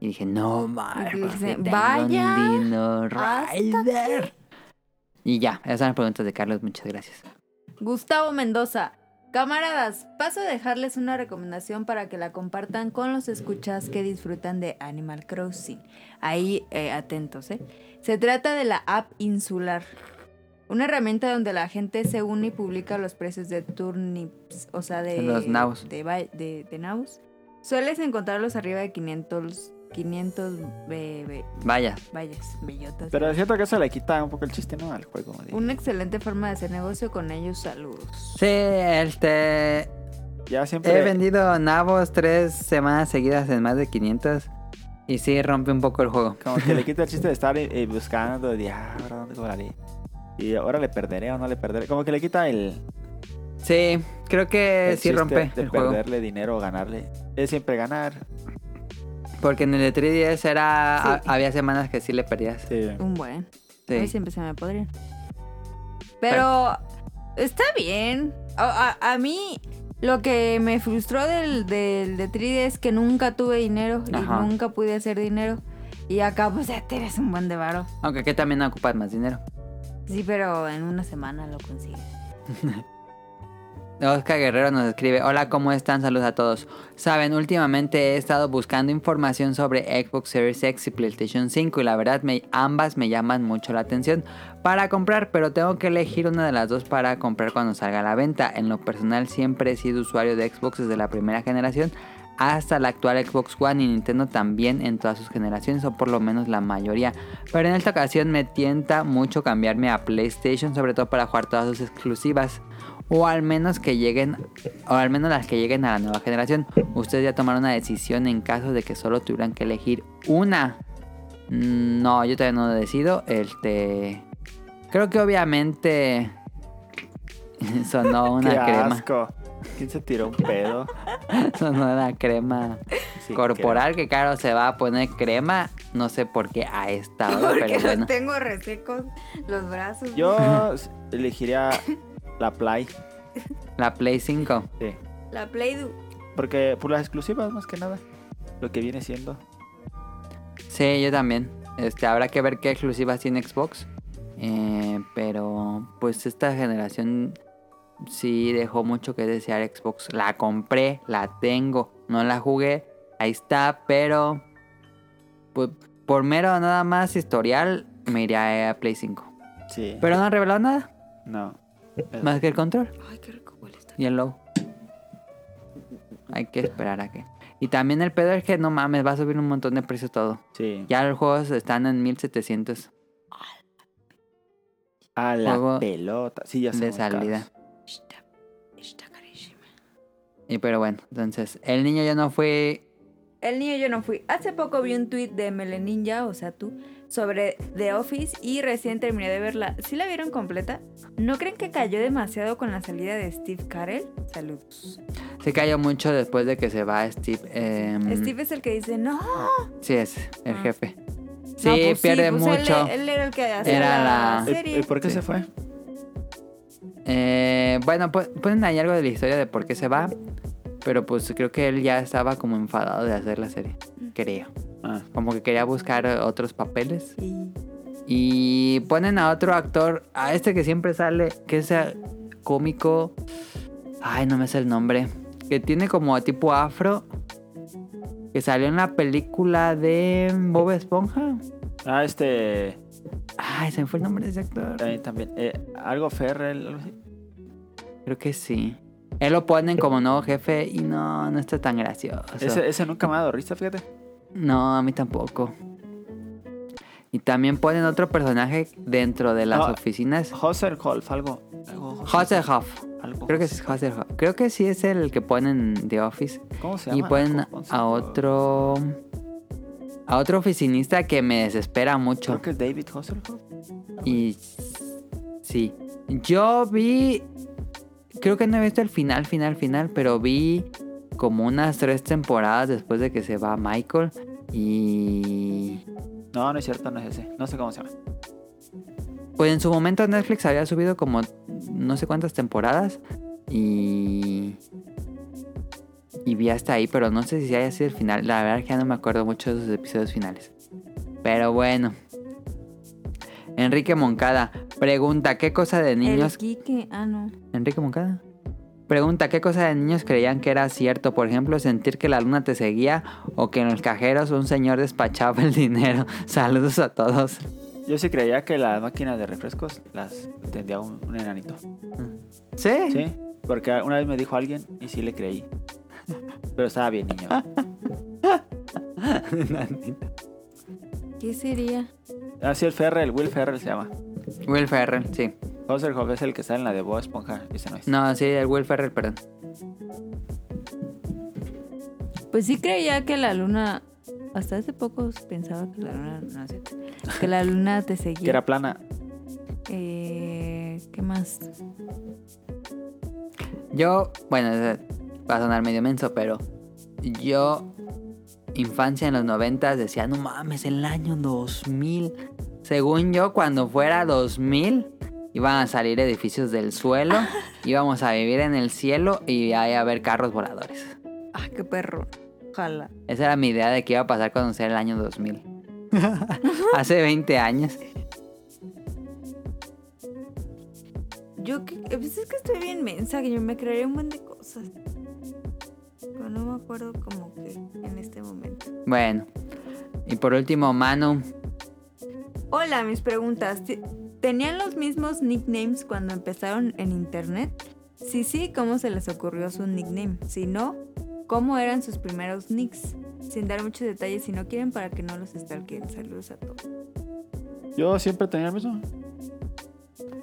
[SPEAKER 2] Y dije, no mal,
[SPEAKER 4] Y
[SPEAKER 2] porque
[SPEAKER 4] dije,
[SPEAKER 2] tengo
[SPEAKER 4] "Vaya,
[SPEAKER 2] un Dino
[SPEAKER 4] hasta
[SPEAKER 2] Rider. Y ya, esas son las preguntas de Carlos, muchas gracias.
[SPEAKER 4] Gustavo Mendoza. Camaradas, paso a dejarles una recomendación para que la compartan con los escuchas que disfrutan de Animal Crossing. Ahí eh, atentos, ¿eh? Se trata de la app Insular, una herramienta donde la gente se une y publica los precios de turnips, o sea, de
[SPEAKER 2] De los nabos.
[SPEAKER 4] De, ba- de- de nabos. Sueles encontrarlos arriba de 500, 500 be- be-
[SPEAKER 2] Vaya.
[SPEAKER 4] vallas, bellotas.
[SPEAKER 3] Pero siento que eso le quita un poco el chiste, ¿no? Al juego. digo.
[SPEAKER 4] Una excelente forma de hacer negocio con ellos. Saludos.
[SPEAKER 2] Sí, este.
[SPEAKER 3] Ya siempre.
[SPEAKER 2] He vendido nabos tres semanas seguidas en más de 500. Y sí, rompe un poco el juego.
[SPEAKER 3] Como que le quita el chiste de estar eh, buscando, de ah, ahora dónde cobraré. Y ahora le perderé o no le perderé. Como que le quita el.
[SPEAKER 2] Sí, creo que
[SPEAKER 3] el
[SPEAKER 2] Eh, sí
[SPEAKER 3] chiste
[SPEAKER 2] rompe
[SPEAKER 3] De
[SPEAKER 2] el juego.
[SPEAKER 3] perderle dinero o ganarle. Es siempre ganar.
[SPEAKER 2] Porque en el de 3DS era,
[SPEAKER 4] Sí.
[SPEAKER 2] ha- había semanas que sí le perdías.
[SPEAKER 3] Sí.
[SPEAKER 4] Un buen.
[SPEAKER 2] Sí.
[SPEAKER 4] A mí siempre se me podrían. Pero está bien. A, a- a mí lo que me frustró del, del de 3D es que nunca tuve dinero
[SPEAKER 2] Ajá.
[SPEAKER 4] y nunca pude hacer dinero. Y acá pues ya tienes un buen de varo.
[SPEAKER 2] Aunque aquí también ocupas más dinero.
[SPEAKER 4] Sí, pero en una semana lo consigues.
[SPEAKER 2] Oscar Guerrero nos escribe, hola, ¿cómo están? Saludos a todos. Saben, últimamente he estado buscando información sobre Xbox Series X y PlayStation 5 y la verdad me, ambas me llaman mucho la atención para comprar, pero tengo que elegir una de las dos para comprar cuando salga a la venta. En lo personal siempre he sido usuario de Xbox desde la primera generación hasta la actual Xbox One y Nintendo también en todas sus generaciones o por lo menos la mayoría. Pero en esta ocasión me tienta mucho cambiarme a PlayStation, sobre todo para jugar todas sus exclusivas. O al menos que lleguen, o al menos las que lleguen a la nueva generación. Ustedes ya tomaron una decisión en caso de que solo tuvieran que elegir una. Mm, No, yo todavía no lo decido. Este. Creo que obviamente. Sonó una
[SPEAKER 3] Qué
[SPEAKER 2] crema.
[SPEAKER 3] asco. ¿Quién se tiró un pedo?
[SPEAKER 2] Sonó la crema
[SPEAKER 3] Sí,
[SPEAKER 2] corporal. Que claro, se va a poner crema. No sé por qué a esta hora,
[SPEAKER 4] Porque
[SPEAKER 2] Ah, pero
[SPEAKER 4] los
[SPEAKER 2] bueno.
[SPEAKER 4] tengo resecos los brazos.
[SPEAKER 3] Yo s- elegiría la Play.
[SPEAKER 2] La Play 5.
[SPEAKER 3] Sí.
[SPEAKER 4] La Play
[SPEAKER 3] Porque por las exclusivas, más que nada. Lo que viene siendo.
[SPEAKER 2] Sí, yo también. Este, habrá que ver qué exclusivas tiene Xbox. Eh, pero pues esta generación sí dejó mucho que desear Xbox. La compré, la tengo, no la jugué, ahí está, pero pues, por mero nada más historial me iría a Play 5.
[SPEAKER 3] Sí.
[SPEAKER 2] Pero no han revelado nada,
[SPEAKER 3] No. Pero-
[SPEAKER 2] más que el control
[SPEAKER 4] Ay, qué rico huele esta.
[SPEAKER 2] y el low. Hay que esperar a que. Y también el pedo es que no mames, va a subir un montón de precios todo.
[SPEAKER 3] Sí.
[SPEAKER 2] Ya los juegos están en 1700
[SPEAKER 3] A la
[SPEAKER 2] Juego
[SPEAKER 3] pelota. Sí, ya
[SPEAKER 2] de
[SPEAKER 3] son caros.
[SPEAKER 2] salida.
[SPEAKER 4] Está, está carísima.
[SPEAKER 2] Y pero bueno, entonces, el niño ya no fue.
[SPEAKER 4] El niño yo no fui. Hace poco vi un tweet de Meleninja, o sea tú, sobre The Office y recién terminé de verla. ¿Sí la vieron completa? ¿No creen que cayó demasiado con la salida de Steve Carell? Saludos.
[SPEAKER 2] Se cayó mucho después de que se va Steve. eh,
[SPEAKER 4] Steve es el que dice, no.
[SPEAKER 2] Sí, es el
[SPEAKER 4] Ah.
[SPEAKER 2] jefe. Sí,
[SPEAKER 4] No, pues
[SPEAKER 2] pierde
[SPEAKER 4] pues él-
[SPEAKER 2] mucho.
[SPEAKER 4] Él, era el que hacía
[SPEAKER 2] Era
[SPEAKER 4] la,
[SPEAKER 2] la-
[SPEAKER 4] serie.
[SPEAKER 10] Eh,
[SPEAKER 3] ¿Y por qué se fue?
[SPEAKER 2] Eh, bueno, pues, ponen ahí algo de la historia de por qué se va. Pero pues creo que él ya estaba como enfadado de hacer la serie. Creo. Ah, como que quería buscar otros papeles. Y ponen a otro actor, a este que siempre sale, que es eh, cómico. Ay, no me sé el nombre. Que tiene como tipo afro. Que salió en la película de Bob Esponja.
[SPEAKER 10] Ah, este.
[SPEAKER 2] Ay, se me fue el nombre de ese actor.
[SPEAKER 10] Eh, también. eh, algo Ferrell, algo así.
[SPEAKER 2] Creo que sí. Él lo ponen como nuevo jefe y no, no está tan gracioso.
[SPEAKER 10] Ese, ese nunca me ha dado risa, fíjate.
[SPEAKER 2] No, a mí tampoco. Y también ponen otro personaje dentro de las
[SPEAKER 10] Ah,
[SPEAKER 2] oficinas.
[SPEAKER 10] Hasselhoff, algo. algo
[SPEAKER 2] Hasselhoff.
[SPEAKER 10] Algo
[SPEAKER 2] Creo que es Hasselhoff. Creo que sí es el que ponen en The Office.
[SPEAKER 10] ¿Cómo se
[SPEAKER 2] Y
[SPEAKER 10] llama?
[SPEAKER 2] ponen
[SPEAKER 10] ¿Cómo se
[SPEAKER 2] a otro. A otro oficinista que me desespera mucho.
[SPEAKER 10] Creo que es David Hasselhoff.
[SPEAKER 2] Y. Sí. Yo vi. Creo que no he visto el final, final, final, pero vi como unas tres temporadas después de que se va Michael. Y.
[SPEAKER 10] No, no es cierto, no es ese. No sé cómo se llama.
[SPEAKER 2] Pues en su momento Netflix había subido como no sé cuántas temporadas y y vi hasta ahí, pero no sé si haya sido el final. La verdad que ya no me acuerdo mucho de sus episodios finales. Pero bueno. Enrique Moncada pregunta, ¿qué cosa de
[SPEAKER 4] El
[SPEAKER 2] niños
[SPEAKER 4] Quique, ah, no.
[SPEAKER 2] Enrique Moncada. Pregunta, ¿qué cosa de niños creían que era cierto? Por ejemplo, sentir que la luna te seguía o que en los cajeros un señor despachaba el dinero. Saludos a todos.
[SPEAKER 10] Yo sí creía que las máquinas de refrescos las tendía un, un enanito.
[SPEAKER 2] ¿Sí?
[SPEAKER 10] Sí, porque una vez me dijo alguien y sí le creí. Pero estaba bien, niño.
[SPEAKER 4] ¿Qué sería?
[SPEAKER 10] Ah, sí, el Ferrell, Will Ferrell se llama.
[SPEAKER 2] Will Ferrell, sí.
[SPEAKER 10] Hasselhoff es el que sale en la de Bob Esponja. Ese no es.
[SPEAKER 2] No, sí, el Will Ferrell, perdón.
[SPEAKER 4] Pues sí creía que la luna. Hasta hace poco pensaba que la luna. No sé. Que la luna te seguía.
[SPEAKER 10] Que era plana.
[SPEAKER 4] Eh, ¿Qué más?
[SPEAKER 2] Yo, bueno, eh, va a sonar medio menso, pero yo, infancia en los 90 decía, no mames, en el año 2000. Según yo, cuando fuera 2000, iban a salir edificios del suelo, íbamos a vivir en el cielo y ahí a ver carros voladores.
[SPEAKER 4] Ah, qué perro. Ojalá.
[SPEAKER 2] Esa era mi idea de que iba a pasar cuando sea el año 2000. Hace 20 años.
[SPEAKER 4] Yo que. Pues es que estoy bien mensa, que yo me crearía un buen de cosas. Pero no me acuerdo como que en este momento.
[SPEAKER 2] Bueno. Y por último, Manu.
[SPEAKER 4] Hola, mis preguntas. Ti- ¿Tenían los mismos nicknames cuando empezaron en internet? Si sí, ¿cómo se les ocurrió su nickname? Si no, ¿cómo eran sus primeros nicks? Sin dar muchos detalles si no quieren para que no los stalkeen. Saludos a todos.
[SPEAKER 3] Yo siempre tenía el mismo.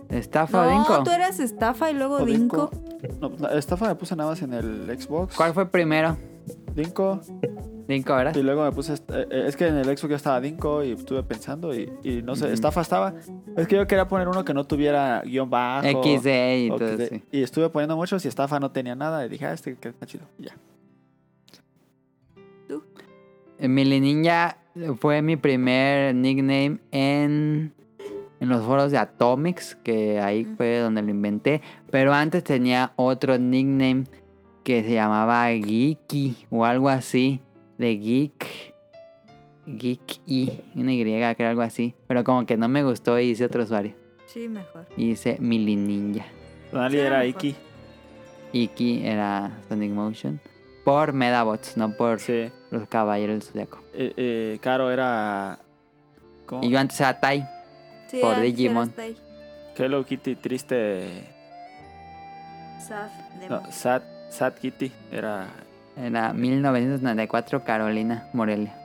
[SPEAKER 2] ¿Estafa o Dinko?
[SPEAKER 4] No, tú eras estafa y luego
[SPEAKER 3] O
[SPEAKER 4] Dinko.
[SPEAKER 3] Dinko. No, la estafa me puse nada más en el Xbox.
[SPEAKER 2] ¿Cuál fue primero?
[SPEAKER 3] Dinko.
[SPEAKER 2] Dinko, ¿verdad?
[SPEAKER 3] Y luego me puse. est- eh, eh, Es que en el Xbox yo estaba Dinko y estuve pensando y, y no sé,
[SPEAKER 2] Ujú.
[SPEAKER 3] estafa estaba. Es que yo quería poner uno que no tuviera guión bajo.
[SPEAKER 2] XD y
[SPEAKER 3] o
[SPEAKER 2] todo
[SPEAKER 3] XD,
[SPEAKER 2] eso.
[SPEAKER 3] Y estuve poniendo muchos y estafa no tenía nada. Y dije, ah, este que está chido. y Ya.
[SPEAKER 2] Mili Eh, Ninja fue mi primer nickname en, en los foros de Atomics, que ahí fue donde lo inventé. Pero antes tenía otro nickname que se llamaba Geeky o algo así, de Geek. Geek y una Y, creo algo así. Pero como que no me gustó y hice otro usuario.
[SPEAKER 4] Sí, mejor.
[SPEAKER 2] Y hice Mili Ninja.
[SPEAKER 10] Donali
[SPEAKER 4] Sí,
[SPEAKER 10] era
[SPEAKER 4] mejor.
[SPEAKER 10] Iki.
[SPEAKER 2] Iki era Sonic Motion. Por Medabots, no por
[SPEAKER 10] Sí.
[SPEAKER 2] los Caballeros del Zodiaco.
[SPEAKER 10] Eh, eh, Caro era. ¿Cómo?
[SPEAKER 2] Y yo antes era Tai.
[SPEAKER 4] Sí,
[SPEAKER 2] Por
[SPEAKER 4] antes
[SPEAKER 2] Digimon.
[SPEAKER 4] eras Tai.
[SPEAKER 10] Hello Kitty triste.
[SPEAKER 4] Saf,
[SPEAKER 10] No,
[SPEAKER 4] Demon.
[SPEAKER 10] sad, sad Kitty era.
[SPEAKER 2] Era 1994 Carolina Morelia.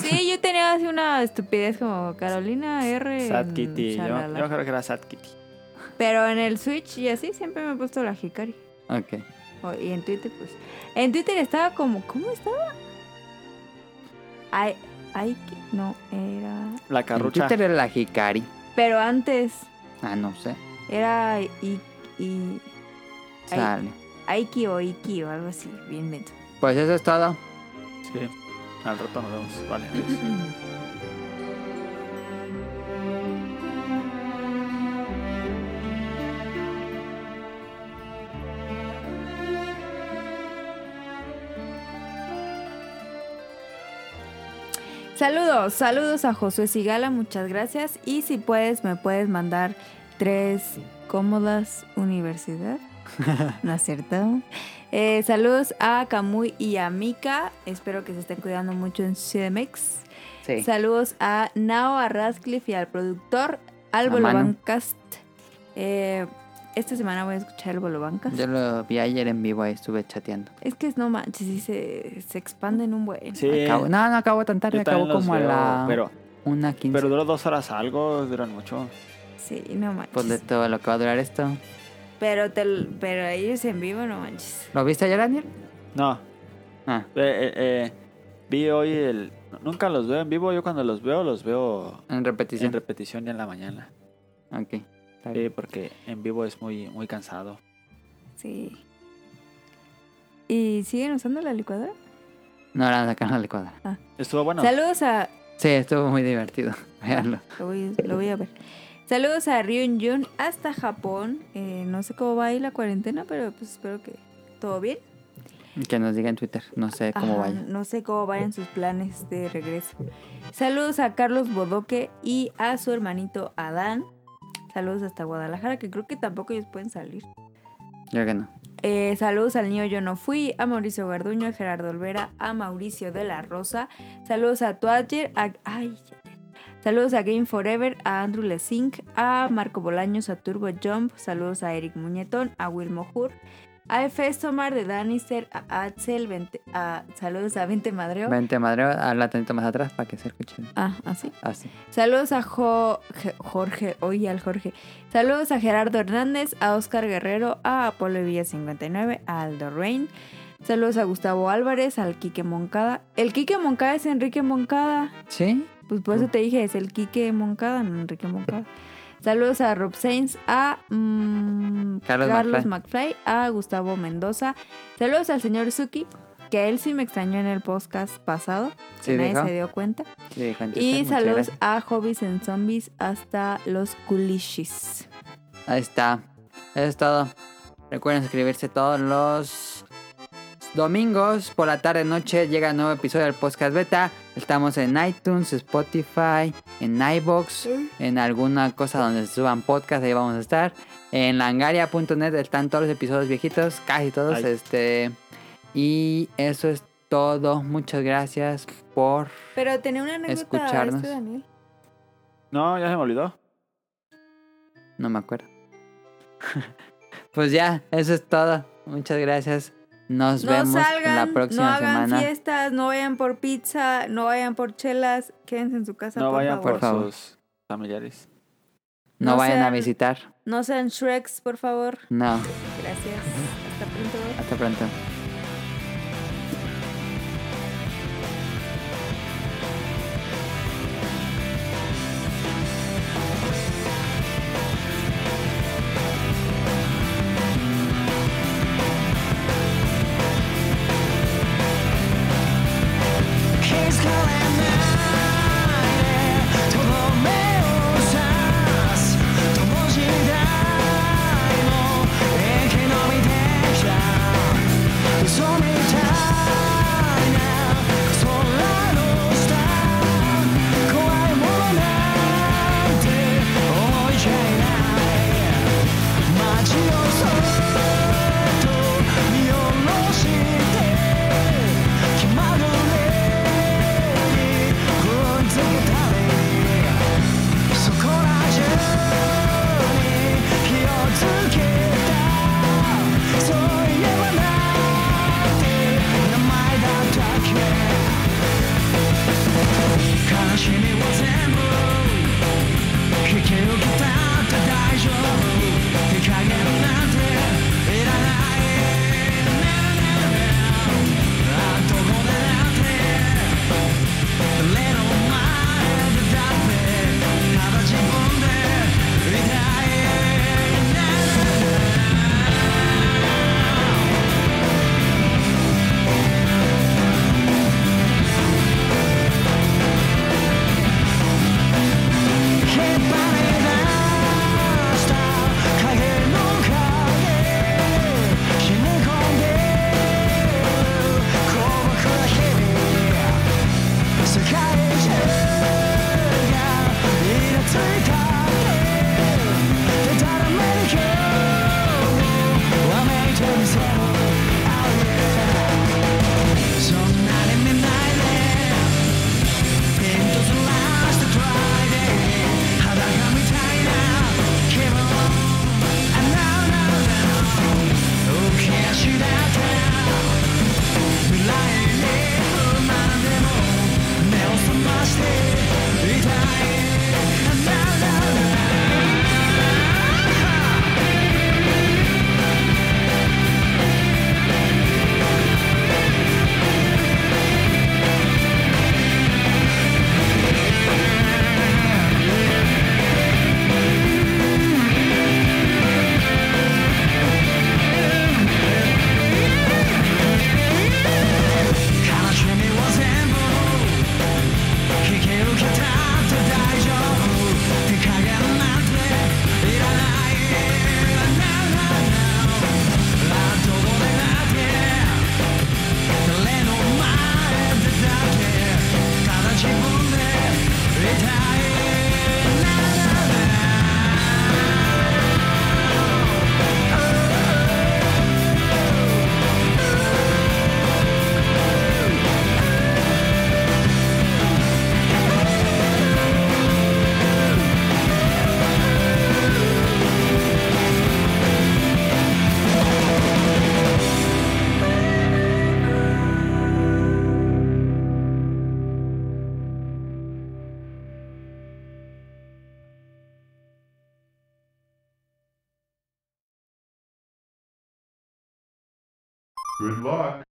[SPEAKER 4] Sí, yo tenía así una estupidez como Carolina R.
[SPEAKER 10] Sad
[SPEAKER 2] Mm,
[SPEAKER 4] en
[SPEAKER 10] Kitty. Yo,
[SPEAKER 4] Shalala.
[SPEAKER 10] yo creo que era Sad Kitty.
[SPEAKER 4] Pero en el Switch y así siempre me he puesto la Hikari.
[SPEAKER 2] Ok.
[SPEAKER 4] O- y en Twitter, pues. En Twitter estaba como. ¿Cómo estaba? Ay, ay, que- no, era.
[SPEAKER 10] La
[SPEAKER 2] En
[SPEAKER 10] carrucha.
[SPEAKER 2] Twitter era la Hikari.
[SPEAKER 4] Pero antes
[SPEAKER 2] Ah, no sé.
[SPEAKER 4] era. I, I- Ay.
[SPEAKER 2] Sale.
[SPEAKER 4] Aiki o Iki o algo así, bien mento.
[SPEAKER 2] Pues eso es todo.
[SPEAKER 10] Sí. Al rato nos vemos. Vale. adiós.
[SPEAKER 4] Saludos, saludos a Josué Sigala, muchas gracias. Y si puedes, me puedes mandar tres cómodas universidad. ¿No es cierto? Eh, saludos a Camuy y a Mika. Espero que se estén cuidando mucho en CDMX.
[SPEAKER 2] Sí.
[SPEAKER 4] Saludos a Nao, a Radcliffe y al productor, al
[SPEAKER 2] A Manu.
[SPEAKER 4] Bolobancast. Eh, esta semana voy a escuchar el Bolobancast.
[SPEAKER 2] Yo lo vi ayer en vivo, ahí estuve chateando.
[SPEAKER 4] Es que no manches, sí se, se expanden un buen.
[SPEAKER 2] Acabo- no, no acabo tan tarde,
[SPEAKER 3] Eh, Yo también
[SPEAKER 2] acabo
[SPEAKER 3] los
[SPEAKER 2] como a
[SPEAKER 3] veo,
[SPEAKER 2] la
[SPEAKER 3] pero-
[SPEAKER 2] una quince.
[SPEAKER 3] Pero duró dos horas algo, duran mucho.
[SPEAKER 4] Sí, no manches.
[SPEAKER 2] Pues de todo lo que va a durar esto.
[SPEAKER 4] Pero, te, l- pero ellos en vivo, no manches.
[SPEAKER 2] ¿Lo viste ayer, Daniel?
[SPEAKER 3] No.
[SPEAKER 2] Ah.
[SPEAKER 3] Eh, eh, eh, vi hoy el. Nunca los veo en vivo. Yo cuando los veo, los veo
[SPEAKER 2] En repetición.
[SPEAKER 3] en repetición ya en la mañana.
[SPEAKER 2] Ok. Eh. está bien.
[SPEAKER 3] Sí, porque en vivo es muy, muy cansado.
[SPEAKER 4] Sí. ¿Y siguen usando la licuadora?
[SPEAKER 2] No, ahora sacaron la licuadora.
[SPEAKER 3] Estuvo bueno.
[SPEAKER 4] Saludos a...
[SPEAKER 2] Sí, estuvo muy divertido. Veanlo.
[SPEAKER 4] Lo voy, lo voy a ver. Saludos a Ryun Jun hasta Japón. Eh, no sé cómo va ahí la cuarentena, pero pues espero que todo bien.
[SPEAKER 2] Que nos diga en Twitter. No sé cómo
[SPEAKER 4] Ajá,
[SPEAKER 2] vaya.
[SPEAKER 4] No sé cómo vayan sus planes de regreso. Saludos a Carlos Bodoque y a su hermanito Adán. Saludos hasta Guadalajara, que creo que tampoco ellos pueden salir.
[SPEAKER 2] Yo que no.
[SPEAKER 4] Eh, saludos al niño Yo No Fui, a Mauricio Garduño, a Gerardo Olvera, a Mauricio de la Rosa. Saludos a Twatcher, a... ay, saludos a Game Forever, a Andrew Lesink, a Marco Bolaños, a Turbo Jump. Saludos a Eric Muñetón, a Wilmo Hur, a Festomar de Danister, a Axel, Vente- a- saludos a Vente Madreo.
[SPEAKER 2] Vente, madre, habla tantito más atrás para que se escuche.
[SPEAKER 4] Ah, así.
[SPEAKER 2] Así.
[SPEAKER 4] Saludos a Jo- Je- Jorge, oye al Jorge. Saludos a Gerardo Hernández, a Oscar Guerrero, a Apolo Villa 59, a Aldo Rain. Saludos a Gustavo Álvarez, al Quique Moncada. El Quique Moncada es Enrique Moncada.
[SPEAKER 2] ¿Sí?
[SPEAKER 4] Pues por
[SPEAKER 2] Mm.
[SPEAKER 4] eso te dije, es el Quique Moncada, no Enrique Moncada. Saludos a Rob Sainz, a mm,
[SPEAKER 2] Carlos
[SPEAKER 4] McFly, a Gustavo Mendoza. Saludos al señor Suki, que a él sí me extrañó en el podcast pasado, que
[SPEAKER 2] Sí,
[SPEAKER 4] nadie
[SPEAKER 2] dijo.
[SPEAKER 4] se dio cuenta.
[SPEAKER 2] Le dijo en Twitter,
[SPEAKER 4] Y
[SPEAKER 2] muchas
[SPEAKER 4] saludos
[SPEAKER 2] gracias.
[SPEAKER 4] a Hobbies en Zombies hasta los Kulishis.
[SPEAKER 2] Ahí está. Eso es todo. Recuerden suscribirse todos los domingos por la tarde noche. Llega el nuevo episodio del podcast beta. Estamos en iTunes, Spotify, en iBox, en alguna cosa donde se suban podcasts, ahí vamos a estar. En langaria.net están todos los episodios viejitos, casi todos.
[SPEAKER 3] Ay.
[SPEAKER 2] Este. Y eso es todo. Muchas gracias por.
[SPEAKER 4] Pero tenía una anécdota de
[SPEAKER 2] Escucharnos.
[SPEAKER 4] esto, Daniel.
[SPEAKER 3] No, ya se me olvidó.
[SPEAKER 2] No me acuerdo. pues ya, eso es todo. Muchas gracias. Nos
[SPEAKER 4] No
[SPEAKER 2] vemos en la
[SPEAKER 4] salgan, no
[SPEAKER 2] próxima
[SPEAKER 4] hagan
[SPEAKER 2] semana.
[SPEAKER 4] fiestas, no vayan por pizza, no vayan por chelas, quédense en su casa.
[SPEAKER 3] No
[SPEAKER 4] por
[SPEAKER 3] vayan
[SPEAKER 4] favor.
[SPEAKER 2] Por
[SPEAKER 3] por,
[SPEAKER 2] favor.
[SPEAKER 3] sus familiares.
[SPEAKER 2] No,
[SPEAKER 4] no
[SPEAKER 2] vayan a
[SPEAKER 4] sean-
[SPEAKER 2] visitar.
[SPEAKER 4] No sean Shreks, por favor.
[SPEAKER 2] No,
[SPEAKER 4] Gracias. Hasta pronto.
[SPEAKER 2] hasta pronto.
[SPEAKER 7] 「
[SPEAKER 11] Good luck.